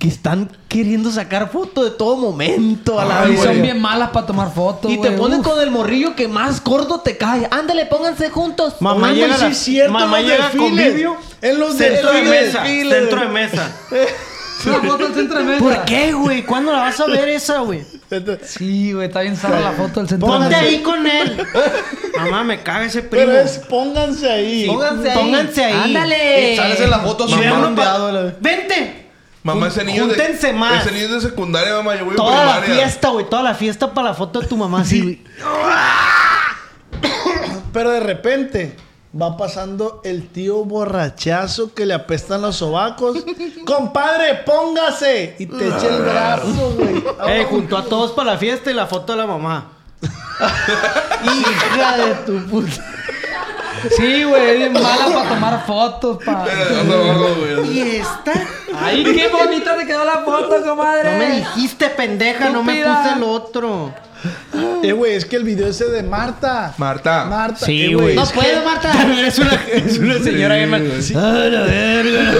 [SPEAKER 10] que están queriendo sacar foto de todo momento a la
[SPEAKER 5] Y
[SPEAKER 10] vez.
[SPEAKER 5] son bien malas para tomar fotos,
[SPEAKER 10] Y te
[SPEAKER 5] güey.
[SPEAKER 10] ponen
[SPEAKER 5] Uf.
[SPEAKER 10] con el morrillo que más gordo te cae. Ándale, pónganse juntos.
[SPEAKER 6] Mamá
[SPEAKER 3] Oye,
[SPEAKER 6] llega,
[SPEAKER 3] sí
[SPEAKER 6] a la-
[SPEAKER 3] es cierto,
[SPEAKER 6] mamá
[SPEAKER 3] los
[SPEAKER 6] llega a
[SPEAKER 3] desfiles.
[SPEAKER 6] convivio.
[SPEAKER 3] En los
[SPEAKER 6] Centro de
[SPEAKER 3] desfiles.
[SPEAKER 6] mesa. Centro de mesa.
[SPEAKER 5] Una foto al centro de mesa.
[SPEAKER 6] ¿Por qué, güey? ¿Cuándo la vas a ver esa, güey?
[SPEAKER 5] Sí, güey, está bien sana la foto del centro de
[SPEAKER 6] Ponte
[SPEAKER 5] mesa.
[SPEAKER 6] ahí con él. Mamá, me caga ese primo.
[SPEAKER 3] Pero es, pónganse ahí.
[SPEAKER 10] Pónganse ahí.
[SPEAKER 6] Pónganse ahí.
[SPEAKER 8] Ándale.
[SPEAKER 10] Sales en la foto así
[SPEAKER 4] Mamá.
[SPEAKER 10] ondeado, la-
[SPEAKER 6] Vente.
[SPEAKER 4] Mamá, ese niño
[SPEAKER 6] Júntense
[SPEAKER 4] de...
[SPEAKER 6] más.
[SPEAKER 4] Ese niño es de secundaria, mamá. Yo voy a
[SPEAKER 6] Toda la
[SPEAKER 4] primaria.
[SPEAKER 6] fiesta, güey. Toda la fiesta para la foto de tu mamá, sí, güey.
[SPEAKER 3] Pero de repente va pasando el tío borrachazo que le apestan los sobacos. ¡Compadre, póngase! Y te echa el brazo, güey.
[SPEAKER 6] Eh, junto a todos para la fiesta y la foto de la mamá.
[SPEAKER 3] Hija de tu puta.
[SPEAKER 5] Sí, güey, es bien mala para tomar fotos, pa.
[SPEAKER 4] Eh, vas a verlo, güey.
[SPEAKER 6] ¿Y esta?
[SPEAKER 5] Ay, qué bonita te quedó la foto,
[SPEAKER 6] No me
[SPEAKER 5] comadre.
[SPEAKER 6] dijiste, pendeja, no me
[SPEAKER 5] Estúpida.
[SPEAKER 6] puse el otro.
[SPEAKER 3] Eh, güey, es que el video ese de Marta.
[SPEAKER 4] Marta.
[SPEAKER 3] Marta.
[SPEAKER 6] Sí,
[SPEAKER 3] eh,
[SPEAKER 6] güey.
[SPEAKER 8] No
[SPEAKER 3] es que-
[SPEAKER 8] puedo, Marta.
[SPEAKER 6] Es una, es una señora bien mal.
[SPEAKER 3] Sí.
[SPEAKER 6] ¡Ah, la verga!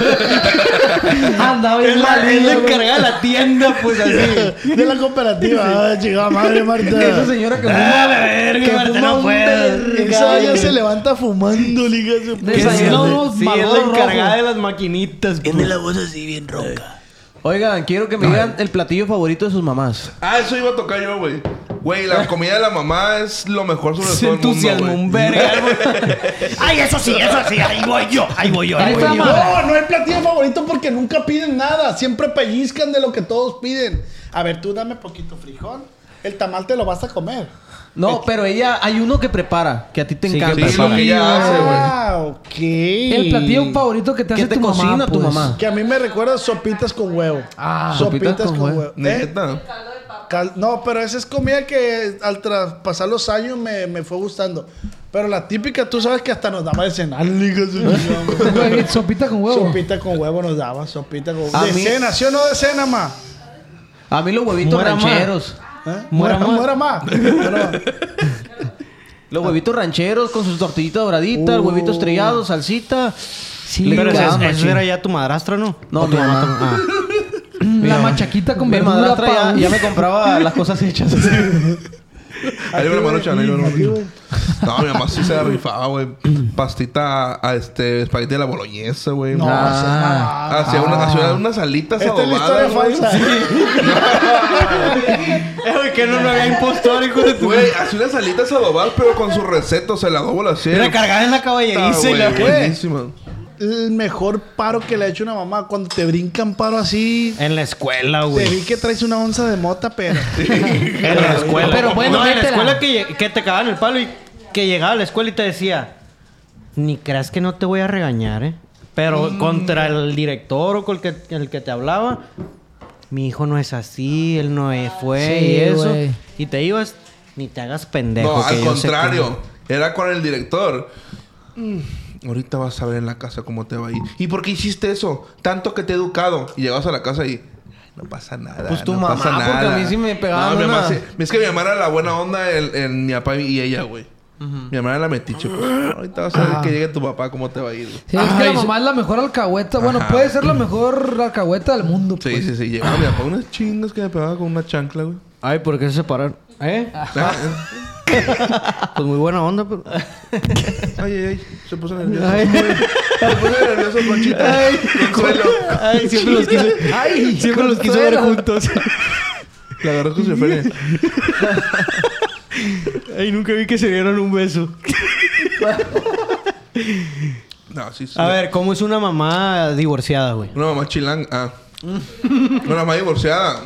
[SPEAKER 5] Andaba bien
[SPEAKER 6] Es la, es la
[SPEAKER 5] malilla, güey.
[SPEAKER 6] encargada de la tienda, pues así.
[SPEAKER 3] De la cooperativa. Ah, chingada madre,
[SPEAKER 5] Esa
[SPEAKER 3] Marta.
[SPEAKER 5] señora que fuma-
[SPEAKER 6] ¡Ah, la verga!
[SPEAKER 5] que
[SPEAKER 6] Marta,
[SPEAKER 5] fuma
[SPEAKER 6] no
[SPEAKER 5] un
[SPEAKER 6] puedo.
[SPEAKER 3] Esa ya
[SPEAKER 5] vergal.
[SPEAKER 3] se levanta fumando, liga.
[SPEAKER 6] Que sí,
[SPEAKER 5] Desayuno unos
[SPEAKER 6] sí, es la
[SPEAKER 5] Marlboro
[SPEAKER 6] encargada
[SPEAKER 5] rojos.
[SPEAKER 6] de las maquinitas. pues.
[SPEAKER 10] Oigan, quiero que me digan el platillo favorito de sus mamás.
[SPEAKER 4] Ah, eso iba a tocar yo, güey. Güey, la comida de la mamá es lo mejor sobre
[SPEAKER 6] Se
[SPEAKER 4] todo el
[SPEAKER 6] entusiasma un
[SPEAKER 4] mundo, güey.
[SPEAKER 6] verga. güey.
[SPEAKER 2] Ay, eso sí, eso sí, ahí voy yo, ahí voy yo.
[SPEAKER 5] Ahí está,
[SPEAKER 3] No,
[SPEAKER 5] madre.
[SPEAKER 3] no es platillo favorito porque nunca piden nada. Siempre pellizcan de lo que todos piden. A ver, tú dame poquito frijol. El tamal te lo vas a comer.
[SPEAKER 10] No, pero ella, hay uno que prepara, que a ti te
[SPEAKER 6] Sí, que
[SPEAKER 10] encanta.
[SPEAKER 6] prepara.
[SPEAKER 4] Sí, lo que ella hace, güey.
[SPEAKER 6] ¿Eh?
[SPEAKER 3] ah, ok.
[SPEAKER 5] El platillo favorito que te
[SPEAKER 10] ¿Qué
[SPEAKER 5] hace
[SPEAKER 10] te
[SPEAKER 5] tu mamá.
[SPEAKER 10] cocina tu
[SPEAKER 5] pues.
[SPEAKER 10] mamá?
[SPEAKER 3] Que a mí me recuerda a sopitas con huevo.
[SPEAKER 5] Ah,
[SPEAKER 3] sopitas, con, huevo. ¿Eh?
[SPEAKER 4] Neta.
[SPEAKER 3] Cal- no, pero esa es comida que al traspasar los años me, me fue gustando. Pero la típica, tú sabes que hasta nos daba de cenar. liga, su chingada.
[SPEAKER 5] Güey, Sopita con huevo.
[SPEAKER 3] sopita con huevo nos daba, sopita con huevo.
[SPEAKER 10] A
[SPEAKER 3] De
[SPEAKER 10] mí-
[SPEAKER 3] cena, ¿sí o no de cena, ma?
[SPEAKER 10] A mí los huevitos
[SPEAKER 6] Muera, ma.
[SPEAKER 10] rancheros.
[SPEAKER 3] ¿Eh?
[SPEAKER 6] Muera más.
[SPEAKER 3] Muera más. Muera más.
[SPEAKER 10] Los huevitos rancheros con sus tortillitas doraditas, el huevito estrellado, salsita.
[SPEAKER 5] Uh. Sí, güey.
[SPEAKER 6] Pero
[SPEAKER 10] ese
[SPEAKER 6] eso
[SPEAKER 10] Chingada,
[SPEAKER 6] es,
[SPEAKER 10] machín.
[SPEAKER 6] era ya tu madrastra, ¿no?
[SPEAKER 10] No,
[SPEAKER 6] ¿O tu
[SPEAKER 10] mi
[SPEAKER 6] mamá
[SPEAKER 10] mamá.
[SPEAKER 6] también? Ah.
[SPEAKER 5] la machaquita con
[SPEAKER 10] Mi
[SPEAKER 5] verdura
[SPEAKER 10] madrastra
[SPEAKER 5] pa'
[SPEAKER 10] ya,
[SPEAKER 5] un-
[SPEAKER 10] ya me compraba las cosas hechas.
[SPEAKER 4] Ahí va la mano chana, ahí va la mano chana. No, mi mamá sí se la rifaba, güey. Pastita a, a este espagueti de la boloñesa, güey.
[SPEAKER 3] No,
[SPEAKER 4] Ah.
[SPEAKER 3] esa es mamada.
[SPEAKER 4] Hacía una, hacía unas alitas
[SPEAKER 3] Esta es la historia
[SPEAKER 4] adobadas, güey.
[SPEAKER 3] falsa.
[SPEAKER 6] Eh, güey, que no lo había impostor, hijo de tu...
[SPEAKER 4] Güey, hacía unas alitas adobadas, pero con su receta. O sea, el adobo lo hacía.
[SPEAKER 6] Era cargada en la
[SPEAKER 4] Ah,
[SPEAKER 6] caballeriza y
[SPEAKER 4] güey,
[SPEAKER 6] la
[SPEAKER 4] buenísima.
[SPEAKER 3] El mejor paro que le ha hecho una mamá. Cuando te brincan paro así,
[SPEAKER 6] En la escuela,
[SPEAKER 3] te
[SPEAKER 6] güey.
[SPEAKER 3] vi que traes una onza de mota, pero...
[SPEAKER 6] En la escuela.
[SPEAKER 5] Pero bueno,
[SPEAKER 6] no, en la
[SPEAKER 5] métela.
[SPEAKER 6] escuela que, lle- que te cagaban el palo y que llegaba a la escuela y te decía, ni creas que no te voy a regañar, ¿eh? Pero contra el director o con el que, el que te hablaba, mi hijo no es así, él no es- fue
[SPEAKER 5] Sí,
[SPEAKER 6] y eso.
[SPEAKER 5] güey.
[SPEAKER 6] Y te ibas, ni te hagas pendejo.
[SPEAKER 4] No,
[SPEAKER 6] que
[SPEAKER 4] al
[SPEAKER 6] yo sé
[SPEAKER 4] contrario. Era con el director. Mm, Ahorita vas a ver en la casa cómo te va a ir. ¿Y por qué hiciste eso? Tanto que te he educado. Y llegabas a la casa y... No pasa nada.
[SPEAKER 10] Pues tu
[SPEAKER 4] no
[SPEAKER 10] mamá,
[SPEAKER 4] pasa
[SPEAKER 10] porque
[SPEAKER 4] nada.
[SPEAKER 10] a mí sí me pegaban
[SPEAKER 4] mi mamá
[SPEAKER 10] una-
[SPEAKER 4] sí- Es que mi mamá era la buena onda en, en mi papá y ella, güey. Mi mamá era la metiche. pues. Ahorita vas a
[SPEAKER 10] Ah.
[SPEAKER 4] ver que llegue tu papá cómo te va a ir. güey.
[SPEAKER 5] Sí, es que
[SPEAKER 10] Ay,
[SPEAKER 5] la
[SPEAKER 10] sí.
[SPEAKER 5] mamá es la mejor alcahueta. Bueno,
[SPEAKER 4] Ajá.
[SPEAKER 5] puede ser la mejor alcahueta del mundo.
[SPEAKER 4] Sí,
[SPEAKER 5] pues.
[SPEAKER 4] sí, sí. Llegaba mi papá unas chingas que me pegaba con una chancla, güey.
[SPEAKER 6] que- Ay, ¿por qué se separaron? ¿Eh?
[SPEAKER 4] Ah,
[SPEAKER 6] Pues muy buena onda, pero...
[SPEAKER 4] Ay, ay, ay. Se puso nervioso. Se puso nervioso, Conchita. Ay, Consuelo.
[SPEAKER 6] Ay, siempre los quise, siempre los quise ver juntos.
[SPEAKER 4] La agarró con su feria.
[SPEAKER 6] Ay, nunca vi que se dieron un beso.
[SPEAKER 4] No, sí, sí.
[SPEAKER 6] A ver, ¿cómo es una mamá divorciada, güey?
[SPEAKER 4] Una mamá chilanga. Ah. Una mamá divorciada.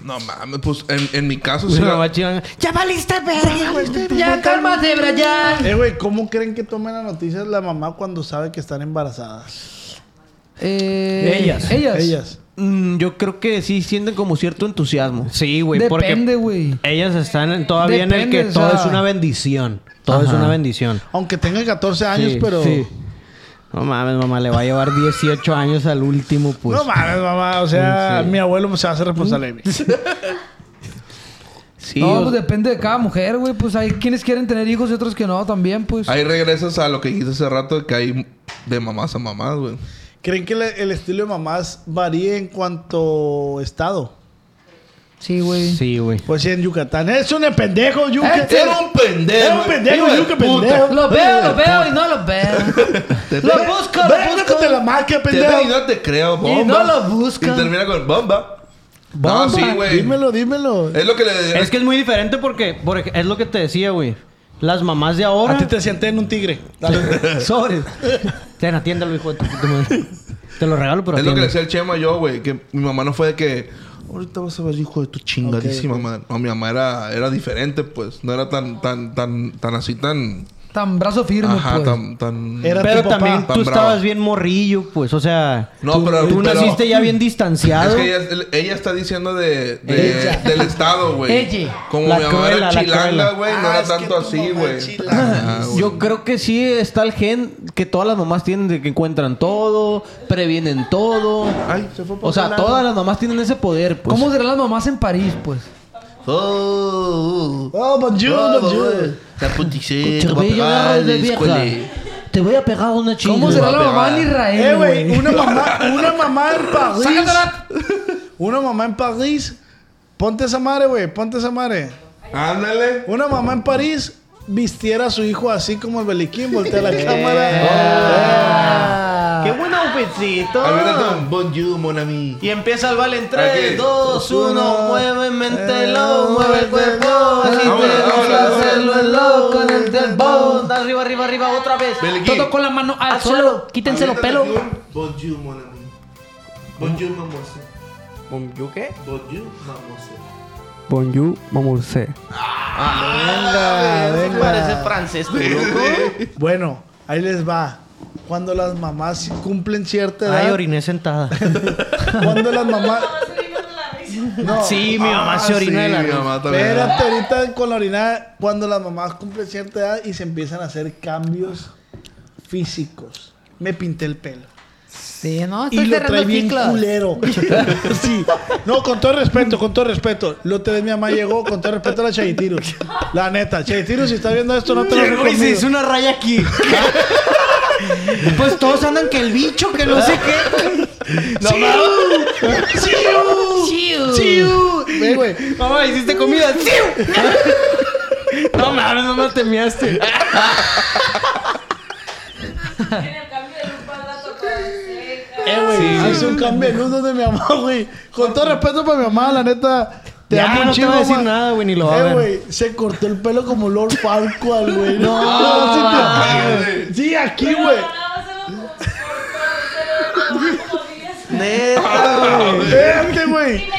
[SPEAKER 4] No mames, pues en, en mi caso sí.
[SPEAKER 6] Una
[SPEAKER 4] la-
[SPEAKER 6] mamá chilanga.
[SPEAKER 8] Ya valiste, verga. Ya cálmate, Brian.
[SPEAKER 3] Eh, güey, ¿cómo creen que tomen las noticias la mamá cuando sabe que están embarazadas?
[SPEAKER 5] Eh,
[SPEAKER 6] Ellas.
[SPEAKER 5] Ellas.
[SPEAKER 3] Ellas.
[SPEAKER 10] Mm, yo creo que sí sienten como cierto entusiasmo.
[SPEAKER 6] Sí, güey,
[SPEAKER 5] Depende,
[SPEAKER 6] porque
[SPEAKER 5] güey.
[SPEAKER 6] ellas están en- todavía en
[SPEAKER 5] Depende,
[SPEAKER 6] el
[SPEAKER 5] o
[SPEAKER 6] que todo
[SPEAKER 5] sea-
[SPEAKER 6] es una bendición. Todo es una bendición.
[SPEAKER 3] Aunque tenga 14 años,
[SPEAKER 6] Sí,
[SPEAKER 3] pero...
[SPEAKER 6] sí. No mames, mamá, le va a llevar 18 años al último, pues.
[SPEAKER 3] No mames, mamá. O sea, mi abuelo se va a hacer responsable de mí.
[SPEAKER 10] Sí, o-
[SPEAKER 5] no, pues depende de cada mujer, güey. Pues hay quienes quieren tener hijos y otros que no también, pues.
[SPEAKER 4] Ahí regresas a lo que dijiste hace rato de que hay de mamás a mamás,
[SPEAKER 3] Eh,
[SPEAKER 4] güey.
[SPEAKER 3] ¿Creen que le- el estilo de mamás varía en cuanto estado?
[SPEAKER 5] Sí, güey.
[SPEAKER 6] Sí, güey.
[SPEAKER 3] Pues sí, en Yucatán. ¡Es un
[SPEAKER 6] Eh,
[SPEAKER 3] pendejo, Yuca!
[SPEAKER 5] Este-
[SPEAKER 3] ¡Era un pendejo! ¡Era un pendejo, Yuca, pendejo!
[SPEAKER 5] Los veo, los veo y no los veo. los busco, los
[SPEAKER 3] ¡Ven, que
[SPEAKER 5] busco.
[SPEAKER 3] te la marca,
[SPEAKER 4] Te y
[SPEAKER 3] pendejo!
[SPEAKER 4] no te creo, bomba.
[SPEAKER 5] Y no lo buscan.
[SPEAKER 4] Y termina con bomba.
[SPEAKER 3] Bomba.
[SPEAKER 4] No, sí, güey.
[SPEAKER 3] Dímelo, dímelo.
[SPEAKER 4] Es lo que le.
[SPEAKER 6] Es que es muy diferente porque, por ej- es lo que te decía, güey. Las mamás de ahora.
[SPEAKER 3] A ti te sienté en un tigre. Dale.
[SPEAKER 6] Sobres. Ten, atiéndalo, hijo de tu puta madre. Te lo regalo, pero
[SPEAKER 4] Es lo que le
[SPEAKER 6] atiéndelo.
[SPEAKER 4] decía el Chema yo, güey. Que mi mamá no fue de que... Ahorita vas a ver, hijo de tu chingadísima madre. No, mi mamá era, era diferente, pues. No era tan, tan, tan, tan así, tan...
[SPEAKER 5] Tan brazo firme,
[SPEAKER 4] Ajá,
[SPEAKER 5] pues.
[SPEAKER 4] tan, tan...
[SPEAKER 3] Era
[SPEAKER 6] Pero
[SPEAKER 3] tu papá.
[SPEAKER 6] también tú
[SPEAKER 4] Tan brava.
[SPEAKER 6] estabas bien morrillo, pues. O sea,
[SPEAKER 4] No,
[SPEAKER 6] tú,
[SPEAKER 4] pero-
[SPEAKER 6] tú
[SPEAKER 4] pero-
[SPEAKER 6] naciste ya bien
[SPEAKER 4] Es
[SPEAKER 6] distanciado.
[SPEAKER 4] que ella, ella está diciendo de, de- del estado, güey.
[SPEAKER 5] Ella.
[SPEAKER 4] Como
[SPEAKER 6] La
[SPEAKER 4] mi mamá
[SPEAKER 6] cruela,
[SPEAKER 4] era
[SPEAKER 6] la cruela.
[SPEAKER 4] chilanga, güey. No
[SPEAKER 3] Ah,
[SPEAKER 4] era
[SPEAKER 3] es que
[SPEAKER 4] tanto
[SPEAKER 3] tu mamá
[SPEAKER 4] así,
[SPEAKER 3] es
[SPEAKER 4] güey.
[SPEAKER 3] chilanga.
[SPEAKER 4] Ajá, güey.
[SPEAKER 10] Yo creo que sí está el gen que todas las mamás tienen de que encuentran todo, previenen todo.
[SPEAKER 4] Ay, se fue por
[SPEAKER 10] O sea,
[SPEAKER 4] otro lado.
[SPEAKER 10] todas las mamás tienen ese poder, pues.
[SPEAKER 5] ¿Cómo serán las mamás en París, pues?
[SPEAKER 2] Oh, oh,
[SPEAKER 3] Oh, bonjour,
[SPEAKER 2] oh,
[SPEAKER 3] bonjour.
[SPEAKER 2] oh. La puticera,
[SPEAKER 8] Chorbillo de
[SPEAKER 2] papá,
[SPEAKER 8] arroz de
[SPEAKER 2] de escuela.
[SPEAKER 8] vieja. Te voy a pegar una chinga.
[SPEAKER 5] ¿Cómo será la
[SPEAKER 4] Guape,
[SPEAKER 5] mamá
[SPEAKER 4] va.
[SPEAKER 5] en
[SPEAKER 3] Eh,
[SPEAKER 5] Israel,
[SPEAKER 3] güey,
[SPEAKER 5] güey?
[SPEAKER 3] una mamá, una mamá en París. Una mamá en París. Ponte esa madre, güey, ponte esa madre.
[SPEAKER 4] Ándale.
[SPEAKER 3] Una mamá en París vistiera a su hijo así como el Beliquín, voltea
[SPEAKER 4] Eh.
[SPEAKER 3] la cámara.
[SPEAKER 7] ¡Qué buen outfitcito!
[SPEAKER 4] A ver,
[SPEAKER 6] Ah.
[SPEAKER 4] date un bonjour, mon ami.
[SPEAKER 7] Y empieza el vale en
[SPEAKER 4] Aquí.
[SPEAKER 7] 3, 2, 1. Mueve mentelo,
[SPEAKER 3] Eh,
[SPEAKER 7] mueve el cuerpo. Así te
[SPEAKER 4] vámonos,
[SPEAKER 7] gusta
[SPEAKER 4] vámonos,
[SPEAKER 7] hacerlo el
[SPEAKER 5] vámonos.
[SPEAKER 7] loco en el tempo. Arriba, arriba, arriba, otra vez.
[SPEAKER 4] Beliquín.
[SPEAKER 8] Todo con la mano al
[SPEAKER 7] Al
[SPEAKER 8] suelo.
[SPEAKER 7] suelo.
[SPEAKER 8] Quítense los
[SPEAKER 4] Aviéntate
[SPEAKER 8] pelos.
[SPEAKER 4] aquí un Bonjour, mon ami. Bonjour, mamoncé.
[SPEAKER 12] ¿Bonjour qué?
[SPEAKER 4] Bonjour, mamoncé.
[SPEAKER 12] Bonjour, mamurse.
[SPEAKER 3] Ah, venga.
[SPEAKER 7] Parece francés, tú, loco.
[SPEAKER 3] Bueno, ahí les va. Cuando las mamás cumplen cierta
[SPEAKER 6] Ay,
[SPEAKER 3] edad.
[SPEAKER 6] oriné sentada.
[SPEAKER 3] cuando las mamás. No,
[SPEAKER 6] Sí, mi mamá
[SPEAKER 4] Ah,
[SPEAKER 6] se orina de la
[SPEAKER 4] sí, mi
[SPEAKER 6] risa.
[SPEAKER 4] mamá también.
[SPEAKER 3] Espérate, ahorita con la orinada, cuando las mamás cumplen cierta edad y se empiezan a hacer cambios físicos. Me pinté el pelo.
[SPEAKER 8] Sí, no,
[SPEAKER 3] Y
[SPEAKER 8] estoy
[SPEAKER 3] lo trae
[SPEAKER 8] Ah, cerrando
[SPEAKER 3] bien
[SPEAKER 8] ciclos.
[SPEAKER 3] culero. sí. No, con todo respeto, con todo respeto. Lo tenés, mi mamá llegó, con todo respeto a la Chayitiros. La neta, Chayitiros, si estás viendo esto, no te lo
[SPEAKER 7] Llegó y se hizo
[SPEAKER 3] recomiendo.
[SPEAKER 7] una raya aquí. pues todos andan que el bicho, que no sé qué. No,
[SPEAKER 8] Chiu.
[SPEAKER 3] Ve, güey.
[SPEAKER 7] Mamá, hiciste comida. ¡Siu! No mames, no me temiaste.
[SPEAKER 9] En el cambio de lupa la tocada de
[SPEAKER 3] Eh, güey, hace un cambio de luz donde mi mamá, güey. Con todo respeto para mi mamá, la neta. Ah, Te
[SPEAKER 6] Ya,
[SPEAKER 3] amo un
[SPEAKER 6] no te
[SPEAKER 3] chingo,
[SPEAKER 6] va a decir
[SPEAKER 3] mamá.
[SPEAKER 6] nada, güey, ni lo va a
[SPEAKER 3] Eh,
[SPEAKER 6] ver.
[SPEAKER 3] güey, se cortó el pelo como Lord Farquaad, güey. No,
[SPEAKER 4] mames.
[SPEAKER 3] sí, te- sí, aquí,
[SPEAKER 9] Pero
[SPEAKER 3] güey.
[SPEAKER 9] nada más se lo cortó, pero se lo dejó como diez.
[SPEAKER 3] Espérate,
[SPEAKER 9] Si
[SPEAKER 3] güey.
[SPEAKER 9] me quedo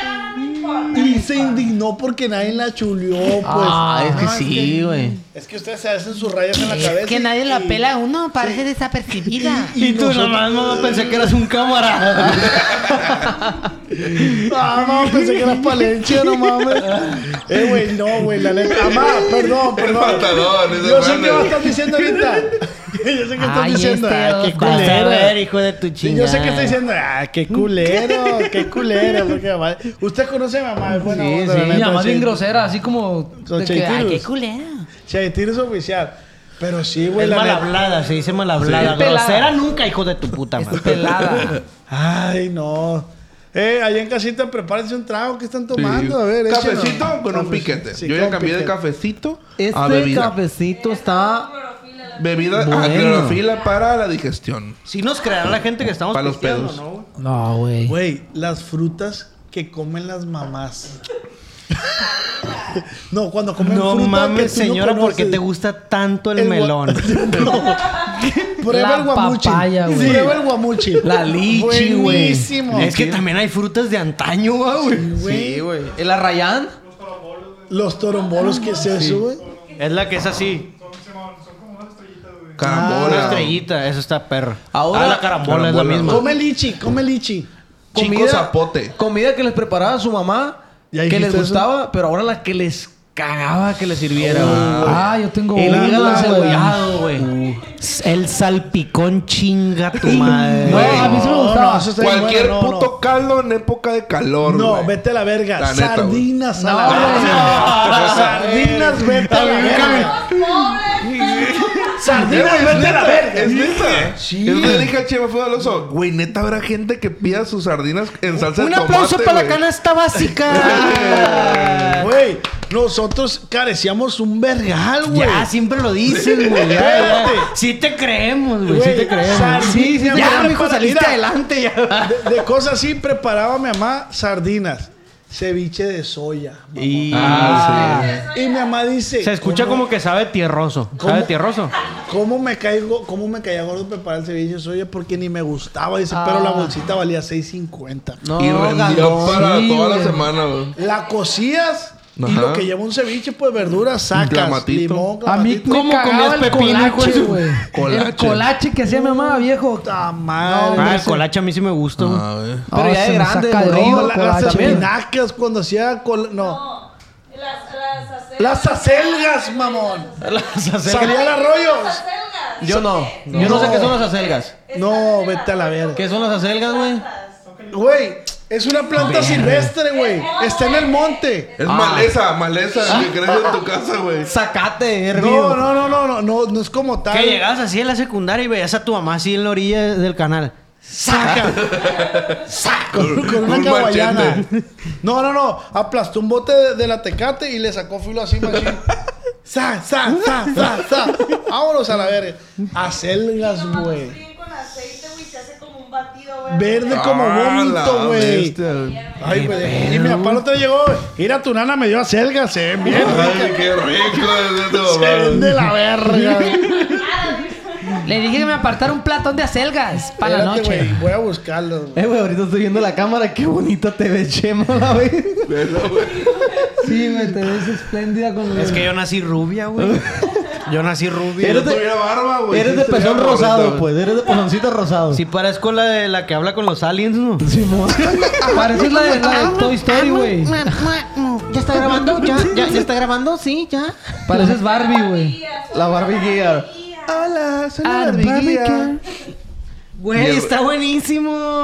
[SPEAKER 9] pelona, no importa.
[SPEAKER 3] Y se indignó porque nadie la chuleó, pues.
[SPEAKER 10] Ah, es que sí, güey.
[SPEAKER 3] Es que ustedes se hacen sus rayas en la cabeza.
[SPEAKER 8] Es que
[SPEAKER 3] y-
[SPEAKER 8] nadie la
[SPEAKER 3] y-
[SPEAKER 8] pela a uno, parece desapercibida.
[SPEAKER 3] Y, nosotros-
[SPEAKER 6] mamá, pensé que eras un cámara.
[SPEAKER 3] Ah, mamá, pensé que era Palencia, no mames. Eh, güey, no, güey, la neta. Mamá, perdón,
[SPEAKER 4] El
[SPEAKER 3] perdón.
[SPEAKER 4] pantalón, ese
[SPEAKER 3] Yo sé
[SPEAKER 4] grande.
[SPEAKER 3] qué vas a estar diciendo ahorita. Yo sé que estás
[SPEAKER 8] Ay,
[SPEAKER 3] diciendo.
[SPEAKER 8] este
[SPEAKER 3] ah, qué
[SPEAKER 8] Oscar. Vas a
[SPEAKER 3] culero.
[SPEAKER 6] ver, hijo de tu
[SPEAKER 3] Sí,
[SPEAKER 6] chingada.
[SPEAKER 3] yo sé que está diciendo, ah, qué culero, qué culero, porque mamá. Usted conoce a mi mamá, es buena
[SPEAKER 5] Sí,
[SPEAKER 3] onda,
[SPEAKER 5] sí.
[SPEAKER 3] la neta,
[SPEAKER 5] Mi mamá es
[SPEAKER 3] sí.
[SPEAKER 5] bien grosera, así como...
[SPEAKER 3] Son
[SPEAKER 5] de que,
[SPEAKER 8] Ay, qué
[SPEAKER 3] chaytiros.
[SPEAKER 8] culera.
[SPEAKER 3] Chaytiros oficial. Pero sí, güey,
[SPEAKER 6] es
[SPEAKER 3] la
[SPEAKER 6] mal
[SPEAKER 3] neta.
[SPEAKER 6] hablada, se dice mal hablada.
[SPEAKER 5] Es pelada.
[SPEAKER 6] Grosera nunca, hijo de tu puta madre.
[SPEAKER 5] Es pelada.
[SPEAKER 3] Ay, no. Eh, allá en casita, prepárense un trago. ¿Qué están tomando? A ver, échenos.
[SPEAKER 4] Cafecito con un
[SPEAKER 3] Cafecito.
[SPEAKER 4] piquete.
[SPEAKER 3] Sí,
[SPEAKER 4] Yo
[SPEAKER 3] con
[SPEAKER 4] ya cambié de
[SPEAKER 3] piquete.
[SPEAKER 4] cafecito a
[SPEAKER 10] Este
[SPEAKER 4] Ah, bebida.
[SPEAKER 10] cafecito está.
[SPEAKER 9] Clorofila, la-
[SPEAKER 4] Bebida a
[SPEAKER 10] Bueno.
[SPEAKER 4] clorofila para la digestión.
[SPEAKER 6] Si nos creará la gente que estamos
[SPEAKER 4] Para los
[SPEAKER 6] pisteando,
[SPEAKER 4] pedos.
[SPEAKER 6] ¿no, güey?
[SPEAKER 5] No, güey.
[SPEAKER 3] Güey, las frutas que comen las mamás. no, cuando comen
[SPEAKER 6] No
[SPEAKER 3] fruta que
[SPEAKER 6] mames,
[SPEAKER 3] tú no
[SPEAKER 6] señora,
[SPEAKER 3] conoces.
[SPEAKER 6] porque te gusta tanto el,
[SPEAKER 3] El gua-
[SPEAKER 6] melón.
[SPEAKER 3] No. Prueba
[SPEAKER 5] La
[SPEAKER 3] el guamuchi.
[SPEAKER 5] papaya, güey.
[SPEAKER 3] Prueba el guamuchi.
[SPEAKER 5] La lichi, güey.
[SPEAKER 3] Buenísimo.
[SPEAKER 6] es que también hay frutas de antaño, güey.
[SPEAKER 3] Güey,
[SPEAKER 7] Sí, güey. ¿El arrayán?
[SPEAKER 3] Los torombolos que se eso, güey.
[SPEAKER 6] Es la que es así. Una
[SPEAKER 4] Carambola.
[SPEAKER 6] estrellita, eso está perro.
[SPEAKER 10] Ahora-
[SPEAKER 6] Ah, la carambola, es
[SPEAKER 4] Carambola.
[SPEAKER 6] la misma.
[SPEAKER 3] Come lichi, come lichi.
[SPEAKER 4] Chico
[SPEAKER 10] comida-
[SPEAKER 4] zapote.
[SPEAKER 10] Comida que les preparaba su mamá,
[SPEAKER 3] ¿Ya
[SPEAKER 10] que les
[SPEAKER 3] dijiste eso? Oh.
[SPEAKER 10] gustaba, pero ahora la que les cagaba que les sirviera. güey.
[SPEAKER 5] Ah, yo tengo
[SPEAKER 10] el
[SPEAKER 5] una,
[SPEAKER 10] hígado
[SPEAKER 5] güey.
[SPEAKER 10] encebollado, güey.
[SPEAKER 6] El salpicón chinga tu madre.
[SPEAKER 5] Eh, No, a mí sí me gustaba.
[SPEAKER 3] eso está bien
[SPEAKER 4] Cualquier
[SPEAKER 3] bueno, no,
[SPEAKER 4] puto caldo en época de calor.
[SPEAKER 3] No, no
[SPEAKER 4] güey.
[SPEAKER 3] vete a la verga.
[SPEAKER 4] La neta,
[SPEAKER 3] Sardinas a
[SPEAKER 5] No,
[SPEAKER 3] la verga.
[SPEAKER 4] Eh,
[SPEAKER 3] Sardinas, vete a la verga. Sardinas, vete a la verga.
[SPEAKER 4] Es neta.
[SPEAKER 5] Sí.
[SPEAKER 4] Yo le dije al chef fue al oso, güey, neta habrá gente que pida sus sardinas en salsa de tomate. güey?"
[SPEAKER 6] canasta básica.
[SPEAKER 4] Ah.
[SPEAKER 3] Güey, nosotros carecíamos un vergal, güey.
[SPEAKER 6] ya, siempre lo dicen, güey. ya, ya. Sí te creemos, güey. Sí te creemos.
[SPEAKER 3] sardinas,
[SPEAKER 6] Sí, sí,
[SPEAKER 3] ya,
[SPEAKER 6] ya,
[SPEAKER 3] prepara-
[SPEAKER 6] mijo, saliste
[SPEAKER 3] mira,
[SPEAKER 6] adelante ya.
[SPEAKER 3] De, de cosas así preparaba mi mamá sardinas. Ceviche de soya. mamá. Y,
[SPEAKER 4] Ah,
[SPEAKER 3] mi mamá dice.
[SPEAKER 6] Se escucha
[SPEAKER 3] ¿cómo-
[SPEAKER 6] como que sabe tierroso. ¿Sabe
[SPEAKER 3] ¿Cómo?
[SPEAKER 6] tierroso?
[SPEAKER 3] ¿Cómo me caigo? ¿Cómo me caía gordo preparar el ceviche de soya? Porque ni me gustaba. Dice, pero
[SPEAKER 6] Ah.
[SPEAKER 3] la bolsita valía 6.50.
[SPEAKER 10] No,
[SPEAKER 4] Y rendió
[SPEAKER 10] galón.
[SPEAKER 4] para
[SPEAKER 5] Sí,
[SPEAKER 4] toda la
[SPEAKER 5] güey.
[SPEAKER 4] semana, güey.
[SPEAKER 3] La cocías y
[SPEAKER 4] Ajá.
[SPEAKER 3] lo que lleva un ceviche, pues verduras, sacas,
[SPEAKER 4] Clamatito.
[SPEAKER 3] limón,
[SPEAKER 5] A mí
[SPEAKER 3] clamatito.
[SPEAKER 5] me
[SPEAKER 6] ¿Cómo
[SPEAKER 5] cagaba
[SPEAKER 6] comías
[SPEAKER 5] el
[SPEAKER 6] pepino, hijo de
[SPEAKER 5] colache,
[SPEAKER 6] su-
[SPEAKER 5] güey. El
[SPEAKER 4] Colache.
[SPEAKER 5] colache que hacía mi mamá, viejo.
[SPEAKER 3] Puta madre.
[SPEAKER 6] Ah, el colache a mí sí me gusta. güey.
[SPEAKER 4] A ver.
[SPEAKER 10] Pero
[SPEAKER 5] Ah,
[SPEAKER 10] ya
[SPEAKER 5] se
[SPEAKER 10] de
[SPEAKER 5] me
[SPEAKER 10] grande,
[SPEAKER 5] saca de
[SPEAKER 10] güey.
[SPEAKER 5] onda
[SPEAKER 3] No,
[SPEAKER 5] el
[SPEAKER 3] la- las
[SPEAKER 5] colache.
[SPEAKER 3] espinacas cuando hacía col... No.
[SPEAKER 9] No, las- las acelgas.
[SPEAKER 3] Las acelgas, mamón.
[SPEAKER 6] Las hace-
[SPEAKER 3] Salía el
[SPEAKER 9] Las
[SPEAKER 3] arroyo.
[SPEAKER 9] acelgas.
[SPEAKER 10] Yo no. Yo no sé qué son las acelgas.
[SPEAKER 3] No, vete a la verga.
[SPEAKER 10] ¿Qué son las acelgas, güey?
[SPEAKER 3] Güey, Es una planta
[SPEAKER 4] Verga.
[SPEAKER 3] silvestre, güey. Está en el monte.
[SPEAKER 6] Ah.
[SPEAKER 4] Es maleza, maleza que crece en tu casa, güey.
[SPEAKER 6] Sacate,
[SPEAKER 3] No, no, no, no, no, no, no es como tal.
[SPEAKER 6] Que llegabas así en la secundaria y veías a tu mamá así en la orilla del canal. ¡Saca!
[SPEAKER 3] Con, con una
[SPEAKER 4] Un
[SPEAKER 3] caballana.
[SPEAKER 4] machete.
[SPEAKER 3] No, no, no. Aplastó un bote de, de la tecate y le sacó filo así, machín. ¡Sa, sa, sa, sa, sa! Vámonos a la verga. Acelgas, güey.
[SPEAKER 9] Con aceite, güey, se hace como un batido, güey.
[SPEAKER 3] Verde como
[SPEAKER 4] Ah, la
[SPEAKER 3] vómito, güey.
[SPEAKER 4] bestia.
[SPEAKER 3] Ay, güey. Y mi papá el otro día llegó. Mira, tu nana me dio acelgas, eh. Bien.
[SPEAKER 4] Ay, qué rico es este
[SPEAKER 3] Se vende la verga.
[SPEAKER 8] Le dije que me apartara un platón de acelgas para la
[SPEAKER 3] Espérate,
[SPEAKER 8] noche.
[SPEAKER 3] güey, Voy a buscarlo, güey.
[SPEAKER 10] Eh, güey, ahorita estoy viendo la cámara. Qué bonita te ves, Chema, la vez.
[SPEAKER 5] Sí, me te ves espléndida con
[SPEAKER 6] Es que yo nací rubia, güey. Yo nací rubia.
[SPEAKER 10] Eres de-
[SPEAKER 4] Tuviera barba, güey.
[SPEAKER 10] Eres de
[SPEAKER 4] Sí,
[SPEAKER 10] pezón
[SPEAKER 4] sería
[SPEAKER 10] rosado,
[SPEAKER 4] bonito, güey.
[SPEAKER 10] pues. Eres de pezoncito rosado.
[SPEAKER 6] Si parezco la de la que habla con los aliens, ¿no?
[SPEAKER 5] Pareces la de,
[SPEAKER 10] Ah,
[SPEAKER 5] la de Ah, Toy Story, güey.
[SPEAKER 10] mm, ¿Ya está grabando? ¿Ya, ya, está grabando? Sí, ya.
[SPEAKER 5] Pareces Barbie, güey.
[SPEAKER 10] La Barbie Gear. Hola, soy la Barbie Gear.
[SPEAKER 4] Y el-
[SPEAKER 10] Güey, está buenísimo.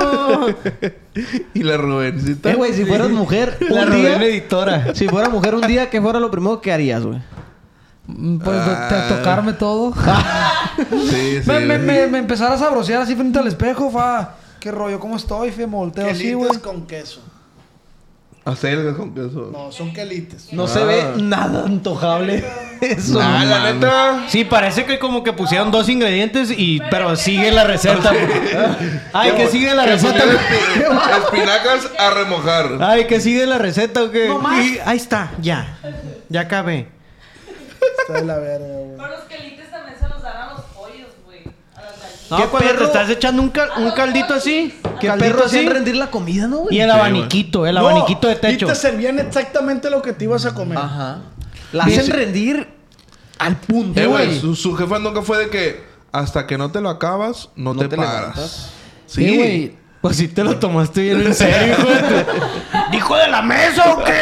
[SPEAKER 4] Y la Rubencita.
[SPEAKER 10] Eh, güey, si fueras mujer,
[SPEAKER 6] La
[SPEAKER 10] un
[SPEAKER 6] Rubén
[SPEAKER 10] día,
[SPEAKER 6] editora.
[SPEAKER 10] si fuera mujer un día, ¿qué fuera lo primero que harías, güey?
[SPEAKER 5] Mm, Pues to-
[SPEAKER 4] Ah.
[SPEAKER 5] tocarme todo.
[SPEAKER 4] Sí, sí.
[SPEAKER 5] me, me,
[SPEAKER 4] güey.
[SPEAKER 5] me, me empezaras a brocear así frente al espejo, fa. ¿Qué rollo? ¿Cómo estoy? Fe, me volteo así, güey.
[SPEAKER 3] Quelites con queso.
[SPEAKER 4] Acelgas con queso.
[SPEAKER 3] No, son quelites.
[SPEAKER 10] No se ve nada antojable. Eso.
[SPEAKER 4] Ah, la
[SPEAKER 10] mames.
[SPEAKER 4] neta.
[SPEAKER 6] Sí, parece que como que pusieron dos ingredientes y... Pero sigue la receta, güey. Ay, que sigue la receta,
[SPEAKER 4] Poner
[SPEAKER 6] güey.
[SPEAKER 4] espi- Espinacas a remojar.
[SPEAKER 6] Ay, que sigue la receta, ¿o qué? Eh, Y ahí está, ya. Ya acabé.
[SPEAKER 3] Está de la verga, güey.
[SPEAKER 9] Pero los quelites también se los dan a los pollos, güey. A las gallinas.
[SPEAKER 6] No, cuando te estás echando un, cal- un caldito así.
[SPEAKER 10] Qué
[SPEAKER 6] caldito
[SPEAKER 10] perro
[SPEAKER 6] así.
[SPEAKER 10] sin rendir la comida, ¿no, güey?
[SPEAKER 6] Y el abaniquito, el abaniquito de
[SPEAKER 3] No,
[SPEAKER 6] techo.
[SPEAKER 3] Y te servían exactamente lo que te ibas a comer.
[SPEAKER 10] Ajá. La hacen rendir al punto,
[SPEAKER 4] Eh, güey,
[SPEAKER 10] güey.
[SPEAKER 4] su, su jefa nunca fue de que hasta que no te lo acabas, no, te, paras. Sí,
[SPEAKER 5] Eh, güey.
[SPEAKER 6] Pues si te lo tomaste bien en serio, hijo de tu- ¿Hijo de la mesa o qué?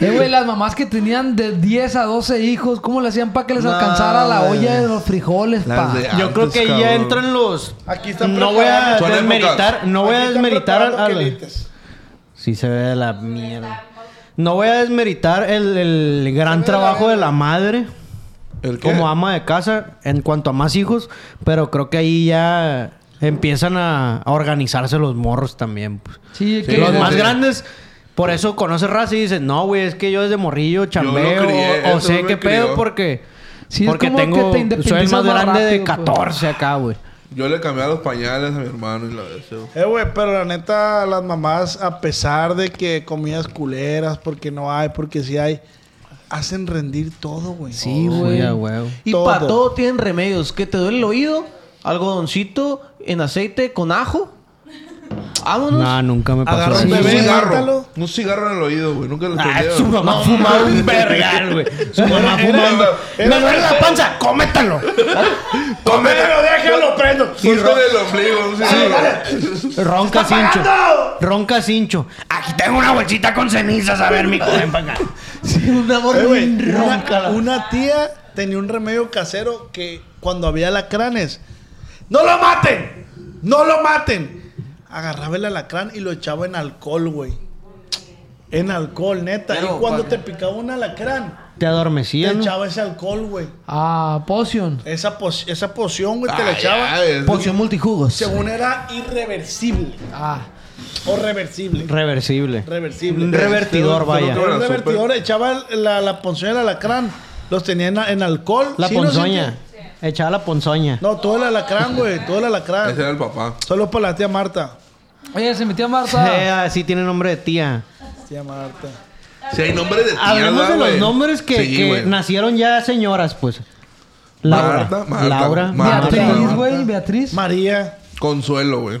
[SPEAKER 5] Eh, güey, las mamás que tenían de 10 a 12 hijos, ¿cómo le hacían para que les
[SPEAKER 10] No,
[SPEAKER 5] alcanzara la
[SPEAKER 10] güey.
[SPEAKER 5] olla de los frijoles,
[SPEAKER 4] Las
[SPEAKER 5] pa?
[SPEAKER 4] de
[SPEAKER 6] Yo creo
[SPEAKER 4] antes,
[SPEAKER 6] que ahí ya
[SPEAKER 4] cabrón.
[SPEAKER 6] entran los.
[SPEAKER 3] Aquí están
[SPEAKER 6] No voy a
[SPEAKER 4] Son épocas.
[SPEAKER 6] desmeritar, no voy
[SPEAKER 3] Aquí
[SPEAKER 6] a
[SPEAKER 3] están
[SPEAKER 6] desmeritar
[SPEAKER 3] preparando
[SPEAKER 6] al.
[SPEAKER 3] quelites.
[SPEAKER 6] Sí, se ve de la mierda. No voy a desmeritar el, el gran trabajo de la madre
[SPEAKER 4] ¿El qué?
[SPEAKER 6] como ama de casa en cuanto a más hijos, pero creo que ahí ya empiezan a, a organizarse los morros también. Pues.
[SPEAKER 5] Sí, que
[SPEAKER 4] Sí,
[SPEAKER 6] los
[SPEAKER 4] sí,
[SPEAKER 6] más
[SPEAKER 4] sí.
[SPEAKER 6] grandes, por eso conoce raza y dicen, no, güey, es que yo desde morrillo chambeo
[SPEAKER 4] crié,
[SPEAKER 6] o, o
[SPEAKER 4] eso
[SPEAKER 6] sé
[SPEAKER 4] me
[SPEAKER 6] qué pedo
[SPEAKER 4] crió".
[SPEAKER 6] porque,
[SPEAKER 5] Sí, es
[SPEAKER 6] porque
[SPEAKER 5] como que
[SPEAKER 6] tengo,
[SPEAKER 5] te
[SPEAKER 6] soy el
[SPEAKER 5] independizas
[SPEAKER 6] más
[SPEAKER 5] más
[SPEAKER 6] grande de
[SPEAKER 5] rápido, pues.
[SPEAKER 6] 14 acá, güey.
[SPEAKER 4] Yo le cambié los pañales a mi hermano y la deseo.
[SPEAKER 3] Eh, güey, pero la neta, las mamás, a pesar de que comidas culeras, porque no hay, porque sí hay, hacen rendir todo, güey.
[SPEAKER 5] Sí, güey.
[SPEAKER 6] a huevo.
[SPEAKER 10] Y
[SPEAKER 3] Todo.
[SPEAKER 10] para todo tienen remedios. Que te duele el oído, algodoncito en aceite con ajo. Vámonos.
[SPEAKER 6] Nah, nunca me pasó
[SPEAKER 4] Agarra
[SPEAKER 6] eso.
[SPEAKER 4] un
[SPEAKER 3] Sí,
[SPEAKER 4] bebé,
[SPEAKER 3] güey,
[SPEAKER 4] cigarro.
[SPEAKER 3] mátalo.
[SPEAKER 4] Un cigarro en el oído, güey. Nunca lo
[SPEAKER 6] Ah,
[SPEAKER 4] entendí.
[SPEAKER 6] su
[SPEAKER 4] güey.
[SPEAKER 6] mamá fumaba un vergal, güey. Su mamá fumaba.
[SPEAKER 3] era-
[SPEAKER 6] Me duele la panza, cómetalo.
[SPEAKER 3] ¡Cómetelo, déjalo, prendo!
[SPEAKER 4] Suelta del ombligo, un
[SPEAKER 6] Ah,
[SPEAKER 4] cigarro.
[SPEAKER 6] Ronca cincho. Ronca cincho. Aquí tengo una bolsita con cenizas, a ver, mi comen pa' acá.
[SPEAKER 10] Un amor
[SPEAKER 3] Eh, güey,
[SPEAKER 10] bien ronca,
[SPEAKER 3] una,
[SPEAKER 10] la-
[SPEAKER 3] una tía tenía un remedio casero que cuando había alacranes, ¡no lo maten! ¡No lo maten! Agarraba el alacrán y lo echaba en alcohol, güey. En alcohol, neta.
[SPEAKER 10] Pero,
[SPEAKER 3] y cuando
[SPEAKER 10] pa-
[SPEAKER 3] te picaba un alacrán,
[SPEAKER 6] Te
[SPEAKER 3] te
[SPEAKER 6] adormecían. ¿no?
[SPEAKER 3] echaba ese alcohol, güey.
[SPEAKER 5] Ah, potion.
[SPEAKER 3] Esa, po- esa poción, güey, te la
[SPEAKER 4] Ah,
[SPEAKER 3] echaba.
[SPEAKER 4] ya, es-
[SPEAKER 6] pues,
[SPEAKER 10] Poción multijugos.
[SPEAKER 3] Según era irreversible
[SPEAKER 5] Ah.
[SPEAKER 3] o reversible.
[SPEAKER 6] Reversible.
[SPEAKER 3] reversible.
[SPEAKER 6] Un revertidor,
[SPEAKER 4] Pero-
[SPEAKER 6] vaya.
[SPEAKER 4] pero-
[SPEAKER 3] Era un
[SPEAKER 4] Era
[SPEAKER 3] revertidor, echaba el- la, la ponzoña del alacrán. Los tenía en, en alcohol.
[SPEAKER 6] La
[SPEAKER 3] Sí, no,
[SPEAKER 6] ponzoña.
[SPEAKER 3] sí,
[SPEAKER 6] Echaba la ponzoña.
[SPEAKER 3] sí. No, todo el alacrán, güey. Todo el
[SPEAKER 4] Ese era
[SPEAKER 3] alacrán.
[SPEAKER 4] el papá.
[SPEAKER 3] Solo para la tía Marta.
[SPEAKER 5] Oye, se metió Marta.
[SPEAKER 6] Eh, sí tiene nombre de tía.
[SPEAKER 3] Tía Marta.
[SPEAKER 7] Ah,
[SPEAKER 4] Si hay nombre de tía,
[SPEAKER 6] Hablemos de los
[SPEAKER 4] güey.
[SPEAKER 6] nombres que,
[SPEAKER 4] Sí,
[SPEAKER 6] que
[SPEAKER 4] güey.
[SPEAKER 6] nacieron ya señoras, pues. Laura.
[SPEAKER 4] Marta, Marta,
[SPEAKER 6] Laura.
[SPEAKER 4] Marta.
[SPEAKER 5] Beatriz,
[SPEAKER 4] Marta.
[SPEAKER 5] güey. Beatriz.
[SPEAKER 3] María.
[SPEAKER 4] Consuelo, güey.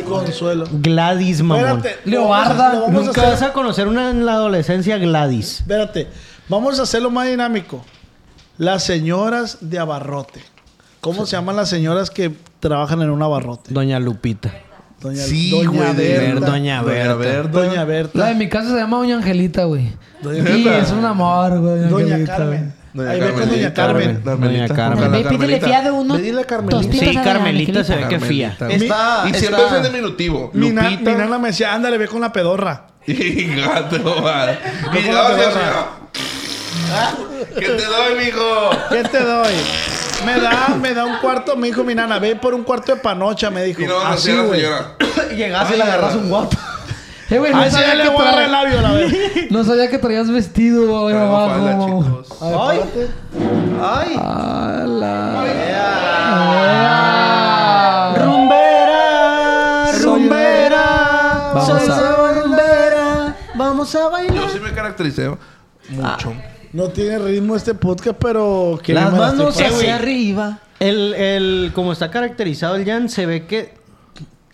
[SPEAKER 3] Luz Consuelo.
[SPEAKER 6] Gladys, mamón.
[SPEAKER 3] Espérate. lo vamos a-
[SPEAKER 5] Leobarda.
[SPEAKER 3] lo vamos a
[SPEAKER 6] Nunca
[SPEAKER 3] hacer-
[SPEAKER 6] vas a conocer una en la adolescencia Gladys.
[SPEAKER 3] Espérate. Vamos a hacerlo más dinámico. Las señoras de abarrote. ¿Cómo se llaman las señoras que trabajan en un abarrote?
[SPEAKER 6] Doña Lupita.
[SPEAKER 3] Doña,
[SPEAKER 4] Sí,
[SPEAKER 3] Doña
[SPEAKER 4] güey. de
[SPEAKER 3] Berta.
[SPEAKER 4] verdad.
[SPEAKER 6] Doña Berta.
[SPEAKER 3] Doña Berta.
[SPEAKER 5] La de mi casa se llama Doña Angelita, güey.
[SPEAKER 3] Doña
[SPEAKER 5] Sí,
[SPEAKER 3] Berta.
[SPEAKER 5] es un amor, güey.
[SPEAKER 3] Doña
[SPEAKER 5] Angelita,
[SPEAKER 3] Carmen.
[SPEAKER 5] güey.
[SPEAKER 4] Doña
[SPEAKER 3] Ahí ve con Doña Carmen.
[SPEAKER 6] Doña Carmen.
[SPEAKER 8] Ve, pídele fiado uno.
[SPEAKER 4] Le di la Carmelita.
[SPEAKER 8] tostitas
[SPEAKER 6] Sí,
[SPEAKER 8] a doña
[SPEAKER 6] Carmelita se ve que fía.
[SPEAKER 4] Carmelita.
[SPEAKER 7] Está-
[SPEAKER 4] y siempre
[SPEAKER 7] está-
[SPEAKER 4] es en diminutivo.
[SPEAKER 3] Mi, na- mi
[SPEAKER 4] Lupita.
[SPEAKER 3] nana me decía, ándale, ve con la pedorra.
[SPEAKER 4] Y gato, man.
[SPEAKER 3] Ve
[SPEAKER 4] Y
[SPEAKER 3] con
[SPEAKER 4] llegaba
[SPEAKER 3] la
[SPEAKER 4] así,
[SPEAKER 3] pedorra.
[SPEAKER 7] Ah.
[SPEAKER 4] ¿Qué te doy, mijo?
[SPEAKER 3] ¿Qué te doy? Me da, me da un cuarto, me dijo mi nana, ve por un cuarto de panocha, me dijo.
[SPEAKER 4] Y no,
[SPEAKER 3] Así,
[SPEAKER 4] así la
[SPEAKER 3] güey.
[SPEAKER 4] señora.
[SPEAKER 7] Llegas y le agarras un guapo.
[SPEAKER 5] Eh, güey, no
[SPEAKER 3] Ay, sí,
[SPEAKER 5] sabía
[SPEAKER 3] le
[SPEAKER 5] que
[SPEAKER 3] voy a agarrar el
[SPEAKER 5] tra-
[SPEAKER 3] labio, la verdad.
[SPEAKER 5] no sabía que traías vestido güey,
[SPEAKER 4] Traigo
[SPEAKER 5] abajo.
[SPEAKER 4] falda, chicos.
[SPEAKER 5] Ay,
[SPEAKER 7] Ay.
[SPEAKER 5] espérate.
[SPEAKER 7] Ay.
[SPEAKER 5] A la-
[SPEAKER 7] Rumbera,
[SPEAKER 5] Soy
[SPEAKER 7] rumbera,
[SPEAKER 5] una-
[SPEAKER 7] soy
[SPEAKER 5] Vamos a-
[SPEAKER 7] una rumbera, vamos a
[SPEAKER 4] Yo
[SPEAKER 7] bailar.
[SPEAKER 4] sí me caractericé mucho.
[SPEAKER 3] No tiene ritmo este podcast, pero que
[SPEAKER 7] Las
[SPEAKER 3] me la
[SPEAKER 7] manos
[SPEAKER 3] estoy
[SPEAKER 7] hacia
[SPEAKER 3] pasando.
[SPEAKER 7] arriba.
[SPEAKER 6] El, el, como está caracterizado el Jan, se ve que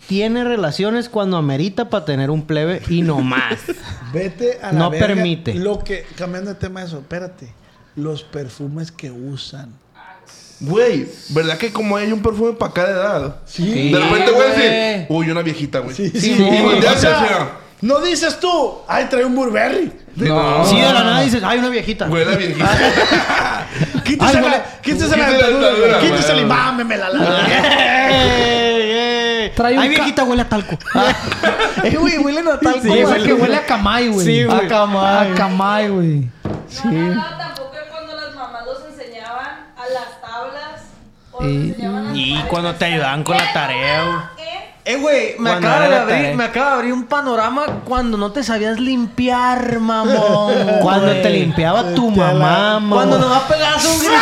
[SPEAKER 6] tiene relaciones cuando amerita para tener un plebe y no más.
[SPEAKER 3] Vete a la
[SPEAKER 6] No
[SPEAKER 3] verga.
[SPEAKER 6] permite.
[SPEAKER 3] Lo que, cambiando de tema eso, espérate. Los perfumes que usan.
[SPEAKER 4] Güey, ¿verdad que como hay un perfume para cada edad?
[SPEAKER 3] Sí.
[SPEAKER 4] De repente voy a
[SPEAKER 7] güey.
[SPEAKER 4] decir, uy, una viejita, güey.
[SPEAKER 3] Sí, sí.
[SPEAKER 4] Y voltea
[SPEAKER 3] O
[SPEAKER 4] hacia
[SPEAKER 3] sea,
[SPEAKER 4] hacia-
[SPEAKER 3] no dices tú, ay, trae un Burberry.
[SPEAKER 4] No.
[SPEAKER 6] Sí, de la nada dices, hay una viejita.
[SPEAKER 4] Güey, la viejita.
[SPEAKER 3] Quítese
[SPEAKER 6] Ay, huele-
[SPEAKER 3] la, Ah. quítese la
[SPEAKER 4] quítese la
[SPEAKER 3] dentadura,
[SPEAKER 4] dentadura,
[SPEAKER 3] güey. Quítese la
[SPEAKER 4] güey.
[SPEAKER 3] imán, me la la-
[SPEAKER 6] ¡Ey, ey!
[SPEAKER 5] Trae un
[SPEAKER 6] Ay,
[SPEAKER 5] ca-
[SPEAKER 6] viejita, huele a talco.
[SPEAKER 5] Eh, güey, huele a talco.
[SPEAKER 6] güey.
[SPEAKER 5] que huele a camay, güey.
[SPEAKER 6] Sí, güey.
[SPEAKER 5] A camay. A camay, güey.
[SPEAKER 9] No, nada, tampoco es cuando las mamás los enseñaban a las tablas. O los
[SPEAKER 5] Y-
[SPEAKER 9] enseñaban a las
[SPEAKER 6] y
[SPEAKER 9] paredes.
[SPEAKER 6] cuando te ayudaban con la
[SPEAKER 9] ¿Qué
[SPEAKER 6] tarea,
[SPEAKER 9] mamá es?
[SPEAKER 7] Eh, güey, me
[SPEAKER 10] Cuando era
[SPEAKER 7] acaba de
[SPEAKER 10] la
[SPEAKER 7] abrir,
[SPEAKER 10] tarea.
[SPEAKER 7] me acaba de abrir un panorama cuando no te sabías limpiar, mamón.
[SPEAKER 6] Cuando
[SPEAKER 7] güey.
[SPEAKER 6] te limpiaba tu
[SPEAKER 3] Vete a la-
[SPEAKER 6] mamá, mamá.
[SPEAKER 7] Cuando nomás pegabas un grito.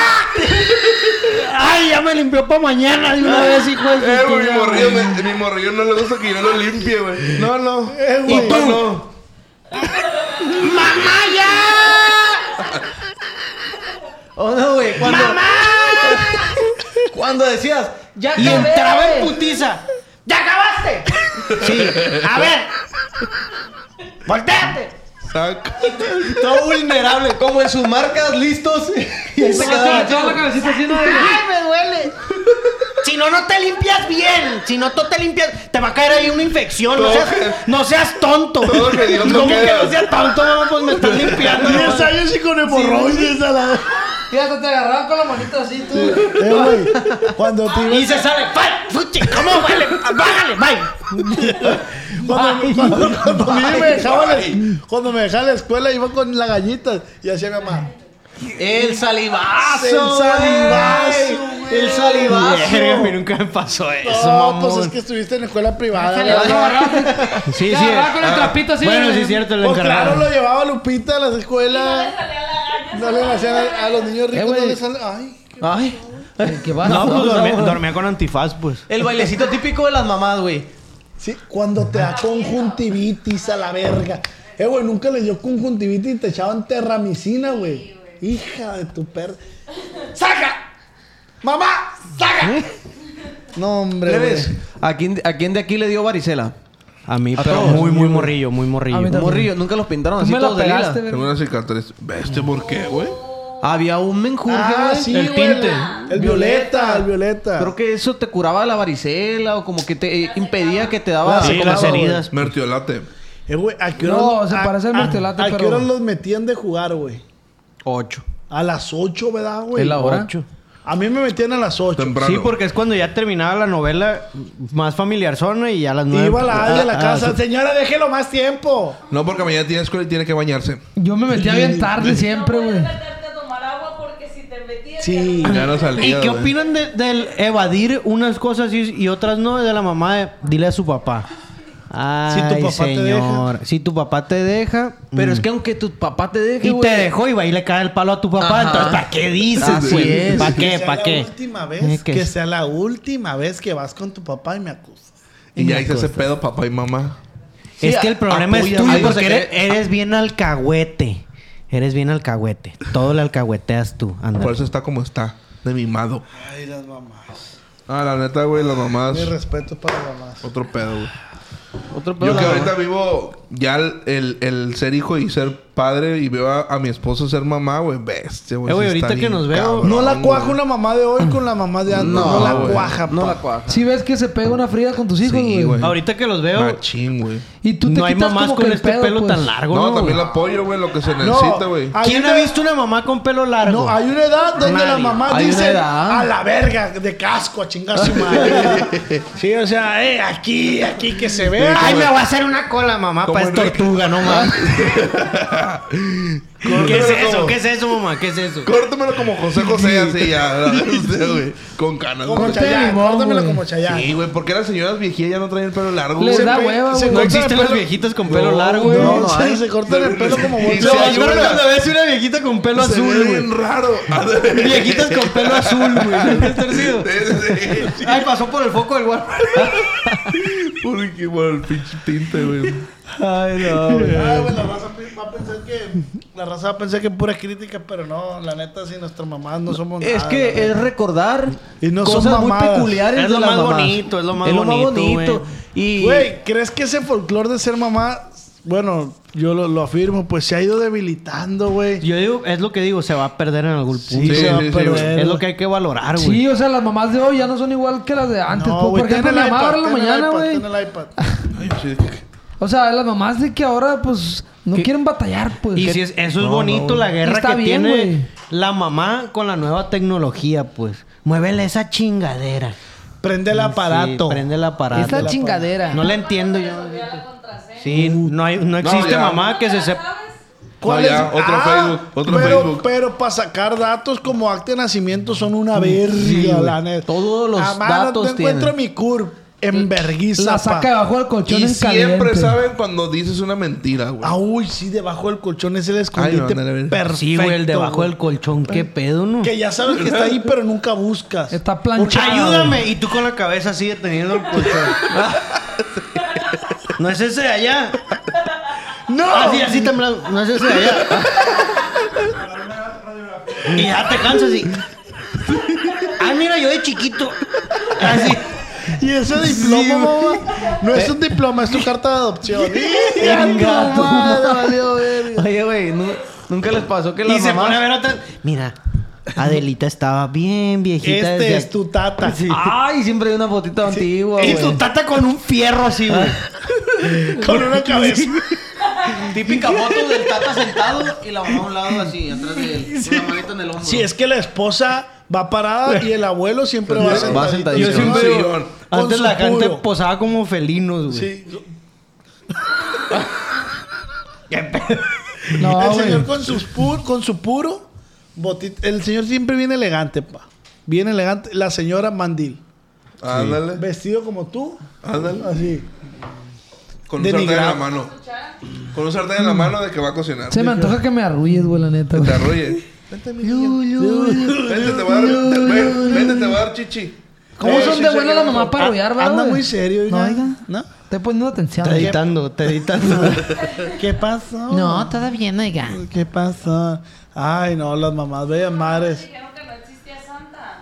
[SPEAKER 6] ¡Ay, ya me limpió para mañana de una vez, hijo de su
[SPEAKER 4] Eh, güey, mi
[SPEAKER 6] chingada,
[SPEAKER 4] morrillo,
[SPEAKER 6] güey.
[SPEAKER 4] me- mi morrillo no le gusta que yo lo limpie, güey. No, no.
[SPEAKER 3] Eh, güey.
[SPEAKER 4] Papá, no.
[SPEAKER 7] Oh, no, güey. Cuando, cuando decías, ya acabé.
[SPEAKER 6] Y entraba en
[SPEAKER 7] güey.
[SPEAKER 6] putiza.
[SPEAKER 7] ¡Ya acabaste!
[SPEAKER 6] Sí. A ver.
[SPEAKER 7] ¡Volteate!
[SPEAKER 4] Saca.
[SPEAKER 7] Todo vulnerable, como en sus marcas, listos. Y ahí se quedaba.
[SPEAKER 5] cabecita así, ¿no?
[SPEAKER 7] ¡Ay, me duele!
[SPEAKER 6] Si no, no te limpias bien. Si no, tú te limpias. Te va a caer ahí una infección. No
[SPEAKER 4] Todo
[SPEAKER 6] seas,
[SPEAKER 4] que-
[SPEAKER 6] no seas tonto.
[SPEAKER 4] Todo que Dios no
[SPEAKER 6] ¿Cómo que
[SPEAKER 4] queda.
[SPEAKER 6] no seas tonto? mamá? Pues me estás limpiando. mamá.
[SPEAKER 3] 10 años y con hemorroides a la.
[SPEAKER 5] Fíjate, te agarraban con la manita así, tú.
[SPEAKER 3] Eh, güey, Cuando te
[SPEAKER 6] Y se sale. "Fa- fuchi, ¿Cómo? Vale, bájale, bye.
[SPEAKER 3] Cuando, cuando- cuando a mí me dejaba la- cuando me dejaba la escuela iba con la gallita y hacía mi mamá.
[SPEAKER 7] El salivazo.
[SPEAKER 3] El salivazo,
[SPEAKER 7] güey.
[SPEAKER 3] güey.
[SPEAKER 7] El
[SPEAKER 12] Ah,
[SPEAKER 7] salivazo.
[SPEAKER 6] Verga, a mí nunca me pasó eso,
[SPEAKER 3] No, pues es
[SPEAKER 6] mamón.
[SPEAKER 3] que estuviste en escuela privada.
[SPEAKER 5] Te
[SPEAKER 3] ¿verdad?
[SPEAKER 6] Sí, sí.
[SPEAKER 5] agarraban con el
[SPEAKER 4] Ah,
[SPEAKER 5] trapito así.
[SPEAKER 6] Bueno,
[SPEAKER 5] güey.
[SPEAKER 6] sí es cierto, lo
[SPEAKER 3] Pues claro,
[SPEAKER 6] encargaron.
[SPEAKER 3] lo llevaba Lupita a las
[SPEAKER 9] No le
[SPEAKER 3] escuelas.
[SPEAKER 9] salía la
[SPEAKER 3] No le hacían a, a los niños
[SPEAKER 7] Eh,
[SPEAKER 3] ricos, no
[SPEAKER 5] güey.
[SPEAKER 3] le salen. Ay,
[SPEAKER 7] Ay.
[SPEAKER 5] ¿Qué pasa?
[SPEAKER 6] No, pues dormía, dormía con antifaz, pues.
[SPEAKER 7] El bailecito típico de las mamás, güey.
[SPEAKER 3] sí, cuando te da conjuntivitis a la verga. Eh, güey, nunca le dio conjuntivitis y te echaban terramicina, güey. Hija de tu perro. ¡Saca! ¡Mamá! ¡Saca! No, hombre. güey.
[SPEAKER 7] Plebes, ¿A quién, ¿A quién de aquí le dio varicela?
[SPEAKER 6] A mí,
[SPEAKER 7] pero
[SPEAKER 6] pero muy, muy morrillo, muy morrillo.
[SPEAKER 5] A mí también.
[SPEAKER 7] Morrillo, nunca los pintaron
[SPEAKER 5] Tú
[SPEAKER 7] así
[SPEAKER 5] me la
[SPEAKER 7] todos de lila.
[SPEAKER 5] pelaste,
[SPEAKER 4] Tengo
[SPEAKER 5] verga.
[SPEAKER 4] una cicatriz. ¿Veste por qué, güey?
[SPEAKER 7] Había un menjurje,
[SPEAKER 3] Ah,
[SPEAKER 7] güey.
[SPEAKER 3] sí,
[SPEAKER 6] El
[SPEAKER 3] güey.
[SPEAKER 6] tinte.
[SPEAKER 3] El violeta, el violeta.
[SPEAKER 7] Creo que eso te curaba la varicela o como que te eh, impedía que te daba...
[SPEAKER 6] Ah, Sí,
[SPEAKER 7] como-
[SPEAKER 6] las
[SPEAKER 3] güey.
[SPEAKER 6] heridas.
[SPEAKER 4] Mertiolate.
[SPEAKER 3] Eh, güey, ¿a qué
[SPEAKER 5] No,
[SPEAKER 3] horas-
[SPEAKER 5] se
[SPEAKER 3] a-
[SPEAKER 5] parece al
[SPEAKER 3] a-
[SPEAKER 5] martelate,
[SPEAKER 3] ¿A qué
[SPEAKER 5] pero-
[SPEAKER 3] horas los metían de jugar, güey?
[SPEAKER 7] Ocho.
[SPEAKER 3] A las 8, ¿verdad, güey?
[SPEAKER 7] Es la hora.
[SPEAKER 6] Ocho.
[SPEAKER 3] A mí me metían a las 8.
[SPEAKER 4] Temprano.
[SPEAKER 6] Sí, porque es cuando ya terminaba la novela más familiar zona y ya a las nueve.
[SPEAKER 3] Iba a la área de la
[SPEAKER 6] Ah,
[SPEAKER 3] casa.
[SPEAKER 6] ah, sí.
[SPEAKER 3] Señora, déjelo más tiempo.
[SPEAKER 4] No, porque mañana tiene escuela y tiene que bañarse.
[SPEAKER 5] Yo me metía bien tarde siempre,
[SPEAKER 9] No
[SPEAKER 5] güey.
[SPEAKER 9] puedes meterte a tomar agua porque si te metías...
[SPEAKER 3] Sí.
[SPEAKER 4] Ya no salía.
[SPEAKER 6] ¿Y qué
[SPEAKER 4] güey.
[SPEAKER 6] opinan de- del evadir unas cosas y, y otras no? De la mamá, de, dile a su papá. Ay,
[SPEAKER 3] tu papá te
[SPEAKER 6] señor. Si tu papá te deja.
[SPEAKER 7] Pero
[SPEAKER 6] mm.
[SPEAKER 7] es que aunque tu papá te deje,
[SPEAKER 6] Y
[SPEAKER 7] güey,
[SPEAKER 6] te dejó y va y le cae el palo a tu papá.
[SPEAKER 7] Ajá.
[SPEAKER 6] Entonces, ¿para qué dices,
[SPEAKER 7] Así
[SPEAKER 6] güey?
[SPEAKER 7] es.
[SPEAKER 6] ¿Para
[SPEAKER 3] Que
[SPEAKER 6] qué?
[SPEAKER 3] sea
[SPEAKER 6] ¿Para
[SPEAKER 3] la
[SPEAKER 6] qué?
[SPEAKER 3] última
[SPEAKER 6] Eh,
[SPEAKER 3] vez.
[SPEAKER 6] que-
[SPEAKER 3] Que sea la última vez que vas con tu papá y me acusas.
[SPEAKER 4] Y ya hice ese pedo, papá y mamá.
[SPEAKER 6] Es
[SPEAKER 7] Sí,
[SPEAKER 6] que el problema es
[SPEAKER 7] apoya-
[SPEAKER 6] tuyo
[SPEAKER 7] algo
[SPEAKER 6] porque
[SPEAKER 7] se
[SPEAKER 6] eres,
[SPEAKER 7] cree-
[SPEAKER 6] eres bien alcahuete. Eres bien alcahuete. Todo le alcahueteas tú. Anda.
[SPEAKER 4] Por eso está como está. De mimado.
[SPEAKER 3] Ay, las mamás.
[SPEAKER 4] Ah, la neta, güey, las mamás.
[SPEAKER 3] Mi respeto para las mamás.
[SPEAKER 4] Otro pedo, güey.
[SPEAKER 7] otro pedo
[SPEAKER 4] Yo que
[SPEAKER 7] la-
[SPEAKER 4] ahorita vivo ya el, el- el ser hijo y ser padre y veo a, a mi esposo ser mamá, güey, bestia, güey.
[SPEAKER 6] Eh, güey,
[SPEAKER 4] sí está
[SPEAKER 6] ahorita que
[SPEAKER 4] bien
[SPEAKER 6] nos veo-
[SPEAKER 4] cabrón,
[SPEAKER 3] No la
[SPEAKER 4] güey.
[SPEAKER 3] cuaja una mamá de hoy con la mamá de antes. No,
[SPEAKER 4] No,
[SPEAKER 3] la
[SPEAKER 4] güey.
[SPEAKER 3] cuaja,
[SPEAKER 10] No
[SPEAKER 3] pa.
[SPEAKER 10] la cuaja.
[SPEAKER 5] Si ves que se pega una frida con tus hijos,
[SPEAKER 4] Sí,
[SPEAKER 5] güey.
[SPEAKER 4] güey.
[SPEAKER 6] Ahorita que los veo,
[SPEAKER 4] Machín, güey.
[SPEAKER 5] Y tú te
[SPEAKER 6] no hay
[SPEAKER 5] quitas
[SPEAKER 6] mamás
[SPEAKER 5] como
[SPEAKER 6] con
[SPEAKER 5] que el
[SPEAKER 6] este
[SPEAKER 5] pedo,
[SPEAKER 6] pelo
[SPEAKER 5] pues.
[SPEAKER 6] tan largo,
[SPEAKER 4] No,
[SPEAKER 6] ¿no? güey?
[SPEAKER 4] también la apoyo, güey, lo que se
[SPEAKER 3] Ah, No,
[SPEAKER 4] necesita, güey.
[SPEAKER 3] hay
[SPEAKER 6] ¿Quién
[SPEAKER 3] una-
[SPEAKER 6] ha visto una mamá con pelo largo?
[SPEAKER 3] No, hay una edad donde la
[SPEAKER 6] Nadie.
[SPEAKER 3] mamá
[SPEAKER 10] Hay una
[SPEAKER 3] dice
[SPEAKER 10] edad.
[SPEAKER 3] a la verga de casco a chingar su madre. sí, o sea, eh, aquí, aquí que se vea.
[SPEAKER 6] Ay, me voy a hacer una cola, mamá,
[SPEAKER 4] Como
[SPEAKER 6] para es
[SPEAKER 4] Enrique.
[SPEAKER 6] tortuga, no mames. Ah. ¿Qué es
[SPEAKER 4] Córtamelo
[SPEAKER 6] eso?
[SPEAKER 4] como-
[SPEAKER 6] ¿Qué es eso, mamá? ¿Qué es eso?
[SPEAKER 4] Córtamelo como José José, así ya, la bestia, güey. Con canas,
[SPEAKER 3] como
[SPEAKER 4] güey.
[SPEAKER 3] Chayanne,
[SPEAKER 5] limón,
[SPEAKER 3] córtamela
[SPEAKER 5] güey.
[SPEAKER 3] como Chayanne.
[SPEAKER 4] Sí, güey, porque las señoras viejías ya no traen el pelo largo,
[SPEAKER 5] Les
[SPEAKER 4] güey.
[SPEAKER 5] da
[SPEAKER 3] pe-
[SPEAKER 5] hueva,
[SPEAKER 3] se
[SPEAKER 5] güey.
[SPEAKER 6] No
[SPEAKER 3] cortan
[SPEAKER 6] existen
[SPEAKER 3] el
[SPEAKER 6] las
[SPEAKER 3] pelo-
[SPEAKER 6] viejitas con pelo largo,
[SPEAKER 5] güey.
[SPEAKER 6] güey.
[SPEAKER 3] No,
[SPEAKER 10] No,
[SPEAKER 3] sí,
[SPEAKER 10] hay.
[SPEAKER 3] se cortan el pelo como
[SPEAKER 4] Sí,
[SPEAKER 3] bolsa.
[SPEAKER 6] Lo
[SPEAKER 4] sí,
[SPEAKER 3] de
[SPEAKER 4] hay
[SPEAKER 6] peor
[SPEAKER 3] basura.
[SPEAKER 4] una.
[SPEAKER 6] cuando ves una viejita con pelo
[SPEAKER 4] Se ve
[SPEAKER 6] azul,
[SPEAKER 4] bien
[SPEAKER 6] güey.
[SPEAKER 4] raro.
[SPEAKER 6] Viejitas con pelo azul, güey. ¿Qué es torcido?
[SPEAKER 4] Sí, sí,
[SPEAKER 6] Ay, pasó por el foco del guarda.
[SPEAKER 4] sí. Porque por el pinche tinte, güey.
[SPEAKER 6] Ay, no, güey.
[SPEAKER 3] Ay, Ah, güey, la raza pi- va a pensar que... La raza va a pensar que es pura crítica, pero no, la neta, si nuestras mamás no somos
[SPEAKER 10] Es
[SPEAKER 3] nada, la
[SPEAKER 10] que es recordar
[SPEAKER 3] Y no son
[SPEAKER 10] cosas muy
[SPEAKER 3] mamadas.
[SPEAKER 10] peculiares
[SPEAKER 6] Es
[SPEAKER 10] de
[SPEAKER 6] lo
[SPEAKER 10] las
[SPEAKER 6] más
[SPEAKER 10] mamás.
[SPEAKER 6] bonito, es lo más bonito,
[SPEAKER 10] bonito.
[SPEAKER 6] güey.
[SPEAKER 10] Y
[SPEAKER 3] Güey, ¿crees que ese folclore de ser mamá, bueno, yo lo, lo afirmo, pues se ha ido debilitando, güey?
[SPEAKER 6] Yo digo, es lo que digo, se va a perder en algún punto.
[SPEAKER 3] Sí,
[SPEAKER 4] Sí,
[SPEAKER 3] se va a
[SPEAKER 4] sí, sí, güey.
[SPEAKER 3] perder.
[SPEAKER 6] Es lo que hay que valorar, güey.
[SPEAKER 5] Sí, o sea, las mamás de hoy ya no son igual que las de antes.
[SPEAKER 3] No,
[SPEAKER 5] pues,
[SPEAKER 3] güey,
[SPEAKER 5] por ejemplo, mi
[SPEAKER 3] ten el
[SPEAKER 5] mamá
[SPEAKER 3] iPad,
[SPEAKER 5] ahora en la
[SPEAKER 3] ten el
[SPEAKER 5] mañana,
[SPEAKER 3] iPad,
[SPEAKER 5] güey.
[SPEAKER 3] ten el iPad.
[SPEAKER 4] Ay, sí.
[SPEAKER 5] O sea, las mamás de que ahora, pues, no quieren batallar, pues.
[SPEAKER 6] Y
[SPEAKER 5] Que-
[SPEAKER 6] si es- eso es bonito, la guerra
[SPEAKER 5] Está
[SPEAKER 6] que
[SPEAKER 5] bien,
[SPEAKER 6] tiene
[SPEAKER 5] güey.
[SPEAKER 6] la mamá con la nueva tecnología, pues. Muévele esa chingadera.
[SPEAKER 3] Prende el aparato.
[SPEAKER 6] Sí, prende el aparato.
[SPEAKER 5] Esa chingadera.
[SPEAKER 6] No la entiendo yo. Sí, no, hay, no existe
[SPEAKER 4] ya.
[SPEAKER 6] mamá que se sepa.
[SPEAKER 3] ¿Cuál
[SPEAKER 4] No,
[SPEAKER 3] es? Ah,
[SPEAKER 4] ya, otro Facebook, otro
[SPEAKER 3] pero,
[SPEAKER 4] Facebook.
[SPEAKER 3] Pero para sacar datos como acta de nacimiento son una verga, la neta.
[SPEAKER 10] Todos los
[SPEAKER 3] Ah, mano,
[SPEAKER 10] datos
[SPEAKER 3] no encuentro
[SPEAKER 10] tienen.
[SPEAKER 3] mi curve en verguiza,
[SPEAKER 5] La
[SPEAKER 3] pa.
[SPEAKER 5] saca debajo del colchón
[SPEAKER 4] Y
[SPEAKER 5] en
[SPEAKER 4] siempre
[SPEAKER 5] caliente.
[SPEAKER 4] saben cuando dices una mentira, güey.
[SPEAKER 3] Ah, uy, sí, debajo del colchón es el escondite
[SPEAKER 4] ándale, a ver.
[SPEAKER 3] perfecto.
[SPEAKER 6] Sí, güey, el debajo del colchón, qué pedo, ¿no?
[SPEAKER 3] Que ya sabes que está ahí, pero nunca buscas.
[SPEAKER 5] Está planchado.
[SPEAKER 6] Ayúdame. Y tú con la cabeza así deteniendo el colchón. No es ese de allá.
[SPEAKER 3] ¡No!
[SPEAKER 6] Así, Ah, así temblando. No es ese de allá. Y ya te cansas y. Ah, mira, yo de chiquito. Así.
[SPEAKER 3] Y ese diploma, mamá, no
[SPEAKER 6] Eh.
[SPEAKER 3] es un diploma, es tu carta de adopción.
[SPEAKER 10] Venga, tu
[SPEAKER 3] madre,
[SPEAKER 10] madre.
[SPEAKER 3] valió verga.
[SPEAKER 10] Oye, güey, nu- nunca les pasó que
[SPEAKER 6] Y
[SPEAKER 10] las
[SPEAKER 6] se pone a
[SPEAKER 10] mamás...
[SPEAKER 6] ver otra. Mira, Adelita estaba bien viejita.
[SPEAKER 3] Este
[SPEAKER 6] desde
[SPEAKER 3] es tu tata. Ah,
[SPEAKER 10] Ay, siempre hay una fotito antigua,
[SPEAKER 6] Y
[SPEAKER 10] güey.
[SPEAKER 6] tu tata con un fierro así, güey.
[SPEAKER 3] Con una cabeza.
[SPEAKER 7] Típica foto del tata sentado y la mamá a un lado así, atrás de él. Con la manita en el hombro.
[SPEAKER 3] Si es que la esposa va parada y el abuelo siempre va sentadito.
[SPEAKER 10] Va sentadito.
[SPEAKER 6] Yo
[SPEAKER 4] Sí,
[SPEAKER 6] siempre
[SPEAKER 4] sí,
[SPEAKER 6] digo,
[SPEAKER 4] Iván.
[SPEAKER 3] Con
[SPEAKER 6] antes
[SPEAKER 3] su
[SPEAKER 6] la gente
[SPEAKER 3] puro.
[SPEAKER 6] posaba como felinos, güey.
[SPEAKER 3] Sí.
[SPEAKER 5] No,
[SPEAKER 3] el señor
[SPEAKER 5] güey.
[SPEAKER 3] con, sus pu- con su puro botita. El señor siempre viene elegante, pa. Bien elegante. La señora Mandil.
[SPEAKER 4] Ah, Ándale.
[SPEAKER 3] Vestido como tú.
[SPEAKER 4] Ándale.
[SPEAKER 3] Así.
[SPEAKER 4] Con un sartén en
[SPEAKER 3] Denigrado.
[SPEAKER 4] la mano. Con un sartén en la mano de que va a cocinar.
[SPEAKER 5] Se me antoja que me arrulles, güey, la neta.
[SPEAKER 4] Te
[SPEAKER 5] güey.
[SPEAKER 4] arrulle. Vente, te voy a
[SPEAKER 5] Yo,
[SPEAKER 4] dar.
[SPEAKER 5] yo,
[SPEAKER 4] ven- Vente, te voy a dar chichi.
[SPEAKER 5] ¿Cómo
[SPEAKER 4] Eh,
[SPEAKER 5] son
[SPEAKER 4] sí,
[SPEAKER 5] de
[SPEAKER 4] sí,
[SPEAKER 5] buena
[SPEAKER 4] que
[SPEAKER 5] la
[SPEAKER 4] no-
[SPEAKER 5] mamá para arrullar, güey?
[SPEAKER 3] Anda muy serio.
[SPEAKER 5] No,
[SPEAKER 3] oiga.
[SPEAKER 5] oiga.
[SPEAKER 3] ¿No?
[SPEAKER 5] Estoy poniendo atención.
[SPEAKER 6] Te editando, te editando.
[SPEAKER 3] ¿Qué pasó?
[SPEAKER 8] No, todavía no, oiga.
[SPEAKER 3] ¿Qué pasó? Ay, no, las mamás bellas madres.
[SPEAKER 9] Dijeron que no existía Santa.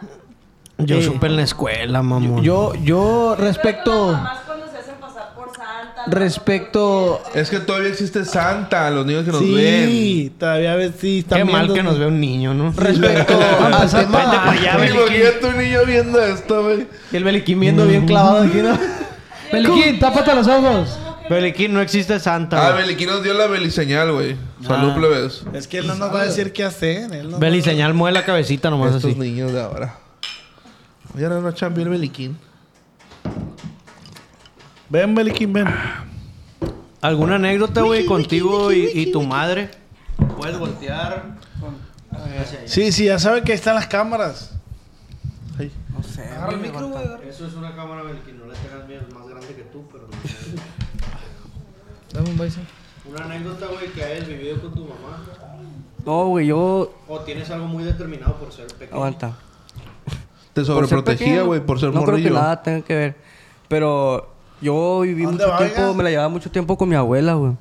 [SPEAKER 6] Yo supe en la escuela, mamón.
[SPEAKER 10] Yo, yo
[SPEAKER 9] Pero
[SPEAKER 10] respecto...
[SPEAKER 9] las mamás cuando se hacen pasar por Santa. las
[SPEAKER 10] Respecto...
[SPEAKER 4] Es que todavía existe Santa, los niños que nos ven.
[SPEAKER 3] Sí, todavía ves, sí, están
[SPEAKER 6] Qué mal
[SPEAKER 3] viendo-
[SPEAKER 6] que nos ve un niño, ¿no?
[SPEAKER 10] Respecto al
[SPEAKER 6] Vete pa'
[SPEAKER 10] tema...
[SPEAKER 6] allá,
[SPEAKER 4] Ay,
[SPEAKER 6] Beliquín.
[SPEAKER 4] imagínate un niño viendo esto, güey.
[SPEAKER 10] Y el Beliquín viendo bien clavado aquí, ¿no?
[SPEAKER 5] Peliquín, Mm. tápate los ojos.
[SPEAKER 6] Beliquín, no existe
[SPEAKER 4] Ah,
[SPEAKER 6] Santa. güey.
[SPEAKER 4] Beliquín nos dio la beliseñal, güey. Salud, plebes.
[SPEAKER 3] Es que él no nos va a decir qué hacer. Él no
[SPEAKER 6] Beli señal, mueve la cabecita nomás
[SPEAKER 4] Estos
[SPEAKER 6] así.
[SPEAKER 4] niños de ahora. Ya no, no chambeó el Beliquín.
[SPEAKER 3] Ven, Beliquín, ven.
[SPEAKER 6] ¿Alguna anécdota, güey, contigo y, y tu madre? Puedes voltear.
[SPEAKER 3] Sí, sí, ya saben que ahí están las cámaras.
[SPEAKER 6] Eso es una cámara, Beliquín. No le tengas miedo, es más grande que tú, pero
[SPEAKER 5] Dame un beso.
[SPEAKER 6] Una anécdota, güey, que hayas vivido con tu mamá.
[SPEAKER 12] No, güey, yo.
[SPEAKER 6] O tienes algo muy determinado por ser pequeño.
[SPEAKER 12] Aguanta.
[SPEAKER 4] Te
[SPEAKER 12] Por ser
[SPEAKER 4] sobreprotegía,
[SPEAKER 12] pequeño,
[SPEAKER 4] güey, por ser
[SPEAKER 12] No creo que
[SPEAKER 4] morrillo.
[SPEAKER 12] nada tenga que ver. Pero yo viví
[SPEAKER 3] ¿A dónde
[SPEAKER 12] mucho
[SPEAKER 3] va,
[SPEAKER 12] tiempo,
[SPEAKER 3] oiga?
[SPEAKER 12] me la llevaba mucho tiempo con mi abuela, güey.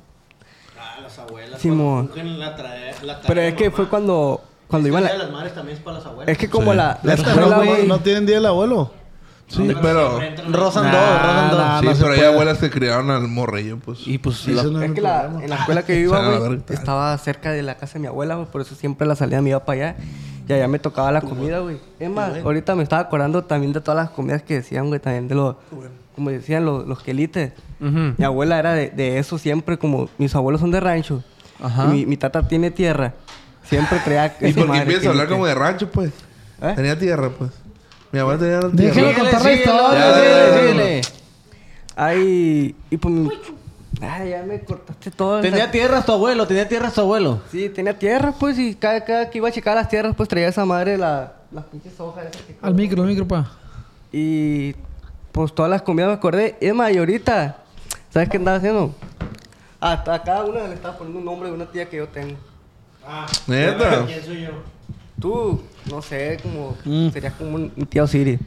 [SPEAKER 6] Ah, las abuelas.
[SPEAKER 12] Simón.
[SPEAKER 6] cuando la trae- la
[SPEAKER 12] Pero
[SPEAKER 6] tarea
[SPEAKER 12] es que
[SPEAKER 6] de
[SPEAKER 12] fue
[SPEAKER 6] mamá.
[SPEAKER 12] cuando. Cuando
[SPEAKER 6] El
[SPEAKER 12] iba a
[SPEAKER 6] Día de
[SPEAKER 12] la.
[SPEAKER 6] las madres también es para las abuelas.
[SPEAKER 12] Es que como la, la
[SPEAKER 3] Las
[SPEAKER 12] escuela,
[SPEAKER 3] cámaras
[SPEAKER 12] güey.
[SPEAKER 3] no tienen día del abuelo.
[SPEAKER 4] Sí, pero...
[SPEAKER 7] Rozan dos, rozan dos.
[SPEAKER 4] Sí,
[SPEAKER 7] No se
[SPEAKER 4] pero hay
[SPEAKER 7] puede.
[SPEAKER 4] abuelas que criaron al morrillo, pues.
[SPEAKER 7] Y pues...
[SPEAKER 12] La- es que la, en la escuela que yo
[SPEAKER 4] O sea,
[SPEAKER 12] iba,
[SPEAKER 4] la
[SPEAKER 12] güey,
[SPEAKER 4] verdad.
[SPEAKER 12] estaba cerca de la casa de mi abuela, güey, por eso siempre a la salida me iba para allá. Y allá me tocaba la comida, güey. Es más, ahorita me estaba acordando también de todas las comidas que decían, güey, también de los, como decían, los, los quelites. Mi abuela era de, de eso siempre, como mis abuelos son de rancho.
[SPEAKER 5] Ajá.
[SPEAKER 12] Y Mi, mi tata tiene tierra. Siempre traía.
[SPEAKER 4] Y
[SPEAKER 12] esa
[SPEAKER 4] porque
[SPEAKER 12] madre,
[SPEAKER 4] empieza a hablar
[SPEAKER 12] quelite.
[SPEAKER 4] como de rancho, pues. Tenía tierra, pues. Mi abuela tenía tierra.
[SPEAKER 5] Déjelo contar la historia,
[SPEAKER 4] Ya, ya, ya, ya.
[SPEAKER 12] Dile. Ay, y pues. mi- Ay, ya me cortaste todo.
[SPEAKER 7] Tenía tierras tu abuelo, tenía tierras tu abuelo.
[SPEAKER 12] Sí, tenía tierra, pues, y cada, cada que iba a checar las tierras, pues traía esa madre la, las pinches hojas. esas que-
[SPEAKER 5] Al micro, al micro, pa.
[SPEAKER 12] Y pues todas las comidas me acordé. Es más, y ahorita, ¿sabes qué andaba haciendo? Hasta a cada una le estaba poniendo un nombre de una tía que yo tengo.
[SPEAKER 4] Neta.
[SPEAKER 12] Tú, no sé, como.
[SPEAKER 5] Mm.
[SPEAKER 12] Serías como un un tío Siri.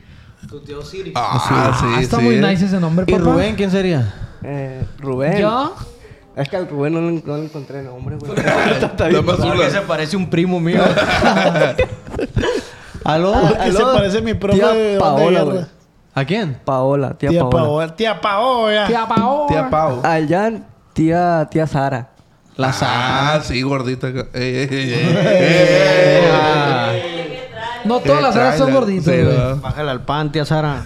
[SPEAKER 6] Tu tío Siri.
[SPEAKER 4] Ah, sí, sí.
[SPEAKER 5] Está muy nice ese nombre,
[SPEAKER 7] ¿Y
[SPEAKER 5] papá.
[SPEAKER 7] Rubén quién sería?
[SPEAKER 12] Eh, Rubén.
[SPEAKER 5] ¿Yo?
[SPEAKER 12] Es que al Rubén no, le- no le encontré nombre, güey.
[SPEAKER 4] La más
[SPEAKER 6] Porque se
[SPEAKER 4] zurda.
[SPEAKER 6] parece un primo mío.
[SPEAKER 7] ¿Aló?
[SPEAKER 3] Que se parece a mi profe
[SPEAKER 12] Tía
[SPEAKER 3] de- de
[SPEAKER 12] Paola,
[SPEAKER 3] guerra.
[SPEAKER 12] güey.
[SPEAKER 7] ¿A quién?
[SPEAKER 12] Paola, tía,
[SPEAKER 3] Tía
[SPEAKER 12] Paola.
[SPEAKER 3] Paola. Tía Paola.
[SPEAKER 5] Tía Paola.
[SPEAKER 4] Tía Pau.
[SPEAKER 12] Al Jan, tía, tía Sara.
[SPEAKER 7] La Sara.
[SPEAKER 4] Ah, sí, gordita. Eh, eh, eh, eh.
[SPEAKER 5] No todas las áreas son
[SPEAKER 4] Traila.
[SPEAKER 5] gorditas,
[SPEAKER 4] Sí,
[SPEAKER 5] güey.
[SPEAKER 4] va.
[SPEAKER 6] Bájale al pan, tía Sara.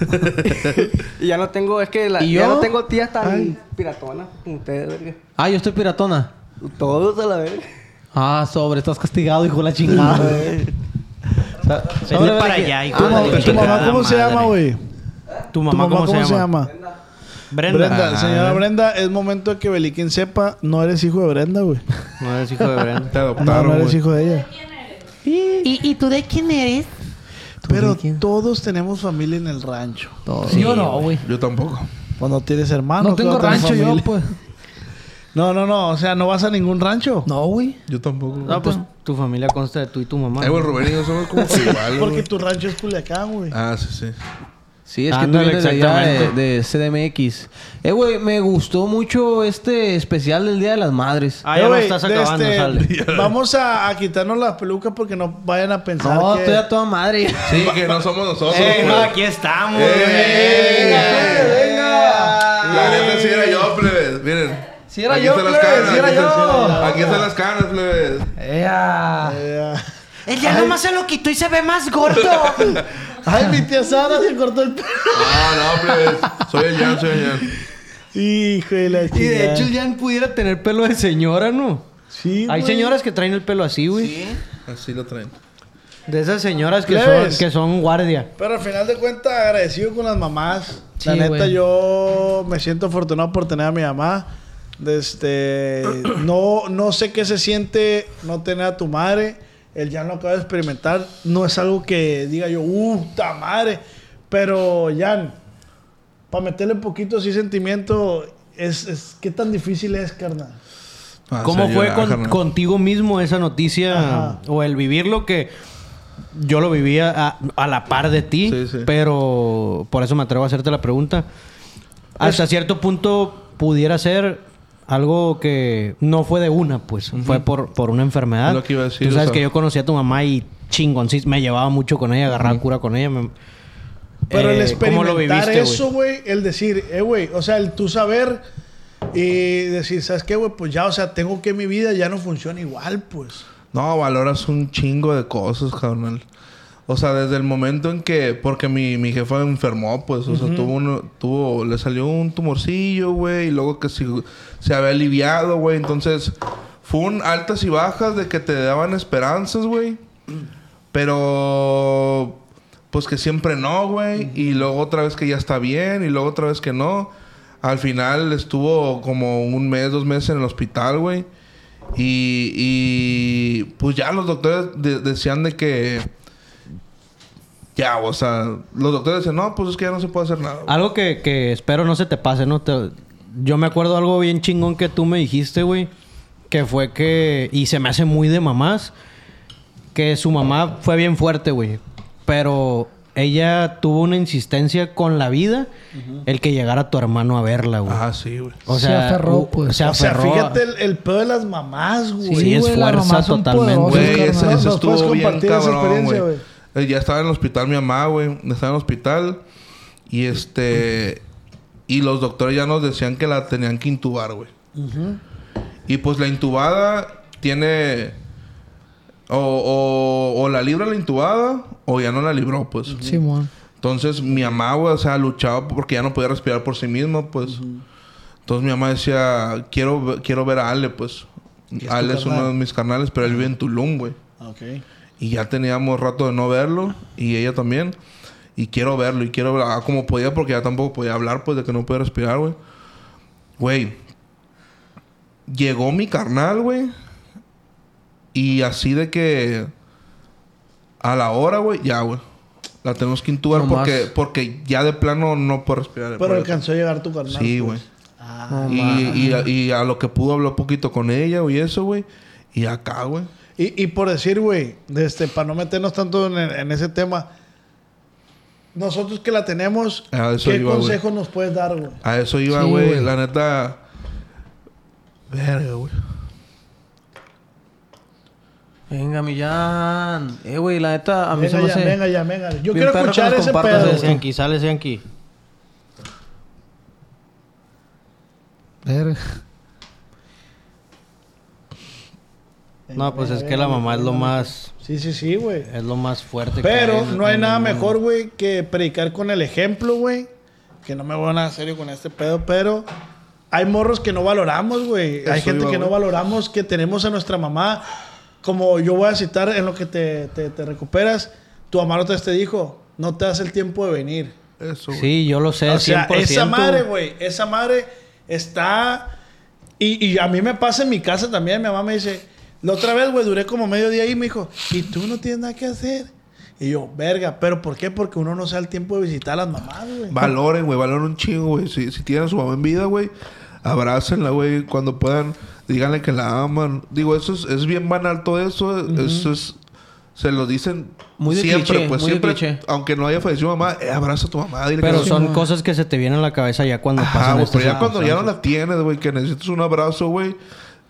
[SPEAKER 12] Y ya no tengo, es que la,
[SPEAKER 7] ¿Y
[SPEAKER 12] ya
[SPEAKER 7] yo?
[SPEAKER 12] no tengo tías tan piratonas como ustedes, verga.
[SPEAKER 7] Ah, yo estoy piratona.
[SPEAKER 12] Todos a la vez.
[SPEAKER 7] Ah, sobre, estás castigado, hijo de la chingada. Sa-
[SPEAKER 6] Vete
[SPEAKER 7] sobre, verga.
[SPEAKER 6] para allá, hijo
[SPEAKER 3] ¿Tu,
[SPEAKER 6] de
[SPEAKER 3] mamá-
[SPEAKER 6] la
[SPEAKER 3] tu mamá
[SPEAKER 6] chingada
[SPEAKER 3] cómo se
[SPEAKER 6] madre.
[SPEAKER 3] llama, güey?
[SPEAKER 6] ¿Tu
[SPEAKER 3] ¿Tu
[SPEAKER 6] mamá cómo, se, llama? Brenda.
[SPEAKER 3] Brenda,
[SPEAKER 4] Ah.
[SPEAKER 3] señora Brenda, es momento de que Beliquín sepa, no eres hijo de Brenda, güey.
[SPEAKER 6] No eres hijo de Brenda.
[SPEAKER 4] Te
[SPEAKER 3] No, no
[SPEAKER 4] adoptaron,
[SPEAKER 3] eres
[SPEAKER 4] güey.
[SPEAKER 3] hijo de ella.
[SPEAKER 8] ¿Y, ¿Y tú de quién eres?
[SPEAKER 3] Pero todos tenemos familia en el rancho.
[SPEAKER 5] yo no, güey.
[SPEAKER 4] Yo tampoco.
[SPEAKER 3] Cuando tienes hermanos.
[SPEAKER 5] No tengo
[SPEAKER 3] cuando tienes
[SPEAKER 5] rancho yo,
[SPEAKER 3] familia.
[SPEAKER 5] pues.
[SPEAKER 3] No, no, no. O sea, no vas a ningún rancho.
[SPEAKER 5] No, güey.
[SPEAKER 4] Yo tampoco.
[SPEAKER 6] No, pues tu familia consta de tú y tu mamá.
[SPEAKER 4] Eh, güey, Rubén y yo somos como que igual,
[SPEAKER 3] Porque
[SPEAKER 4] güey.
[SPEAKER 3] tu rancho es Culiacán, güey.
[SPEAKER 4] Ah, sí, sí.
[SPEAKER 10] Sí, es que tú
[SPEAKER 6] Ándale,
[SPEAKER 10] vienes de allá de,
[SPEAKER 6] exactamente.
[SPEAKER 10] de CDMX. Eh, güey, me gustó mucho este especial del Día de las Madres.
[SPEAKER 6] Ah, ya
[SPEAKER 3] Eh,
[SPEAKER 6] lo
[SPEAKER 3] güey,
[SPEAKER 6] estás
[SPEAKER 3] de
[SPEAKER 6] acabando,
[SPEAKER 3] este,
[SPEAKER 6] sale.
[SPEAKER 3] Vamos a, a quitarnos las pelucas porque no vayan a pensar
[SPEAKER 10] No,
[SPEAKER 3] que...
[SPEAKER 10] estoy a toda madre.
[SPEAKER 4] Sí, que no somos nosotros.
[SPEAKER 6] Eh,
[SPEAKER 4] güey.
[SPEAKER 6] no, aquí estamos,
[SPEAKER 4] Eh,
[SPEAKER 6] güey.
[SPEAKER 4] La neta sí era yo, plebes. Miren.
[SPEAKER 5] Sí era
[SPEAKER 4] Aquí
[SPEAKER 5] yo,
[SPEAKER 4] están las
[SPEAKER 5] plebes,
[SPEAKER 4] canas,
[SPEAKER 5] sí era
[SPEAKER 4] aquí están-
[SPEAKER 5] yo.
[SPEAKER 4] Aquí están las canas, plebes.
[SPEAKER 5] ¡Ea!
[SPEAKER 3] Eh,
[SPEAKER 8] Él ya nomás se lo quitó y se ve más gordo.
[SPEAKER 3] Ay, mi tía Sara se cortó el pelo.
[SPEAKER 4] Ah, No, no, plebes. Soy el Jan, soy el Jan.
[SPEAKER 3] Hijo de la
[SPEAKER 6] Y de
[SPEAKER 3] chingada.
[SPEAKER 6] hecho ya pudiera tener pelo de señora, ¿no?
[SPEAKER 3] Sí,
[SPEAKER 6] Hay
[SPEAKER 3] güey.
[SPEAKER 6] señoras que traen el pelo así, güey.
[SPEAKER 4] Así lo traen.
[SPEAKER 6] De esas señoras que son,
[SPEAKER 3] Plebes.
[SPEAKER 6] que son guardia.
[SPEAKER 3] Pero al final de cuentas, agradecido con las mamás. la
[SPEAKER 5] Sí,
[SPEAKER 3] neta,
[SPEAKER 5] güey.
[SPEAKER 3] yo me siento afortunado por tener a mi mamá. Este, no, no sé qué se siente no tener a tu madre. Él ya lo acaba de experimentar. No es algo que diga yo, ¡uh, ta madre! Pero, Jan, para meterle un poquito así sentimiento, es, es- ¿qué tan difícil es, carnal?
[SPEAKER 4] Ah,
[SPEAKER 6] ¿Cómo
[SPEAKER 4] sí,
[SPEAKER 6] fue
[SPEAKER 4] ya,
[SPEAKER 6] con-
[SPEAKER 4] carnal.
[SPEAKER 6] contigo mismo esa noticia
[SPEAKER 3] Ajá.
[SPEAKER 6] o el vivirlo que yo lo vivía a, a la par de ti?
[SPEAKER 4] Sí, sí.
[SPEAKER 6] Pero por eso me atrevo a hacerte la pregunta. Hasta cierto punto pudiera ser algo que no fue de una, pues. Fue por, por una enfermedad.
[SPEAKER 4] Lo que iba a decir,
[SPEAKER 6] Tú
[SPEAKER 4] o
[SPEAKER 6] sabes
[SPEAKER 4] sea-
[SPEAKER 6] que yo conocí a tu mamá y chingoncís. Me llevaba mucho con ella, agarraba cura con ella. me-
[SPEAKER 3] Pero el
[SPEAKER 6] Eh, ¿cómo
[SPEAKER 3] experimentar
[SPEAKER 6] lo viviste, güey?
[SPEAKER 3] eso, güey, el decir, eh, güey, o sea, el tú saber y decir, ¿sabes qué, güey? Pues ya, o sea, tengo que mi vida ya no funciona igual, pues.
[SPEAKER 4] No, valoras un chingo de cosas, carnal. O sea, desde el momento en que... Porque mi, mi jefa enfermó, pues. O sea, tuvo uno... Tuvo... Le salió un tumorcillo, güey. Y luego que se, se había aliviado, güey. Entonces... Fue un altas y bajas de que te daban esperanzas, güey. Pero... Pues que siempre no, güey. Y luego otra vez que ya está bien. Y luego otra vez que no. Al final estuvo como un mes, dos meses en el hospital, güey. Y, y, pues ya los doctores de- decían de que... Ya, o sea, los doctores decían, no, pues es que ya no se puede hacer nada. güey".
[SPEAKER 6] Algo que, que espero no se te pase, ¿no? Te- yo me acuerdo algo bien chingón que tú me dijiste, güey. Que fue que... Y se me hace muy de mamás. Que su mamá fue bien fuerte, güey. Pero ella tuvo una insistencia con la vida. El que llegara tu hermano a verla, güey.
[SPEAKER 4] Ah, sí, güey.
[SPEAKER 6] O
[SPEAKER 5] Se
[SPEAKER 6] sea,
[SPEAKER 5] aferró,
[SPEAKER 6] u-
[SPEAKER 5] pues.
[SPEAKER 6] Se
[SPEAKER 3] O sea,
[SPEAKER 6] aferró.
[SPEAKER 3] fíjate el, el pedo de las mamás, güey.
[SPEAKER 6] Sí, es
[SPEAKER 5] güey, las
[SPEAKER 6] fuerza
[SPEAKER 5] mamás son
[SPEAKER 6] totalmente.
[SPEAKER 5] poderosas,
[SPEAKER 4] Güey,
[SPEAKER 5] carnal.
[SPEAKER 4] ese,
[SPEAKER 3] ¿Nos
[SPEAKER 4] ese
[SPEAKER 3] puedes
[SPEAKER 4] estuvo bien
[SPEAKER 3] compartir esa
[SPEAKER 4] cabrón,
[SPEAKER 3] experiencia,
[SPEAKER 4] güey. Eh, Ya estaba en el hospital mi mamá, güey. Estaba en el hospital. Y este. Y los doctores ya nos decían que la tenían que intubar, güey. Y pues la intubada tiene. O, o- o la libra la intubada, o ya no la libró, pues.
[SPEAKER 5] Simón.
[SPEAKER 4] Entonces mi mamá, güey, o sea, luchaba porque ya no podía respirar por sí mismo, pues. Entonces mi mamá decía, quiero, ve- quiero ver a Ale, pues.
[SPEAKER 3] es tu
[SPEAKER 4] Ale es uno
[SPEAKER 3] carnal?
[SPEAKER 4] de mis carnales, pero él vive en Tulum, güey.
[SPEAKER 3] Ah, Ok.
[SPEAKER 4] Y ya teníamos rato de no verlo, y ella también. Y quiero verlo, y quiero ver ah, como podía, porque ya tampoco podía hablar, pues, de que no podía respirar, güey. Güey, llegó mi carnal, güey. Y así de que a la hora, güey, ya, güey. La tenemos que intubar
[SPEAKER 5] No más.
[SPEAKER 4] porque, porque ya de plano no puedo respirar.
[SPEAKER 3] Pero
[SPEAKER 4] Por-
[SPEAKER 3] alcanzó a llegar tu carnal.
[SPEAKER 4] Sí, güey.
[SPEAKER 3] pues.
[SPEAKER 4] Ah,
[SPEAKER 5] Ah,
[SPEAKER 4] y, y, a- y a lo que pudo habló poquito con ella, güey, eso, güey. Y acá, güey.
[SPEAKER 3] Y, y por decir, güey, este, para no meternos tanto en, en ese tema, nosotros que la tenemos,
[SPEAKER 4] A eso
[SPEAKER 3] ¿qué
[SPEAKER 4] iba, güey.
[SPEAKER 3] consejo nos puedes dar, güey?
[SPEAKER 4] A eso iba,
[SPEAKER 5] Sí,
[SPEAKER 4] güey.
[SPEAKER 5] güey.
[SPEAKER 4] la neta. Verga, güey.
[SPEAKER 7] Venga, Millán.
[SPEAKER 10] Eh, güey, la neta, a mí
[SPEAKER 3] Venga,
[SPEAKER 10] se me
[SPEAKER 3] ya,
[SPEAKER 10] hace...
[SPEAKER 3] venga, ya, venga. Yo
[SPEAKER 10] bien
[SPEAKER 3] quiero
[SPEAKER 10] perro que
[SPEAKER 3] escuchar
[SPEAKER 10] nos
[SPEAKER 3] ese
[SPEAKER 10] compartas
[SPEAKER 3] pedo.
[SPEAKER 10] ese.
[SPEAKER 3] güey.
[SPEAKER 6] Yankee, sale ese Yankee.
[SPEAKER 5] Verga.
[SPEAKER 6] No, pues es que la mamá es lo más...
[SPEAKER 3] Sí, sí, sí, güey.
[SPEAKER 6] Es lo más fuerte
[SPEAKER 3] Pero no hay nada
[SPEAKER 6] mejor,
[SPEAKER 3] mejor, güey, que predicar con el ejemplo, güey. Que no me voy a nada serio con este pedo, pero hay morros que no valoramos, güey. Hay
[SPEAKER 4] Eso
[SPEAKER 3] gente
[SPEAKER 4] iba,
[SPEAKER 3] que no
[SPEAKER 4] güey.
[SPEAKER 3] valoramos, que tenemos a nuestra mamá. Como yo voy a citar en lo que te, te- te recuperas, tu mamá otra vez te dijo, no te das el tiempo de venir.
[SPEAKER 4] Eso, güey.
[SPEAKER 6] Sí, yo lo sé,
[SPEAKER 3] o sea,
[SPEAKER 6] 100%.
[SPEAKER 3] esa madre, güey, esa madre está... Y, y a mí me pasa en mi casa también, mi mamá me dice, la otra vez, güey, duré como medio día ahí, me dijo, y tú no tienes nada que hacer. Y yo, verga, ¿pero por qué? Porque uno no se da el tiempo de visitar a las mamás, güey.
[SPEAKER 4] Valoren, güey. Valoren un chingo, güey. Si, si tienen a su mamá en vida, güey, abrácenla, güey. Cuando puedan, díganle que la aman. Digo, eso es, es bien banal todo eso. Eso es... Se lo dicen
[SPEAKER 10] Muy de
[SPEAKER 4] siempre,
[SPEAKER 10] cliché,
[SPEAKER 4] pues
[SPEAKER 10] muy de
[SPEAKER 4] siempre.
[SPEAKER 10] cliché.
[SPEAKER 4] Aunque no haya fallecido mamá, eh, abraza a tu mamá. Dile
[SPEAKER 6] Pero
[SPEAKER 4] que
[SPEAKER 6] son cosas que se te vienen a la cabeza ya cuando
[SPEAKER 4] Ajá,
[SPEAKER 6] pasan
[SPEAKER 4] güey.
[SPEAKER 6] estas
[SPEAKER 4] Pero ya cuando ya no
[SPEAKER 6] circunstancias.
[SPEAKER 4] la tienes, güey, que necesitas un abrazo, güey.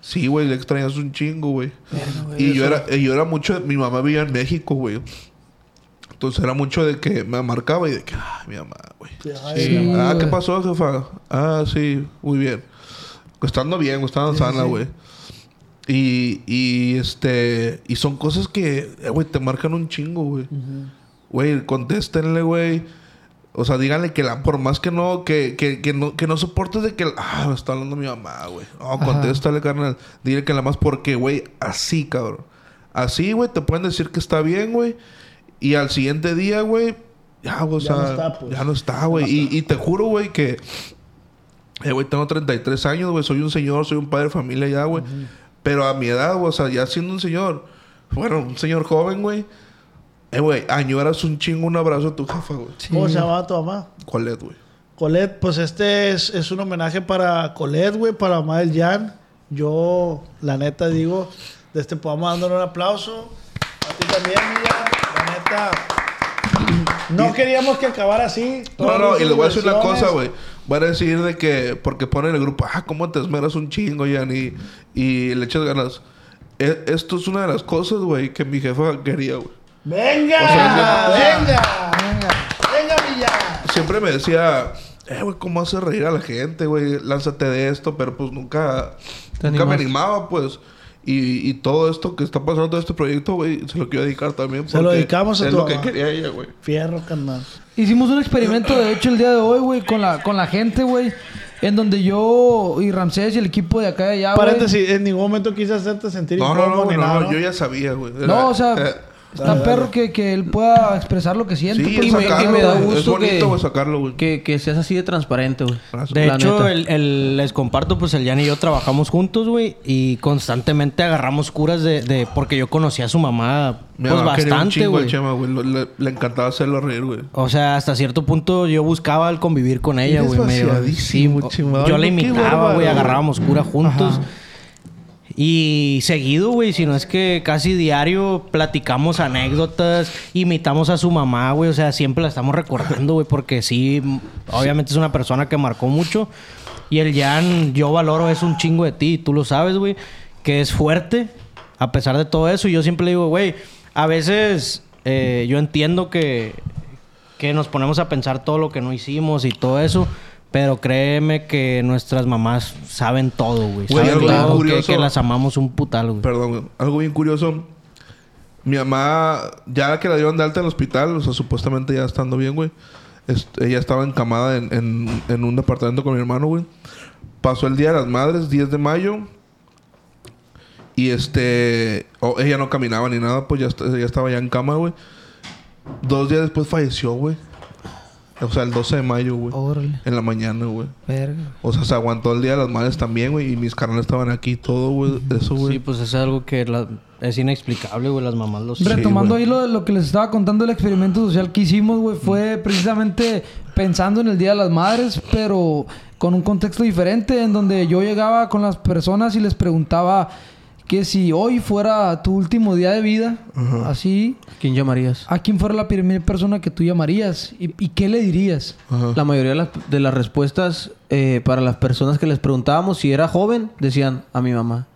[SPEAKER 4] Sí, güey, le extrañas un chingo, güey. Y yo era, y yo era mucho... Mi mamá vivía en México, güey. Entonces era mucho de que me marcaba y de que... Ay, mi mamá, güey.
[SPEAKER 3] Ay,
[SPEAKER 5] Sí,
[SPEAKER 4] Ah, ¿qué
[SPEAKER 5] güey.
[SPEAKER 4] pasó, jefa? Ah, sí, muy bien. Estando bien, estando sana, güey. Y, y este. Y son cosas que, eh, güey, te marcan un chingo, güey. Güey, contéstenle, güey. O sea, díganle que la, por más que no, que, que, que no, que no soportes de que la- ah, me está hablando mi mamá, güey. No,
[SPEAKER 5] Ajá.
[SPEAKER 4] contéstale, carnal. Dile que la más porque, güey, así, cabrón. Así, güey, te pueden decir que está bien, güey. Y al siguiente día, güey, ya, güey, o
[SPEAKER 3] Ya no
[SPEAKER 4] sea,
[SPEAKER 3] está, pues.
[SPEAKER 4] ya no está, güey. Y, y te juro, güey, que, eh, güey, tengo 33 años, güey, soy un señor, soy un padre de familia ya, güey. Pero a mi edad, güey, o sea, ya siendo un señor, bueno, un señor joven, güey, eh, güey, añoras un chingo, un abrazo a tu jefa, güey.
[SPEAKER 3] ¿Cómo se llamaba tu mamá?
[SPEAKER 4] ¿Cuál es, güey?
[SPEAKER 3] Colette, pues este es, es un homenaje para Colette, güey, para la mamá del Jan. Yo, la neta, digo, de este programa dándole un aplauso. A ti también, mi Jan. La neta. No queríamos que acabara así.
[SPEAKER 4] No,
[SPEAKER 3] Todas
[SPEAKER 4] no, y
[SPEAKER 3] nuestras
[SPEAKER 4] le voy a decir una
[SPEAKER 3] versiones.
[SPEAKER 4] cosa, güey. Van a decir de que, porque ponen el grupo, ah, cómo te esmeras un chingo, Jan, y, y le echas ganas. E- esto es una de las cosas, güey, que mi jefa quería, güey.
[SPEAKER 3] ¡Venga!
[SPEAKER 4] O sea,
[SPEAKER 3] ¡Venga! ¡Venga, mi Jan!
[SPEAKER 4] siempre me decía, eh, güey, ¿cómo hace reír a la gente, güey? Lánzate de esto, pero pues nunca,
[SPEAKER 10] Te
[SPEAKER 4] nunca me
[SPEAKER 10] animaste.
[SPEAKER 4] animaba, pues. Y, y todo esto que está pasando, este proyecto, güey, se lo quiero dedicar también.
[SPEAKER 3] Se lo
[SPEAKER 4] porque
[SPEAKER 3] dedicamos a
[SPEAKER 4] Es
[SPEAKER 3] tu
[SPEAKER 4] lo que
[SPEAKER 3] mamá.
[SPEAKER 4] quería ella, güey.
[SPEAKER 3] Fierro, carnal.
[SPEAKER 5] Hicimos un experimento, de hecho, el día de hoy, güey, con la, con la gente, güey. En donde yo y Ramsés y el equipo de acá y
[SPEAKER 12] Ah,
[SPEAKER 5] allá, güey.
[SPEAKER 3] Paréntesis, en ningún momento quise hacerte sentir
[SPEAKER 4] No, no,
[SPEAKER 3] incómodo
[SPEAKER 4] no,
[SPEAKER 3] ni
[SPEAKER 4] no,
[SPEAKER 3] nada,
[SPEAKER 4] no, yo ya sabía, güey. Era-
[SPEAKER 5] No, o sea,
[SPEAKER 4] eh,
[SPEAKER 5] está perro que, que él pueda expresar lo que siente.
[SPEAKER 4] sí,
[SPEAKER 5] pues,
[SPEAKER 4] es
[SPEAKER 10] y me- y
[SPEAKER 4] sacarlo,
[SPEAKER 10] me da
[SPEAKER 4] güey. Es
[SPEAKER 10] gusto que-
[SPEAKER 4] bonito, güey, sacarlo, güey.
[SPEAKER 10] Que, que seas así de transparente, güey.
[SPEAKER 4] Abrazo.
[SPEAKER 6] De
[SPEAKER 10] La
[SPEAKER 6] hecho,
[SPEAKER 10] neta.
[SPEAKER 6] el, el- les comparto, pues el Jan y yo trabajamos juntos, güey, y constantemente agarramos curas de, de- porque yo conocí a su mamá,
[SPEAKER 4] Mi
[SPEAKER 6] pues
[SPEAKER 4] mamá quería un
[SPEAKER 6] bastante,
[SPEAKER 4] chingo al
[SPEAKER 6] güey.
[SPEAKER 4] Chema, güey. Lo- Le, le encantaba hacerlo reír, güey.
[SPEAKER 6] O sea, hasta cierto punto yo buscaba el convivir con ella,
[SPEAKER 4] Eres
[SPEAKER 6] güey. medio-
[SPEAKER 4] vaciadísimo,
[SPEAKER 6] o-
[SPEAKER 4] chingado.
[SPEAKER 6] Yo la
[SPEAKER 4] Qué
[SPEAKER 6] imitaba,
[SPEAKER 4] bárbaro,
[SPEAKER 6] güey,
[SPEAKER 4] güey.
[SPEAKER 6] agarrábamos cura juntos. Y seguido, güey, si no es que casi diario platicamos anécdotas, imitamos a su mamá, güey, o sea, siempre la estamos recordando, güey, porque sí, m- obviamente es una persona que marcó mucho. Y el Jan, yo valoro es un chingo de ti, tú lo sabes, güey, que es fuerte a pesar de todo eso. Y yo siempre le digo, güey, a veces eh, yo entiendo que, que nos ponemos a pensar todo lo que no hicimos y todo eso. Pero créeme que nuestras mamás saben todo, güey.
[SPEAKER 4] Güey,
[SPEAKER 6] Saben
[SPEAKER 4] algo bien
[SPEAKER 6] todo que,
[SPEAKER 4] curioso.
[SPEAKER 6] que las amamos un putal, güey.
[SPEAKER 4] Perdón, güey. algo bien curioso. Mi mamá, ya que la dieron de alta en el hospital, o sea, supuestamente ya estando bien, güey. es- ella estaba encamada en, en- en un departamento con mi hermano, güey. Pasó el Día de las Madres, 10 de mayo. Y este... o- ella no caminaba ni nada, pues ya, est- ella estaba ya en cama, güey. Dos días después falleció, güey. O sea, el 12 de mayo, güey.
[SPEAKER 12] Órale.
[SPEAKER 4] En la mañana, güey.
[SPEAKER 12] Verga.
[SPEAKER 4] O sea, se aguantó el Día de las Madres también, güey. Y mis carnales estaban aquí, todo, güey. Eso, güey.
[SPEAKER 6] Sí, pues es algo que la- es inexplicable, güey. Las mamás lo saben.
[SPEAKER 12] Retomando ahí lo, lo que les estaba contando, el experimento social que hicimos, güey, fue precisamente pensando en el Día de las Madres, pero con un contexto diferente, en donde yo llegaba con las personas y les preguntaba que si hoy fuera tu último día de vida, así,
[SPEAKER 7] ¿Quién llamarías?
[SPEAKER 12] ¿a quién fuera la primera persona que tú llamarías? ¿Y, y qué le dirías?
[SPEAKER 7] La mayoría de las, de las respuestas eh, para las personas que les preguntábamos, si era joven, decían a mi mamá.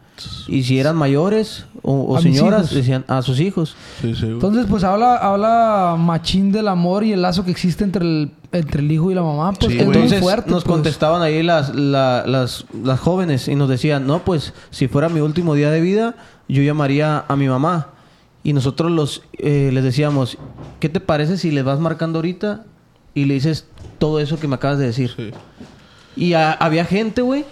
[SPEAKER 7] Y si eran mayores o, o
[SPEAKER 12] A mis
[SPEAKER 7] señoras,
[SPEAKER 12] hijos.
[SPEAKER 7] decían a sus hijos.
[SPEAKER 4] Sí, sí, güey.
[SPEAKER 12] Entonces, pues habla, habla machín del amor y el lazo que existe entre el, entre el hijo y la mamá, pues
[SPEAKER 4] Sí,
[SPEAKER 12] es
[SPEAKER 4] güey.
[SPEAKER 12] muy
[SPEAKER 7] Entonces
[SPEAKER 12] fuerte.
[SPEAKER 7] nos
[SPEAKER 12] pues.
[SPEAKER 7] contestaban ahí las, la- las, las jóvenes y nos decían, no, pues si fuera mi último día de vida, yo llamaría a mi mamá. Y nosotros los, eh, les decíamos, ¿qué te parece si le vas marcando ahorita y le dices todo eso que me acabas de decir?
[SPEAKER 4] Sí.
[SPEAKER 7] Y a- había gente, güey.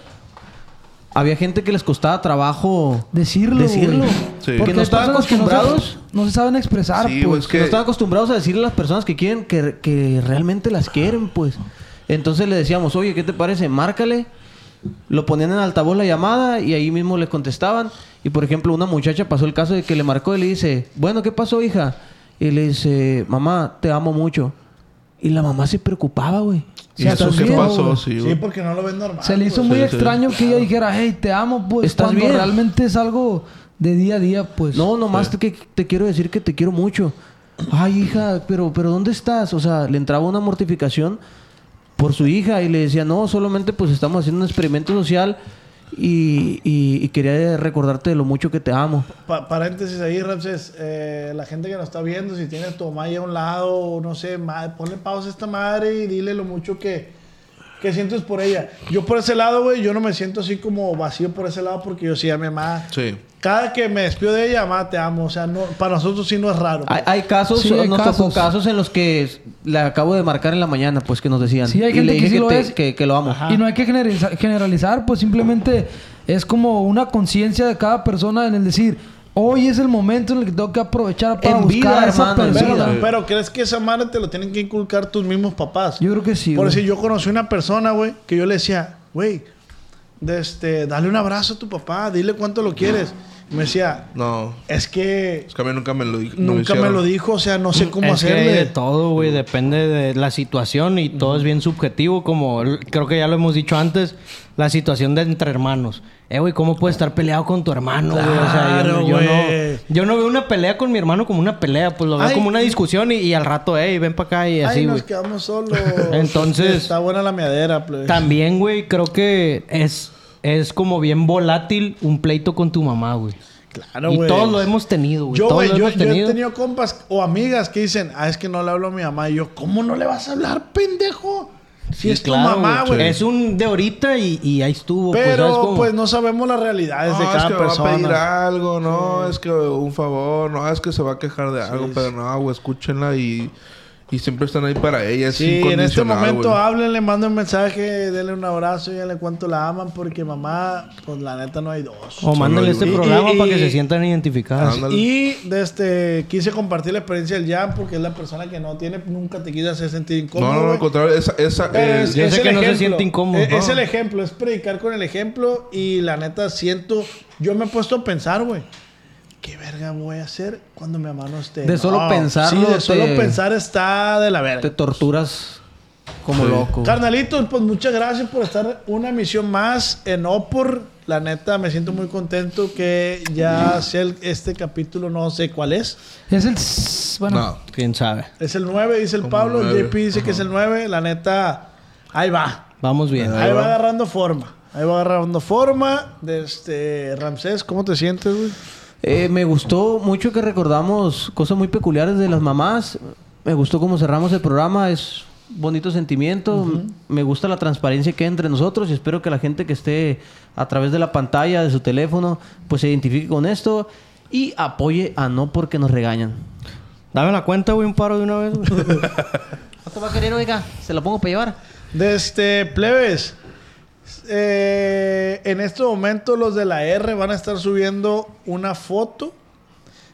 [SPEAKER 7] Había gente que les costaba trabajo
[SPEAKER 12] Decirlo,
[SPEAKER 7] Decirlo.
[SPEAKER 12] güey.
[SPEAKER 4] Sí.
[SPEAKER 12] Porque
[SPEAKER 4] Que
[SPEAKER 7] no
[SPEAKER 12] hay
[SPEAKER 7] estaban
[SPEAKER 12] personas que no se-
[SPEAKER 7] acostumbrados.
[SPEAKER 12] No se, saben expresar,
[SPEAKER 4] Sí, güey,
[SPEAKER 12] pues.
[SPEAKER 4] es que...
[SPEAKER 7] no están acostumbrados a decirle a las personas que quieren que, que realmente las quieren, pues. Entonces le decíamos, oye, ¿qué te parece? Márcale. Lo ponían en altavoz la llamada y ahí mismo les contestaban. Y por ejemplo, una muchacha pasó el caso de que le marcó y le dice, bueno, ¿qué pasó, hija? Y le dice, mamá, te amo mucho. Y la mamá se preocupaba, güey.
[SPEAKER 4] ¿Y eso
[SPEAKER 12] ¿Estás
[SPEAKER 4] qué
[SPEAKER 12] bien,
[SPEAKER 4] pasó?
[SPEAKER 12] güey?
[SPEAKER 4] Sí,
[SPEAKER 3] Sí,
[SPEAKER 4] güey.
[SPEAKER 3] porque no lo ven normal.
[SPEAKER 12] Se le hizo
[SPEAKER 4] Sí,
[SPEAKER 12] muy
[SPEAKER 4] sí.
[SPEAKER 12] extraño que ella dijera, hey, te amo, pues.
[SPEAKER 7] ¿Estás
[SPEAKER 12] cuando
[SPEAKER 7] bien?
[SPEAKER 12] realmente es algo de día a día, pues.
[SPEAKER 7] No, nomás te, que- te quiero decir que te quiero mucho. Ay, hija, pero, pero ¿dónde estás? O sea, le entraba una mortificación por su hija y le decía, no, solamente pues estamos haciendo un experimento social y, y- y quería recordarte de lo mucho que te amo.
[SPEAKER 3] Pa- paréntesis ahí, Ramses. Eh, la gente que nos está viendo, si tienes tu mamá ahí a un lado, o no sé, ma- ponle pausa a esta madre y dile lo mucho que, que sientes por ella. Yo por ese lado, güey, yo no me siento así como vacío por ese lado porque yo sí a mi mamá.
[SPEAKER 4] Sí.
[SPEAKER 3] Cada que me despido de ella, mamá, te amo. O sea, no, para nosotros sí no es raro.
[SPEAKER 7] Hay, hay casos,
[SPEAKER 12] Sí, hay
[SPEAKER 7] nos tocó
[SPEAKER 12] casos.
[SPEAKER 7] casos en los que le acabo de marcar en la mañana, pues que nos decían.
[SPEAKER 12] Sí, hay
[SPEAKER 7] y
[SPEAKER 12] gente
[SPEAKER 7] le
[SPEAKER 12] que
[SPEAKER 7] dije
[SPEAKER 12] sí
[SPEAKER 7] que,
[SPEAKER 12] lo
[SPEAKER 7] te-
[SPEAKER 12] es.
[SPEAKER 7] que- que lo amo.
[SPEAKER 12] Y no hay que generaliza- generalizar, pues simplemente es como una conciencia de cada persona en el decir, hoy es el momento en el que tengo que aprovechar para
[SPEAKER 7] En
[SPEAKER 12] buscar
[SPEAKER 7] vida,
[SPEAKER 12] a esa
[SPEAKER 7] hermano, en
[SPEAKER 12] persona.
[SPEAKER 7] vida.
[SPEAKER 3] pero, pero crees que esa madre te lo tienen que inculcar tus mismos papás.
[SPEAKER 12] Yo creo que sí.
[SPEAKER 3] Por
[SPEAKER 12] güey.
[SPEAKER 3] decir, yo conocí una persona, güey, que yo le decía, güey, de este, dale un abrazo a tu papá, dile cuánto lo quieres. Y me decía,
[SPEAKER 4] No.
[SPEAKER 3] es que
[SPEAKER 4] Es que a mí nunca me lo, di- no
[SPEAKER 3] nunca me
[SPEAKER 4] hicieron.
[SPEAKER 3] lo dijo, o sea, no sé cómo
[SPEAKER 6] Mm, es que hay de
[SPEAKER 3] hacerle.
[SPEAKER 6] todo, güey. Depende de la situación y todo es bien subjetivo. Como l- creo que ya lo hemos dicho antes, la situación de entre hermanos. Eh, güey, ¿cómo puedes estar peleado con tu hermano, güey? O sea, yo,
[SPEAKER 3] Claro,
[SPEAKER 6] yo
[SPEAKER 3] güey.
[SPEAKER 6] no, yo no veo una pelea con mi hermano como una pelea. Pues lo veo
[SPEAKER 3] Ay.
[SPEAKER 6] como una discusión y, y al rato, eh, ven para acá y
[SPEAKER 3] Ay,
[SPEAKER 6] así,
[SPEAKER 3] nos
[SPEAKER 6] güey.
[SPEAKER 3] quedamos solos.
[SPEAKER 6] Entonces-
[SPEAKER 3] Está buena la meadera, pues. plebe.
[SPEAKER 6] También, güey, creo que es, es como bien volátil un pleito con tu mamá, güey.
[SPEAKER 3] Claro,
[SPEAKER 6] y
[SPEAKER 3] Ah, güey.
[SPEAKER 6] todos lo hemos tenido, güey.
[SPEAKER 3] Yo,
[SPEAKER 6] Todos
[SPEAKER 3] güey,
[SPEAKER 6] lo
[SPEAKER 3] yo,
[SPEAKER 6] hemos
[SPEAKER 3] yo he
[SPEAKER 6] tenido.
[SPEAKER 3] tenido compas o amigas que dicen, ah, es que no le hablo a mi mamá. Y yo, ¿cómo no le vas a hablar, pendejo? Si
[SPEAKER 6] Sí,
[SPEAKER 3] es
[SPEAKER 6] claro,
[SPEAKER 3] tu mamá,
[SPEAKER 6] güey.
[SPEAKER 3] güey.
[SPEAKER 6] Es un de ahorita y, y ahí estuvo. pues, ¿sabes
[SPEAKER 3] Pero, pues,
[SPEAKER 6] cómo?
[SPEAKER 3] no sabemos las realidades
[SPEAKER 4] No,
[SPEAKER 3] de
[SPEAKER 4] es
[SPEAKER 3] cada
[SPEAKER 4] que va a pedir
[SPEAKER 3] persona.
[SPEAKER 4] algo, no, es que un favor, no, es que se va a quejar de algo, pero no, güey, escúchenla y, y siempre están ahí para ella. Es
[SPEAKER 3] Sí, en este
[SPEAKER 4] incondicional,
[SPEAKER 3] momento
[SPEAKER 4] güey.
[SPEAKER 3] háblenle, manden un mensaje, denle un abrazo, díganle cuánto la aman, porque mamá, pues la neta no hay dos.
[SPEAKER 6] O mándale
[SPEAKER 4] yo.
[SPEAKER 6] este
[SPEAKER 4] Y-
[SPEAKER 6] programa
[SPEAKER 3] y-
[SPEAKER 6] para que
[SPEAKER 3] y- Ah,
[SPEAKER 6] se sientan identificados.
[SPEAKER 4] Ándale.
[SPEAKER 3] Y de este, quise compartir la experiencia del Jan porque es la persona que no tiene, nunca te quise hacer sentir incómodo.
[SPEAKER 4] No, no, no, al
[SPEAKER 3] güey.
[SPEAKER 4] contrario, esa, esa,
[SPEAKER 3] Pero
[SPEAKER 4] eh,
[SPEAKER 3] es-
[SPEAKER 6] yo
[SPEAKER 3] es
[SPEAKER 6] sé
[SPEAKER 3] el
[SPEAKER 6] que no se
[SPEAKER 3] ejemplo. E-,
[SPEAKER 6] siente incómodo.
[SPEAKER 3] Es, es
[SPEAKER 6] No.
[SPEAKER 3] el ejemplo, es predicar con el ejemplo y la neta siento, yo me he puesto a pensar, güey. ¿Qué verga voy a hacer cuando mi mamá no esté?
[SPEAKER 7] De solo
[SPEAKER 3] No.
[SPEAKER 7] pensarlo
[SPEAKER 3] Sí, de
[SPEAKER 7] te-
[SPEAKER 3] solo pensar está de la
[SPEAKER 7] Te
[SPEAKER 3] verga.
[SPEAKER 7] torturas como loco. güey.
[SPEAKER 3] Carnalitos, pues muchas gracias por estar una misión más en Opor. La neta, me siento muy contento que ya sea el- este capítulo, no sé cuál es.
[SPEAKER 12] Es el... s- Bueno,
[SPEAKER 4] no.
[SPEAKER 6] Quién sabe.
[SPEAKER 3] Es el 9, dice el
[SPEAKER 4] Como
[SPEAKER 3] Pablo.
[SPEAKER 4] nueve,
[SPEAKER 3] JP dice que es el 9. La neta, ahí va.
[SPEAKER 6] Vamos bien.
[SPEAKER 3] Ahí, va. agarrando forma. Ahí va agarrando forma. De este, Ramsés, ¿cómo te sientes, güey?
[SPEAKER 7] Eh, me gustó mucho que recordamos cosas muy peculiares de las mamás. Me gustó cómo cerramos el programa, es bonito sentimiento, me gusta la transparencia que hay entre nosotros y espero que la gente que esté a través de la pantalla, de su teléfono, pues se identifique con esto y apoye a no porque nos regañan.
[SPEAKER 6] Dame la cuenta, güey, un paro de una vez.
[SPEAKER 7] ¿Cuánto va a querer, oiga? ¿Se la pongo para llevar?
[SPEAKER 3] Desde este, plebes. eh, en este momento los de la R van a estar subiendo una foto.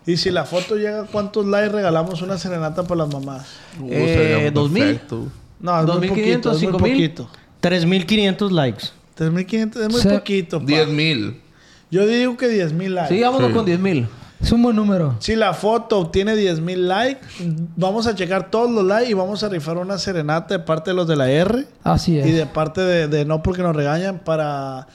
[SPEAKER 3] Y si la foto llega a cuántos likes, regalamos una serenata para las mamás.
[SPEAKER 4] uh,
[SPEAKER 7] Eh, 2000.
[SPEAKER 3] No, es muy
[SPEAKER 7] 2500,
[SPEAKER 3] poquito, es muy
[SPEAKER 7] 5000.
[SPEAKER 3] poquito.
[SPEAKER 6] 3500 likes.
[SPEAKER 3] 3.500 es muy
[SPEAKER 5] Se-
[SPEAKER 3] poquito. pa.
[SPEAKER 4] 10 mil.
[SPEAKER 3] Yo digo que 10.000 likes.
[SPEAKER 7] Sí, vámonos
[SPEAKER 4] Sí.
[SPEAKER 7] con 10 mil.
[SPEAKER 5] Es un buen número.
[SPEAKER 3] Si la foto obtiene 10.000 likes, vamos a checar todos los likes y vamos a rifar una serenata de parte de los de la R
[SPEAKER 5] Así es.
[SPEAKER 3] y de parte de, de No Porque Nos Regañan para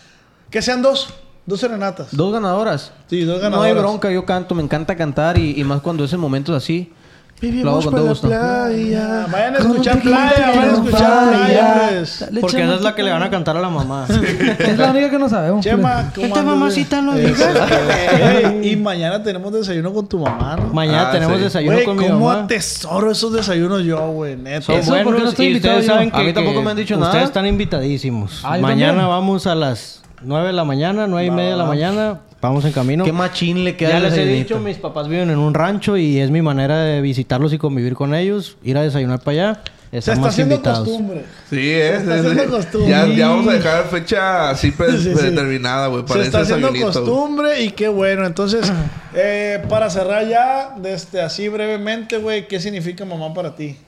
[SPEAKER 3] que sean dos. Dos serenatas.
[SPEAKER 7] Dos ganadoras.
[SPEAKER 3] Sí, dos
[SPEAKER 7] No hay
[SPEAKER 3] ganadoras.
[SPEAKER 7] bronca, yo canto, me encanta cantar y, y más cuando es en momentos así. Lo hago
[SPEAKER 13] Vivimos
[SPEAKER 7] con
[SPEAKER 13] para
[SPEAKER 7] todo
[SPEAKER 13] la
[SPEAKER 7] gusto.
[SPEAKER 13] playa.
[SPEAKER 3] Ah, Vayan a
[SPEAKER 5] Con un
[SPEAKER 3] escuchar
[SPEAKER 5] tequila
[SPEAKER 3] playa, vayan
[SPEAKER 5] que
[SPEAKER 3] a
[SPEAKER 5] no
[SPEAKER 3] escuchar
[SPEAKER 5] falla.
[SPEAKER 3] playa. pues.
[SPEAKER 5] Dale,
[SPEAKER 6] Porque
[SPEAKER 5] Chema,
[SPEAKER 6] esa es la que le van a cantar a la mamá. Sí.
[SPEAKER 5] Es la única que no sabemos.
[SPEAKER 3] Chema, ¿cómo
[SPEAKER 6] Esta
[SPEAKER 3] andas,
[SPEAKER 6] mamacita
[SPEAKER 3] güey?
[SPEAKER 6] no
[SPEAKER 3] Eso, güey. Ey, Y mañana tenemos desayuno con tu mamá, ¿no?
[SPEAKER 6] Mañana
[SPEAKER 4] Ah,
[SPEAKER 6] tenemos
[SPEAKER 4] sí.
[SPEAKER 6] desayuno
[SPEAKER 3] Güey,
[SPEAKER 6] con mi
[SPEAKER 3] ¿cómo
[SPEAKER 6] mamá.
[SPEAKER 3] atesoro esos desayunos yo, güey? Neto.
[SPEAKER 6] Son
[SPEAKER 5] Eso,
[SPEAKER 6] buenos
[SPEAKER 5] ¿por qué no estoy
[SPEAKER 6] y
[SPEAKER 5] invitado
[SPEAKER 6] ustedes
[SPEAKER 5] yo?
[SPEAKER 6] saben que,
[SPEAKER 7] A mí tampoco
[SPEAKER 6] que
[SPEAKER 7] me han dicho nada.
[SPEAKER 6] Ustedes están invitadísimos.
[SPEAKER 5] Ah, yo
[SPEAKER 6] mañana
[SPEAKER 5] también.
[SPEAKER 6] vamos a las 9 de la mañana, 9 y media de la mañana. Vamos en camino.
[SPEAKER 7] Qué machín le queda
[SPEAKER 6] Ya
[SPEAKER 7] el
[SPEAKER 6] les he
[SPEAKER 7] desayunito.
[SPEAKER 6] dicho, mis papás viven en un rancho y es mi manera de visitarlos y convivir con ellos. Ir a desayunar para allá.
[SPEAKER 3] Se
[SPEAKER 6] Están
[SPEAKER 3] está
[SPEAKER 6] más
[SPEAKER 3] haciendo
[SPEAKER 6] invitados.
[SPEAKER 3] costumbre.
[SPEAKER 4] Sí, es.
[SPEAKER 3] está
[SPEAKER 4] es-
[SPEAKER 3] haciendo
[SPEAKER 4] es-
[SPEAKER 3] costumbre.
[SPEAKER 4] ya, ya vamos a dejar fecha así pre-
[SPEAKER 3] Sí, sí.
[SPEAKER 4] predeterminada, güey. Para
[SPEAKER 3] Se está
[SPEAKER 4] Pues ese
[SPEAKER 3] haciendo
[SPEAKER 4] desayunito, güey.
[SPEAKER 3] costumbre y qué bueno. Entonces, eh, para cerrar ya, desde así brevemente, güey, ¿qué significa mamá para ti?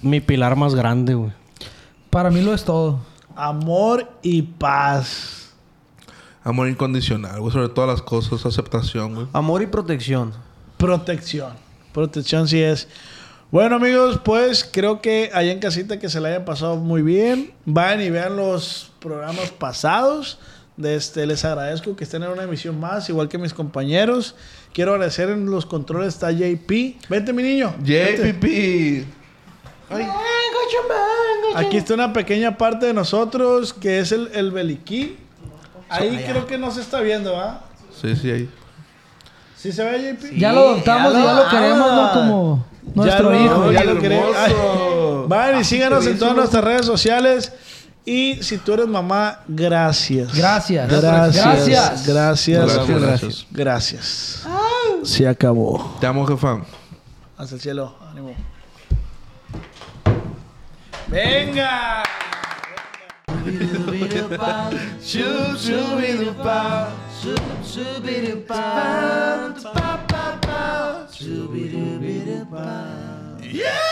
[SPEAKER 6] Mi pilar más grande, güey.
[SPEAKER 5] Para mí lo es todo.
[SPEAKER 3] Amor y paz.
[SPEAKER 4] Amor incondicional, güey. Sobre todas las cosas, aceptación, güey.
[SPEAKER 7] Amor y protección.
[SPEAKER 3] Protección. Protección sí es. Bueno, amigos, pues creo que allá en casita que se la hayan pasado muy bien. Vayan y vean los programas pasados. De Este, les agradezco que estén en una emisión más, igual que mis compañeros. Quiero agradecer en los controles está JP. Vente, mi niño. Vente.
[SPEAKER 4] JPP.
[SPEAKER 3] Aquí está una pequeña parte de nosotros que es el, el beliquí. Ahí creo que no se está viendo, ¿ah?
[SPEAKER 4] Sí, sí, ahí.
[SPEAKER 3] ¿Sí se ve, JP?
[SPEAKER 5] Ya lo adoptamos y ya lo queremos, ¿no? Como nuestro
[SPEAKER 3] lo-
[SPEAKER 5] hijo.
[SPEAKER 3] Ya
[SPEAKER 4] Ay,
[SPEAKER 3] lo queremos.
[SPEAKER 4] hermoso.
[SPEAKER 3] Vayan y síganos en todas nuestras redes sociales. Y si tú eres mamá, gracias.
[SPEAKER 5] Gracias.
[SPEAKER 3] Gracias. Gracias.
[SPEAKER 5] Gracias.
[SPEAKER 3] Gracias.
[SPEAKER 4] Gracias,
[SPEAKER 3] Gracias.
[SPEAKER 4] gracias.
[SPEAKER 3] Se acabó.
[SPEAKER 4] Te amo, jefa.
[SPEAKER 3] Hasta el cielo. Ánimo. ¡Venga!
[SPEAKER 13] Yeah!